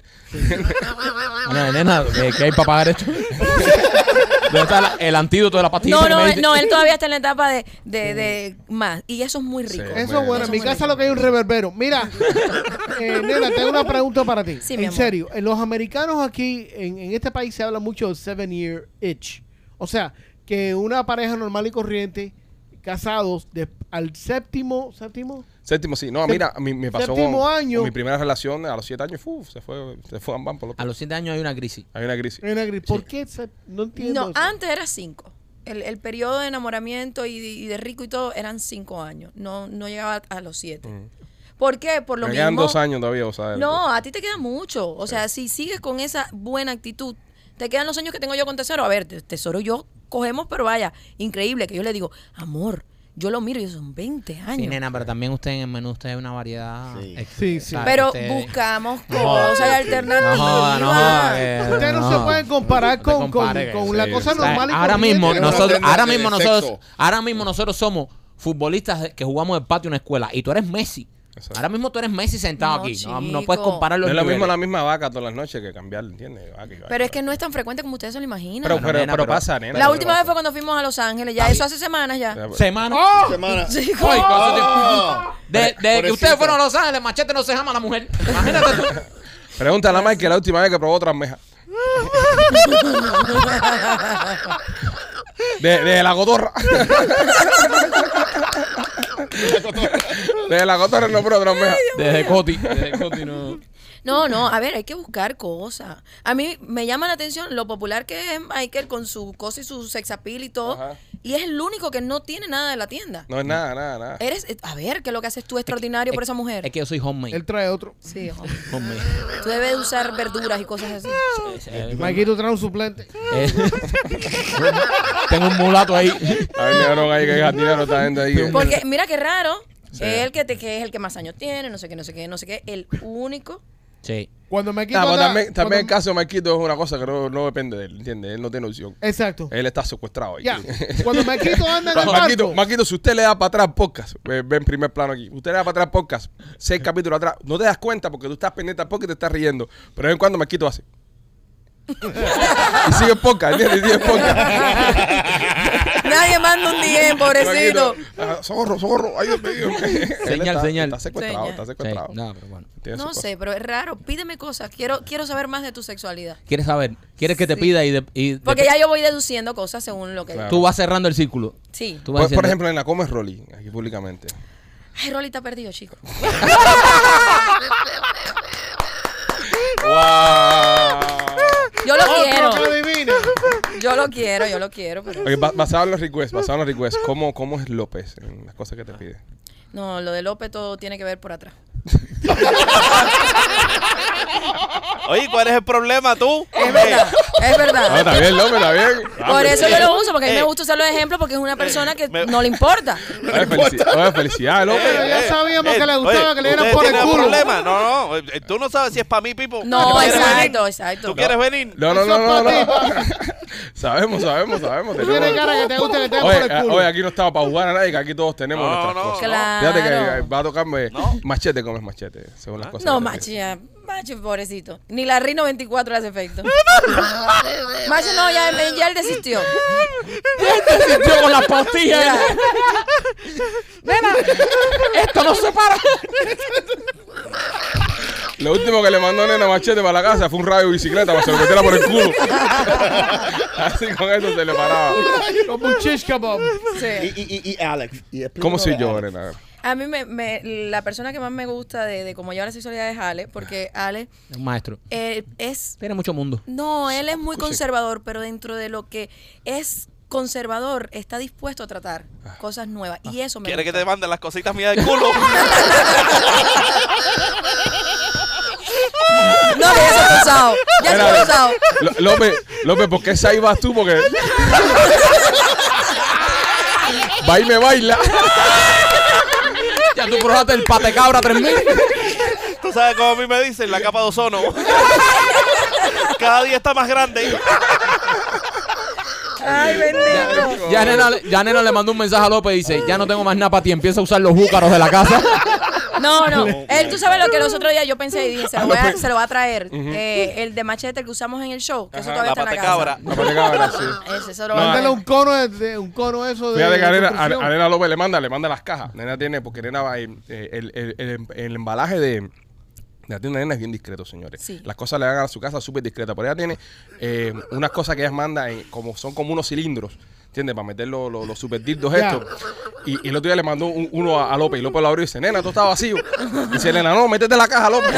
Speaker 2: Nena, nena, eh, ¿qué hay para pagar esto? ¿Dónde está la- el antídoto de la pastilla?
Speaker 6: no,
Speaker 2: que me
Speaker 6: no, él,
Speaker 2: diste?
Speaker 6: no, él todavía está en la etapa de, de, de más. Y eso es muy
Speaker 1: Sí.
Speaker 6: rico.
Speaker 1: Es
Speaker 3: Eso es bueno. En mi casa lo que hay es un reverbero. Mira, eh, nena, tengo una pregunta para ti.
Speaker 6: Sí, mi
Speaker 3: en
Speaker 6: amor.
Speaker 3: serio, en los americanos aquí, en, en este país, se habla mucho de seven year itch. O sea, que una pareja normal y corriente, casados, de- al séptimo, séptimo,
Speaker 1: Séptimo, sí. No,
Speaker 3: Sep-
Speaker 1: mira, mi- me pasó con,
Speaker 3: séptimo año.
Speaker 1: con mi primera relación a los siete años. fu, se fue, se fue a Bam por lo-
Speaker 2: A los siete años hay una crisis.
Speaker 1: Hay una crisis.
Speaker 3: nena gris. ¿Por qué? se- no entiendo.
Speaker 6: No, ah,
Speaker 3: eso.
Speaker 6: antes era cinco. El, el periodo de enamoramiento y de, y de rico y todo eran cinco años. No, no llegaba a los siete. ¿Por qué? Por lo
Speaker 1: Me
Speaker 6: mismo.
Speaker 1: quedan dos años todavía, o sea.
Speaker 6: No, a ti te queda mucho. O sea, si sigues con esa buena actitud, te quedan los años que tengo yo con Tesoro. A ver, te- Tesoro y yo cogemos, pero vaya, increíble que yo le digo, amor, yo lo miro y son 20 años.
Speaker 2: Sí, nena, pero también usted en el menú usted hay una variedad. Este,
Speaker 4: Sí.
Speaker 2: ex-
Speaker 3: Sí, sí.
Speaker 2: o sea,
Speaker 6: pero
Speaker 2: usted-
Speaker 6: buscamos
Speaker 2: No
Speaker 6: cosas
Speaker 2: joda.
Speaker 6: alternativas.
Speaker 2: No joda, no joda, eh,
Speaker 3: Ustedes no, se pueden
Speaker 2: No
Speaker 3: comparar
Speaker 2: te
Speaker 3: con, con,
Speaker 2: compare,
Speaker 3: con
Speaker 2: sí,
Speaker 3: la
Speaker 1: sí.
Speaker 3: cosa
Speaker 1: O
Speaker 2: sea,
Speaker 3: normal y
Speaker 2: ahora
Speaker 3: corriente.
Speaker 2: mismo
Speaker 4: Tiene una
Speaker 2: nosotros
Speaker 4: tendencia
Speaker 2: ahora mismo
Speaker 4: de
Speaker 2: nosotros
Speaker 4: sexo.
Speaker 2: ahora mismo nosotros somos futbolistas que jugamos el patio en una escuela y tú eres Messi
Speaker 1: Exacto.
Speaker 2: ahora mismo tú eres Messi sentado
Speaker 6: No,
Speaker 2: aquí no, no
Speaker 6: chico.
Speaker 2: puedes compararlo
Speaker 1: No es lo mismo la misma vaca todas las noches que cambiar, ¿entiendes? Vaca y vaca.
Speaker 6: Pero es que no es tan frecuente como ustedes se lo imaginan.
Speaker 1: Pero,
Speaker 2: Bueno,
Speaker 1: pero-
Speaker 2: nena,
Speaker 1: pero
Speaker 2: pero-
Speaker 1: pasa, nena.
Speaker 6: la
Speaker 1: pero
Speaker 6: última
Speaker 1: pasa.
Speaker 6: vez fue cuando fuimos a Los Ángeles, ya eso hace semanas ya.
Speaker 2: semana
Speaker 3: ¡Oh!
Speaker 4: Semana.
Speaker 6: Sí,
Speaker 2: Ay,
Speaker 6: ¿cómo?
Speaker 2: cosa
Speaker 4: Ah.
Speaker 2: de- de- desde que
Speaker 4: Pobrecito.
Speaker 2: ustedes fueron a Los Ángeles machete no se llama la mujer imagínate tú
Speaker 1: Pregúntale a Mike la última vez que probó transmeja. De, de la cotorra. De la cotorra no probó transmeja.
Speaker 2: desde Coti desde Coti no
Speaker 6: No, no, a ver, hay que buscar cosas. A mí me llama la atención lo popular que es Michael con su cosa y su sex appeal y todo.
Speaker 1: Ajá.
Speaker 6: Y es el único que no tiene nada de la tienda.
Speaker 1: No es nada, nada, nada.
Speaker 6: Eres, eh, a ver, que lo que haces tú es extraordinario por esa mujer.
Speaker 2: es que yo soy homemade
Speaker 3: Él trae otro.
Speaker 6: Sí, hijo.
Speaker 2: homemade
Speaker 6: tú debes de usar verduras y cosas así.
Speaker 2: Eh,
Speaker 3: Maquito trae un suplente.
Speaker 2: eh, tengo un mulato ahí
Speaker 1: A ver, miraron ahí que jardinero esta gente ahí. que-
Speaker 6: Porque mira qué raro, él que, te, que es el que más años tiene, no sé qué, no sé qué, no sé qué, el único.
Speaker 2: sí
Speaker 3: Cuando Maquito.
Speaker 1: Ah, pero
Speaker 3: anda-
Speaker 1: también, también
Speaker 3: cuando-
Speaker 1: el caso de Marquito es una cosa que no, no depende de él, ¿entiendes? Él no tiene opción.
Speaker 3: Exacto.
Speaker 1: Él está secuestrado ahí.
Speaker 3: Eh. Ya. Cuando Maquito anda en el
Speaker 1: Eh, Maquito,
Speaker 3: barco.
Speaker 1: Maquito, si usted le da para atrás podcast, eh, ve en primer plano aquí. Usted le da para atrás podcast, seis capítulos atrás. No te das cuenta porque tú estás pendiente al podcast y te estás riendo. Pero de vez en cuando Maquito hace. y sigue el podcast, ¿entiendes? Y sigue el podcast.
Speaker 6: Nadie manda un DM, pobrecito.
Speaker 1: Maquito, ah, zorro, zorro. Ay, Dios mío. Él está-
Speaker 2: señal.
Speaker 1: Está secuestrado,
Speaker 6: Señal.
Speaker 1: está
Speaker 2: sí
Speaker 1: secuestrado.
Speaker 2: no pero bueno
Speaker 1: Tiene
Speaker 6: No
Speaker 1: su
Speaker 6: sé, pero es raro. Pídeme cosas. Quiero, quiero saber más de tu sexualidad.
Speaker 2: quieres saber quieres que te pida y, de- y de-
Speaker 6: Porque ya yo voy deduciendo cosas según lo que.
Speaker 1: Claro.
Speaker 2: tú vas cerrando el círculo
Speaker 6: Sí.
Speaker 2: Tú vas
Speaker 1: cosa. Por, por
Speaker 2: diciendo-
Speaker 1: ejemplo, en la Come Rolly, aquí públicamente.
Speaker 6: Ay, Rolly está perdido, chico.
Speaker 1: ¡Wow!
Speaker 3: Karina.
Speaker 6: Yo lo quiero, yo lo quiero, pero...
Speaker 1: Ok, ba- basado en los requests, basado en los requests, ¿cómo, cómo es López en las cosas que te pide?
Speaker 6: No, lo de López todo tiene que ver por atrás.
Speaker 5: Oye, ¿cuál es el problema tú? Eh,
Speaker 6: Es verdad, es
Speaker 1: Ah,
Speaker 6: verdad.
Speaker 1: está bien, López, está bien.
Speaker 2: Ah,
Speaker 3: Ah,
Speaker 2: pues,
Speaker 6: Por eso yo lo uso, porque a mí me
Speaker 5: Eh.
Speaker 6: gusta usarlo de ejemplo, porque es una persona que
Speaker 5: me-
Speaker 6: no le importa.
Speaker 1: Oye, felici- oye, felicidades,
Speaker 5: Eh,
Speaker 3: Pero
Speaker 1: López.
Speaker 3: ya sabíamos que le gustaba que le dieran
Speaker 5: ¿ustedes
Speaker 3: por el
Speaker 5: tienen
Speaker 3: culo.
Speaker 5: problema? No, no, eh, tú no sabes si es para mí, Pipo. ¿Tú
Speaker 6: No,
Speaker 5: quieres venir?
Speaker 6: exacto, exacto.
Speaker 5: ¿Tú quieres venir?
Speaker 1: No, no,
Speaker 3: Eso
Speaker 1: no,
Speaker 3: es
Speaker 1: no.
Speaker 3: pa'
Speaker 1: no. sabemos, sabemos, sabemos.
Speaker 3: Tú tienes
Speaker 1: tenemos-
Speaker 3: cara que te gusta que te den por
Speaker 1: Oye,
Speaker 3: el
Speaker 1: a-
Speaker 3: culo.
Speaker 1: oye, aquí no estaba para jugar a nadie, que aquí todos tenemos
Speaker 5: No,
Speaker 1: nuestras
Speaker 5: no.
Speaker 1: cosas. Fíjate que eh,
Speaker 6: Claro.
Speaker 1: va a tocarme
Speaker 5: No. Ah.
Speaker 1: machete como es machete, según las cosas.
Speaker 6: No,
Speaker 1: que te
Speaker 6: macho, ya, macho, pobrecito. Ni la Rino 24 le hace efecto. macho, no, ya, él- ya él desistió.
Speaker 2: Yo con las pastillas.
Speaker 6: Ya.
Speaker 2: Esto no se para.
Speaker 1: piden. Lo último que le mandó Nena Machete para la casa fue un rayo de bicicleta para que se lo metiera por el culo. Así con eso se le paraba.
Speaker 3: Como un shish kebab.
Speaker 6: Sí.
Speaker 4: Y, y, y, y Alex. Y explícame
Speaker 1: ¿Cómo soy
Speaker 4: de
Speaker 1: yo,
Speaker 4: Alex.
Speaker 1: Nena?
Speaker 6: A mí, me, me- la persona que más me gusta de, de cómo lleva la sexualidad es Ale, porque Ale
Speaker 2: Un maestro.
Speaker 6: eh, es
Speaker 2: Tiene mucho mundo.
Speaker 6: No, él es muy
Speaker 1: Escuche.
Speaker 6: conservador, pero dentro de lo que es conservador, está dispuesto a tratar cosas nuevas. Y eso me
Speaker 5: ¿Quieres que
Speaker 6: gusta.
Speaker 5: te manden las cositas mías del culo?
Speaker 6: No, que ya se ha cruzado. Ya se
Speaker 1: Mira,
Speaker 6: ha cruzado.
Speaker 1: Lo- López, López, ¿por qué esa ahí vas tú? Porque. Va y me baila.
Speaker 2: Ya tú probaste el patecabra 3000.
Speaker 5: ¿Tú sabes cómo a mí me dicen? La capa de ozono. Cada día está más grande.
Speaker 6: Ay, bendito.
Speaker 2: Ya nena, le- ya nena le mandó un mensaje a López y dice, ya no tengo más nada para ti, empieza a usar los búcaros de la casa.
Speaker 6: No, no. Él, tú sabes lo que los otros días yo pensé y dije, se lo voy a, se lo voy a traer. Eh, el de machete que usamos en el show, que eso
Speaker 1: Ajá.
Speaker 6: todavía
Speaker 5: La
Speaker 6: está en la
Speaker 5: patacabra.
Speaker 6: casa.
Speaker 1: No, para cabra, sí.
Speaker 6: Ese, eso lo
Speaker 1: No, eh.
Speaker 6: voy a
Speaker 3: Mándale
Speaker 6: traer.
Speaker 3: un cono, de, de- un cono eso de.
Speaker 1: Fíjate que a
Speaker 3: de
Speaker 1: Nena, a-
Speaker 3: construcción.
Speaker 1: a Nena López le manda, le manda las cajas. Nena tiene, porque Nena va, eh, eh, el, el- el- el embalaje de, de la tienda de Nena es bien discreto, señores.
Speaker 6: Sí.
Speaker 1: Las cosas le dan a su casa súper discreta. Pero ella tiene eh, unas cosas que ella manda, en- como son como unos cilindros. ¿Entiendes? Para meter los, los, los superdildos
Speaker 3: Ya.
Speaker 1: estos. Y, y el otro día le mandó un- uno a, a López. Y López lo abrió y dice, nena, tú estás vacío. Y dice, nena, no, métete en la caja, López.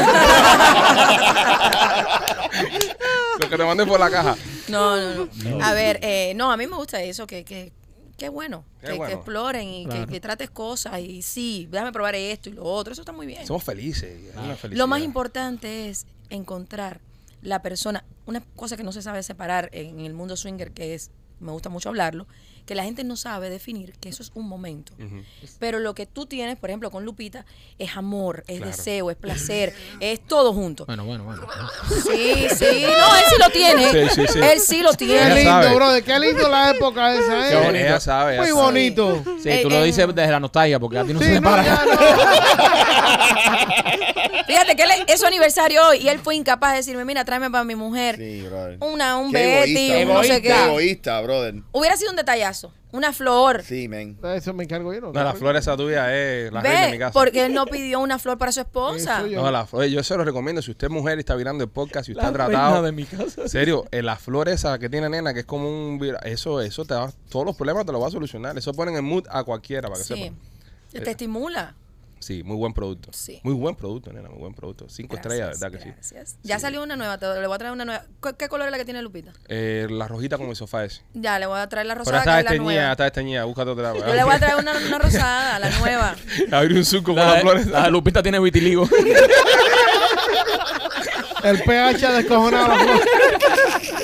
Speaker 1: lo que te mandé fue la caja.
Speaker 6: No, no, no. A ver, eh, no, a mí me gusta eso, que, que, que bueno,
Speaker 1: Qué
Speaker 6: que, que
Speaker 1: bueno.
Speaker 6: exploren y que- que, trates cosas y sí, déjame probar esto y lo otro, eso está muy bien.
Speaker 1: Somos felices. es una felicidad.
Speaker 6: Lo más importante es encontrar la persona, una cosa que no se sabe separar en el mundo swinger, que es, me gusta mucho hablarlo, que la gente no sabe definir que eso es un momento.
Speaker 1: Ujú.
Speaker 6: Pero lo que tú tienes, por ejemplo, con Lupita, es amor, es
Speaker 1: Claro.
Speaker 6: deseo, es placer, es todo junto.
Speaker 2: Bueno, bueno, bueno.
Speaker 6: Sí, sí, no, él sí lo tiene.
Speaker 1: Sí, sí, sí.
Speaker 6: Él sí lo
Speaker 3: Qué
Speaker 1: Ella
Speaker 6: tiene.
Speaker 3: lindo,
Speaker 1: sabe.
Speaker 3: brother. Qué lindo la época esa, ¿eh?
Speaker 1: Qué bonito. Ella sabe, ella
Speaker 3: Muy
Speaker 1: sabe.
Speaker 3: bonito.
Speaker 2: Sí,
Speaker 6: Eh,
Speaker 2: tú lo
Speaker 6: eh.
Speaker 2: dices desde la nostalgia porque a ti no se
Speaker 3: Sí,
Speaker 2: te
Speaker 3: no,
Speaker 2: para.
Speaker 3: ya no.
Speaker 6: Fíjate que él es su aniversario hoy y él fue incapaz de decirme, mira, tráeme para mi mujer
Speaker 4: Sí, brother.
Speaker 6: una, un
Speaker 4: Qué
Speaker 6: Betty,
Speaker 4: egoísta,
Speaker 6: un no sé
Speaker 4: brother. Qué
Speaker 6: qué.
Speaker 4: egoísta, brother.
Speaker 6: Hubiera sido un detallazo, una flor.
Speaker 4: Sí, man.
Speaker 3: Eso me encargo yo, ¿no?
Speaker 1: No, la flor esa tuya es la reina de mi
Speaker 6: Ve,
Speaker 1: casa.
Speaker 6: porque él no pidió una flor para su esposa.
Speaker 3: Eso yo-
Speaker 1: No, la flor, yo se lo recomiendo. Si usted es mujer y está mirando el podcast, si usted ha
Speaker 2: reina
Speaker 1: tratado.
Speaker 2: de mi casa.
Speaker 1: En serio, eh, la flor esa que tiene nena, que es como un. vira- Eso, eso te va. Todos los problemas te los va a solucionar. Eso ponen en mood a cualquiera para que
Speaker 6: Sí.
Speaker 1: sepa.
Speaker 6: Te estimula.
Speaker 1: Sí, muy buen producto.
Speaker 6: Sí.
Speaker 1: Muy buen producto, nena, muy buen producto. Cinco estrellas, ¿verdad que sí?
Speaker 6: gracias. Ya
Speaker 1: Sí.
Speaker 6: salió una nueva, te, le voy a traer una nueva. ¿Qué, qué color es la que tiene Lupita?
Speaker 1: Eh, la rojita como el sofá ese.
Speaker 6: Ya, le voy a traer la
Speaker 1: Pero este está
Speaker 6: rosada, que es la
Speaker 1: desteñida,
Speaker 6: nueva.
Speaker 1: está desteñida. Búscate otra.
Speaker 6: Yo le voy a traer una, una rosada, la nueva.
Speaker 1: Abrir un surco con
Speaker 2: La,
Speaker 1: la flor
Speaker 2: de- la de
Speaker 1: esa.
Speaker 2: Lupita tiene vitiligo.
Speaker 3: El pH descojonado. la flor.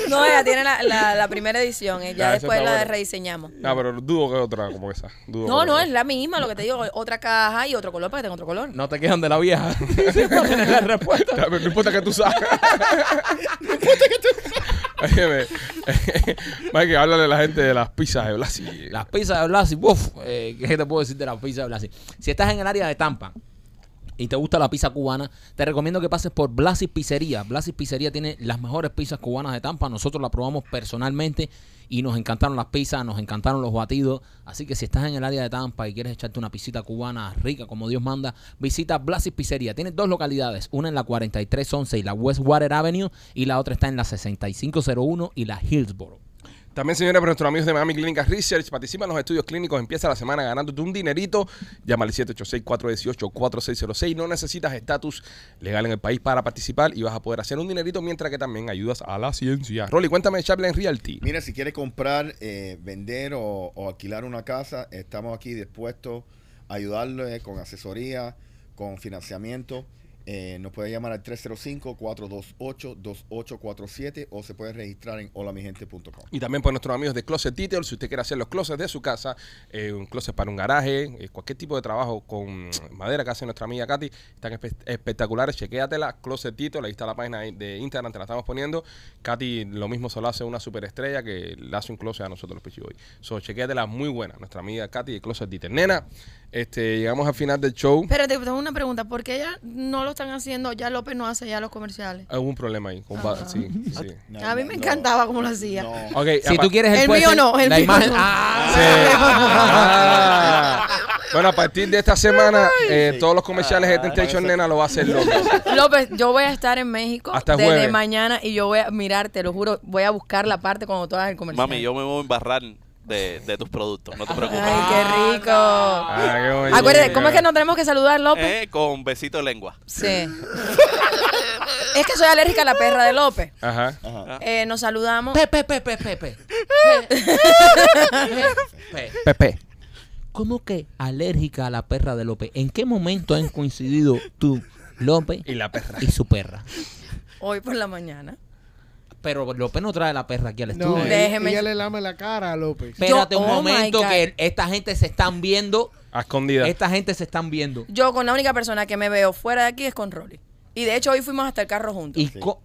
Speaker 6: No, ella tiene la, la, la primera edición, eh, ya
Speaker 1: Ya, eso
Speaker 6: después
Speaker 1: está
Speaker 6: la
Speaker 1: bueno.
Speaker 6: rediseñamos.
Speaker 1: No, pero dudo que otra como esa. Dudo
Speaker 6: No,
Speaker 1: que
Speaker 6: no,
Speaker 1: otra.
Speaker 6: es la misma, lo que te digo, otra caja y otro color para que tenga otro color.
Speaker 2: No te quejan de la vieja. Para tener la respuesta.
Speaker 1: No importa que tú sabes. no importa que tú sabes. Mike, háblale a la gente de las pizzas de Blasi.
Speaker 2: Las pizzas de Blasi, uf, eh, ¿qué te puedo decir de las pizzas de Blasi? Si estás en el área de Tampa y te gusta la pizza cubana, te recomiendo que pases por Blasi Pizzería. Blasi Pizzería tiene las mejores pizzas cubanas de Tampa. Nosotros las probamos personalmente y nos encantaron las pizzas, nos encantaron los batidos. Así que si estás en el área de Tampa y quieres echarte una piscita cubana rica como Dios manda, visita Blasi Pizzería. Tiene dos localidades, una en la 4311 y la Westwater Avenue y la otra está en la 6501 y la Hillsborough.
Speaker 1: También, señores, para nuestros amigos de Miami Clinic Research, participa en los estudios clínicos, empieza la semana ganándote un dinerito. Llama al 786-418-4606. No necesitas estatus legal en el país para participar y vas a poder hacer un dinerito mientras que también ayudas a la ciencia. Rolly, cuéntame de Chaplin Realty.
Speaker 4: Mira, si quieres comprar, eh, vender o, o alquilar una casa, estamos aquí dispuestos a ayudarle con asesoría, con financiamiento. Eh, nos puede llamar al 305-428-2847 o se puede registrar en holamigente.com.
Speaker 1: Y también por nuestros amigos de Closet Detail, si usted quiere hacer los closets de su casa, eh, un closet para un garaje, eh, cualquier tipo de trabajo con madera que hace nuestra amiga Katy, están espe- espectaculares. Chequéatela, Closet Detail, ahí está la página de- de Instagram, te la estamos poniendo. Katy lo mismo solo hace una superestrella que le hace un closet a nosotros los Pichiboy. So, chequéatela, muy buena, nuestra amiga Katy de Closet Detail. Nena, este, llegamos al final del show.
Speaker 8: Espérate, tengo una pregunta. ¿Por qué ya no lo están haciendo? Ya López no hace ya los comerciales.
Speaker 1: Hubo un problema ahí.
Speaker 2: Ah.
Speaker 1: con ba- sí, sí.
Speaker 4: No,
Speaker 8: a mí me
Speaker 4: no,
Speaker 8: encantaba como lo hacía.
Speaker 4: no.
Speaker 1: Ok,
Speaker 2: Si tú
Speaker 1: Eh, apa-
Speaker 2: quieres
Speaker 8: El
Speaker 2: puede
Speaker 8: mío
Speaker 2: ser
Speaker 8: no, el
Speaker 2: la
Speaker 8: mío
Speaker 2: imagen.
Speaker 8: no.
Speaker 2: Ah,
Speaker 1: Sí. Ah. Bueno, a partir de esta semana, eh, todos los comerciales de Temptation Nena lo va a hacer López.
Speaker 6: López, yo voy a estar en México
Speaker 1: Hasta el
Speaker 6: desde
Speaker 1: jueves.
Speaker 6: mañana y yo voy a mirar, te lo juro, voy a buscar la parte cuando tú hagas el comercial.
Speaker 5: Mami, yo me voy a embarrar de, de tus productos, no te preocupes.
Speaker 6: Ay, qué rico.
Speaker 1: Ah, qué bonito.
Speaker 6: Acuérdate, ¿cómo es que nos tenemos que saludar, López?
Speaker 5: Eh, con besito de lengua.
Speaker 6: Sí. es que soy alérgica a la perra de López.
Speaker 1: Ajá.
Speaker 6: Eh, nos saludamos.
Speaker 2: Pepe, pepe, pepe. Pepe.
Speaker 7: Pepe.
Speaker 2: ¿Cómo que alérgica a la perra de López? ¿En qué momento han coincidido tú, López,
Speaker 1: Y la perra.
Speaker 2: y su perra?
Speaker 6: Hoy por la mañana.
Speaker 2: Pero López no trae la perra aquí al estudio.
Speaker 3: No,
Speaker 6: Déjeme-
Speaker 3: déjeme. Ella le lame la cara a López.
Speaker 2: Espérate un
Speaker 6: Yo- oh my
Speaker 2: momento
Speaker 6: God.
Speaker 2: que esta gente se están viendo.
Speaker 1: A escondidas.
Speaker 2: Esta gente se están viendo.
Speaker 6: Yo con la única persona que me veo fuera de aquí es con Rolly. Y de hecho hoy fuimos hasta el carro juntos.
Speaker 2: Y, co-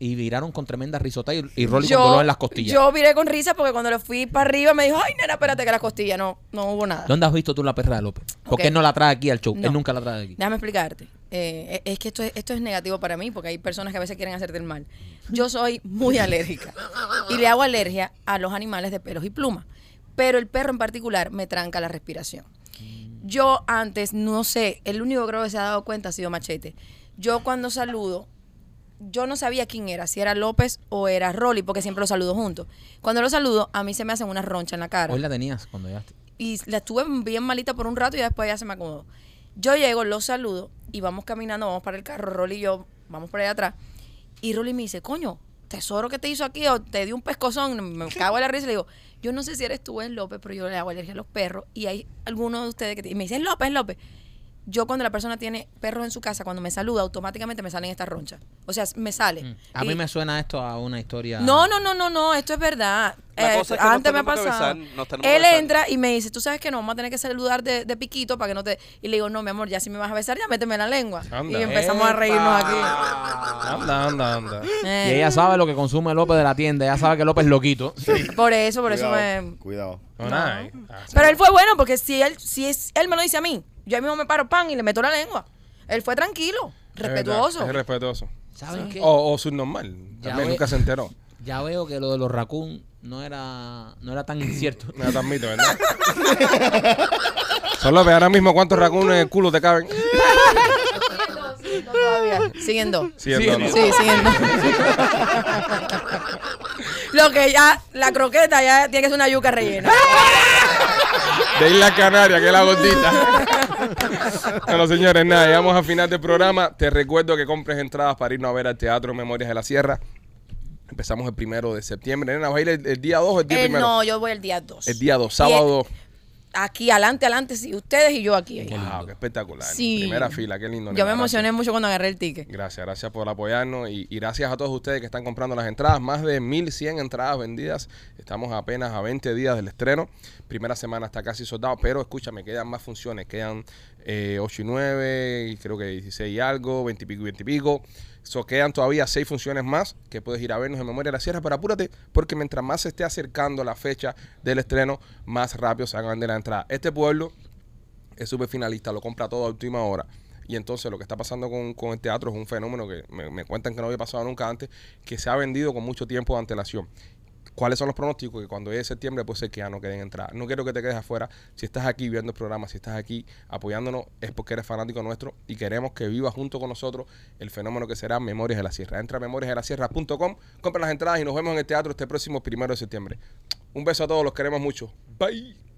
Speaker 2: y viraron con tremenda risota y, y Rolly
Speaker 6: yo,
Speaker 2: con dolor en las costillas.
Speaker 6: yo viré con risa porque cuando le fui para arriba me dijo, ay, nena, espérate que las costillas. No, no hubo nada.
Speaker 2: ¿Dónde has visto tú la perra de López? Porque
Speaker 6: Ok.
Speaker 2: él no la trae aquí al show.
Speaker 6: No.
Speaker 2: Él nunca la trae aquí.
Speaker 6: Déjame explicarte. Eh, es es que esto es, esto es negativo para mí porque hay personas que a veces quieren hacerte el mal. Yo soy muy alérgica y le hago alergia a los animales de pelos y plumas. Pero el perro en particular me tranca la respiración. Yo antes, no sé, el único creo que se ha dado cuenta ha sido Machete. Yo cuando saludo, yo no sabía quién era, si era López o era Rolly, porque siempre los saludo juntos. Cuando los saludo, a mí se me hacen una roncha en la cara
Speaker 2: Hoy la tenías cuando llegaste.
Speaker 6: y la estuve bien malita por un rato y después ya se me acomodó. Yo llego, lo saludo y vamos caminando, vamos para el carro, Rolly y yo, vamos por allá atrás. Y Rolly me dice, coño, tesoro que te hizo aquí o te dio un pescozón, me cago en la risa y le digo, yo no sé si eres tú, es López, pero yo le hago alergia a los perros y hay alguno de ustedes que te... Y me dice, "Es López, es López. Yo cuando la persona tiene perros en su casa, cuando me saluda, automáticamente me salen estas ronchas. O sea, me sale.
Speaker 2: Mm. A mí
Speaker 6: Y-
Speaker 2: me suena esto a una historia.
Speaker 6: no, no, no, no, no, esto es verdad.
Speaker 5: La
Speaker 6: Eh,
Speaker 5: cosa es que nos
Speaker 6: antes me ha
Speaker 5: tenemos que
Speaker 6: pasado.
Speaker 5: besar, nos tenemos que
Speaker 6: Él
Speaker 5: besar.
Speaker 6: entra y me dice, tú sabes que nos vamos a tener que saludar de, de piquito para que no te... Y le digo, no, mi amor, ya si me vas a besar, ya méteme la lengua.
Speaker 1: Anda.
Speaker 6: Y empezamos a reírnos aquí.
Speaker 1: Anda, anda, anda.
Speaker 2: Y
Speaker 6: Eh,
Speaker 2: ella sabe lo que consume López de la tienda. Ella sabe que López es loquito.
Speaker 6: Por eso, por eso
Speaker 4: Cuidado,
Speaker 6: me...
Speaker 4: Cuidado.
Speaker 1: No, nada, eh. Ah, sí.
Speaker 6: Pero él fue bueno porque si él si es, él me lo dice a mí, yo ahí mismo me paro pan y le meto la lengua. Él fue tranquilo,
Speaker 1: Es verdad,
Speaker 6: respetuoso.
Speaker 1: Es respetuoso.
Speaker 2: ¿Saben qué?
Speaker 1: O, o subnormal.
Speaker 2: Ya
Speaker 1: También
Speaker 2: ve.
Speaker 1: nunca se enteró.
Speaker 2: Oh. Ya veo que lo de los raccoon no era, no era tan incierto.
Speaker 1: Me lo admito, ¿verdad? Solo ve ahora mismo cuántos racunos en el culo te caben.
Speaker 6: Todavía. Siguiendo.
Speaker 1: Sí, es verdad.
Speaker 6: Sí, siguiendo. lo que ya, la croqueta ya tiene que ser una yuca rellena.
Speaker 1: De Isla Canaria, que es la gordita. bueno, señores, nada, llegamos al final del programa. Te recuerdo que compres entradas para irnos a ver al Teatro Memorias de la Sierra. Empezamos el primero de septiembre. Nena, ¿vas a ir el, el día 2 o el día
Speaker 6: Eh,
Speaker 1: primero?
Speaker 6: no, yo voy el día 2.
Speaker 1: El día 2, sábado.
Speaker 6: Aquí, adelante, adelante, sí, ustedes y yo aquí. ahí.
Speaker 1: Wow, qué espectacular.
Speaker 6: Sí.
Speaker 1: Primera fila, qué lindo. nena,
Speaker 6: Yo me
Speaker 1: gracias.
Speaker 6: emocioné mucho cuando agarré el ticket.
Speaker 1: Gracias, gracias por apoyarnos y, y gracias a todos ustedes que están comprando las entradas. Más de 1.100 entradas vendidas. Estamos apenas a 20 días del estreno. Primera semana está casi soldado, pero escúchame, quedan más funciones. Quedan eh, 8 y 9, y creo que 16 y algo, 20 y pico y 20 y pico. So, quedan todavía 6 funciones más que puedes ir a vernos en Memoria de la Sierra, pero apúrate porque mientras más se esté acercando la fecha del estreno, más rápido se hagan de la entrada. Este pueblo es súper finalista, lo compra todo a última hora. Y entonces lo que está pasando con, con el teatro es un fenómeno que me, me cuentan que no había pasado nunca antes, que se ha vendido con mucho tiempo de antelación. cuáles son los pronósticos que cuando llegue septiembre puede ser que ya no queden entradas. No quiero que te quedes afuera. Si estás aquí viendo el programa, si estás aquí apoyándonos, es porque eres fanático nuestro y queremos que vivas junto con nosotros el fenómeno que será Memorias de la Sierra. Entra a memoriasdelasierra.com, compra las entradas y nos vemos en el teatro este próximo primero de septiembre. Un beso a todos, los queremos mucho. Bye.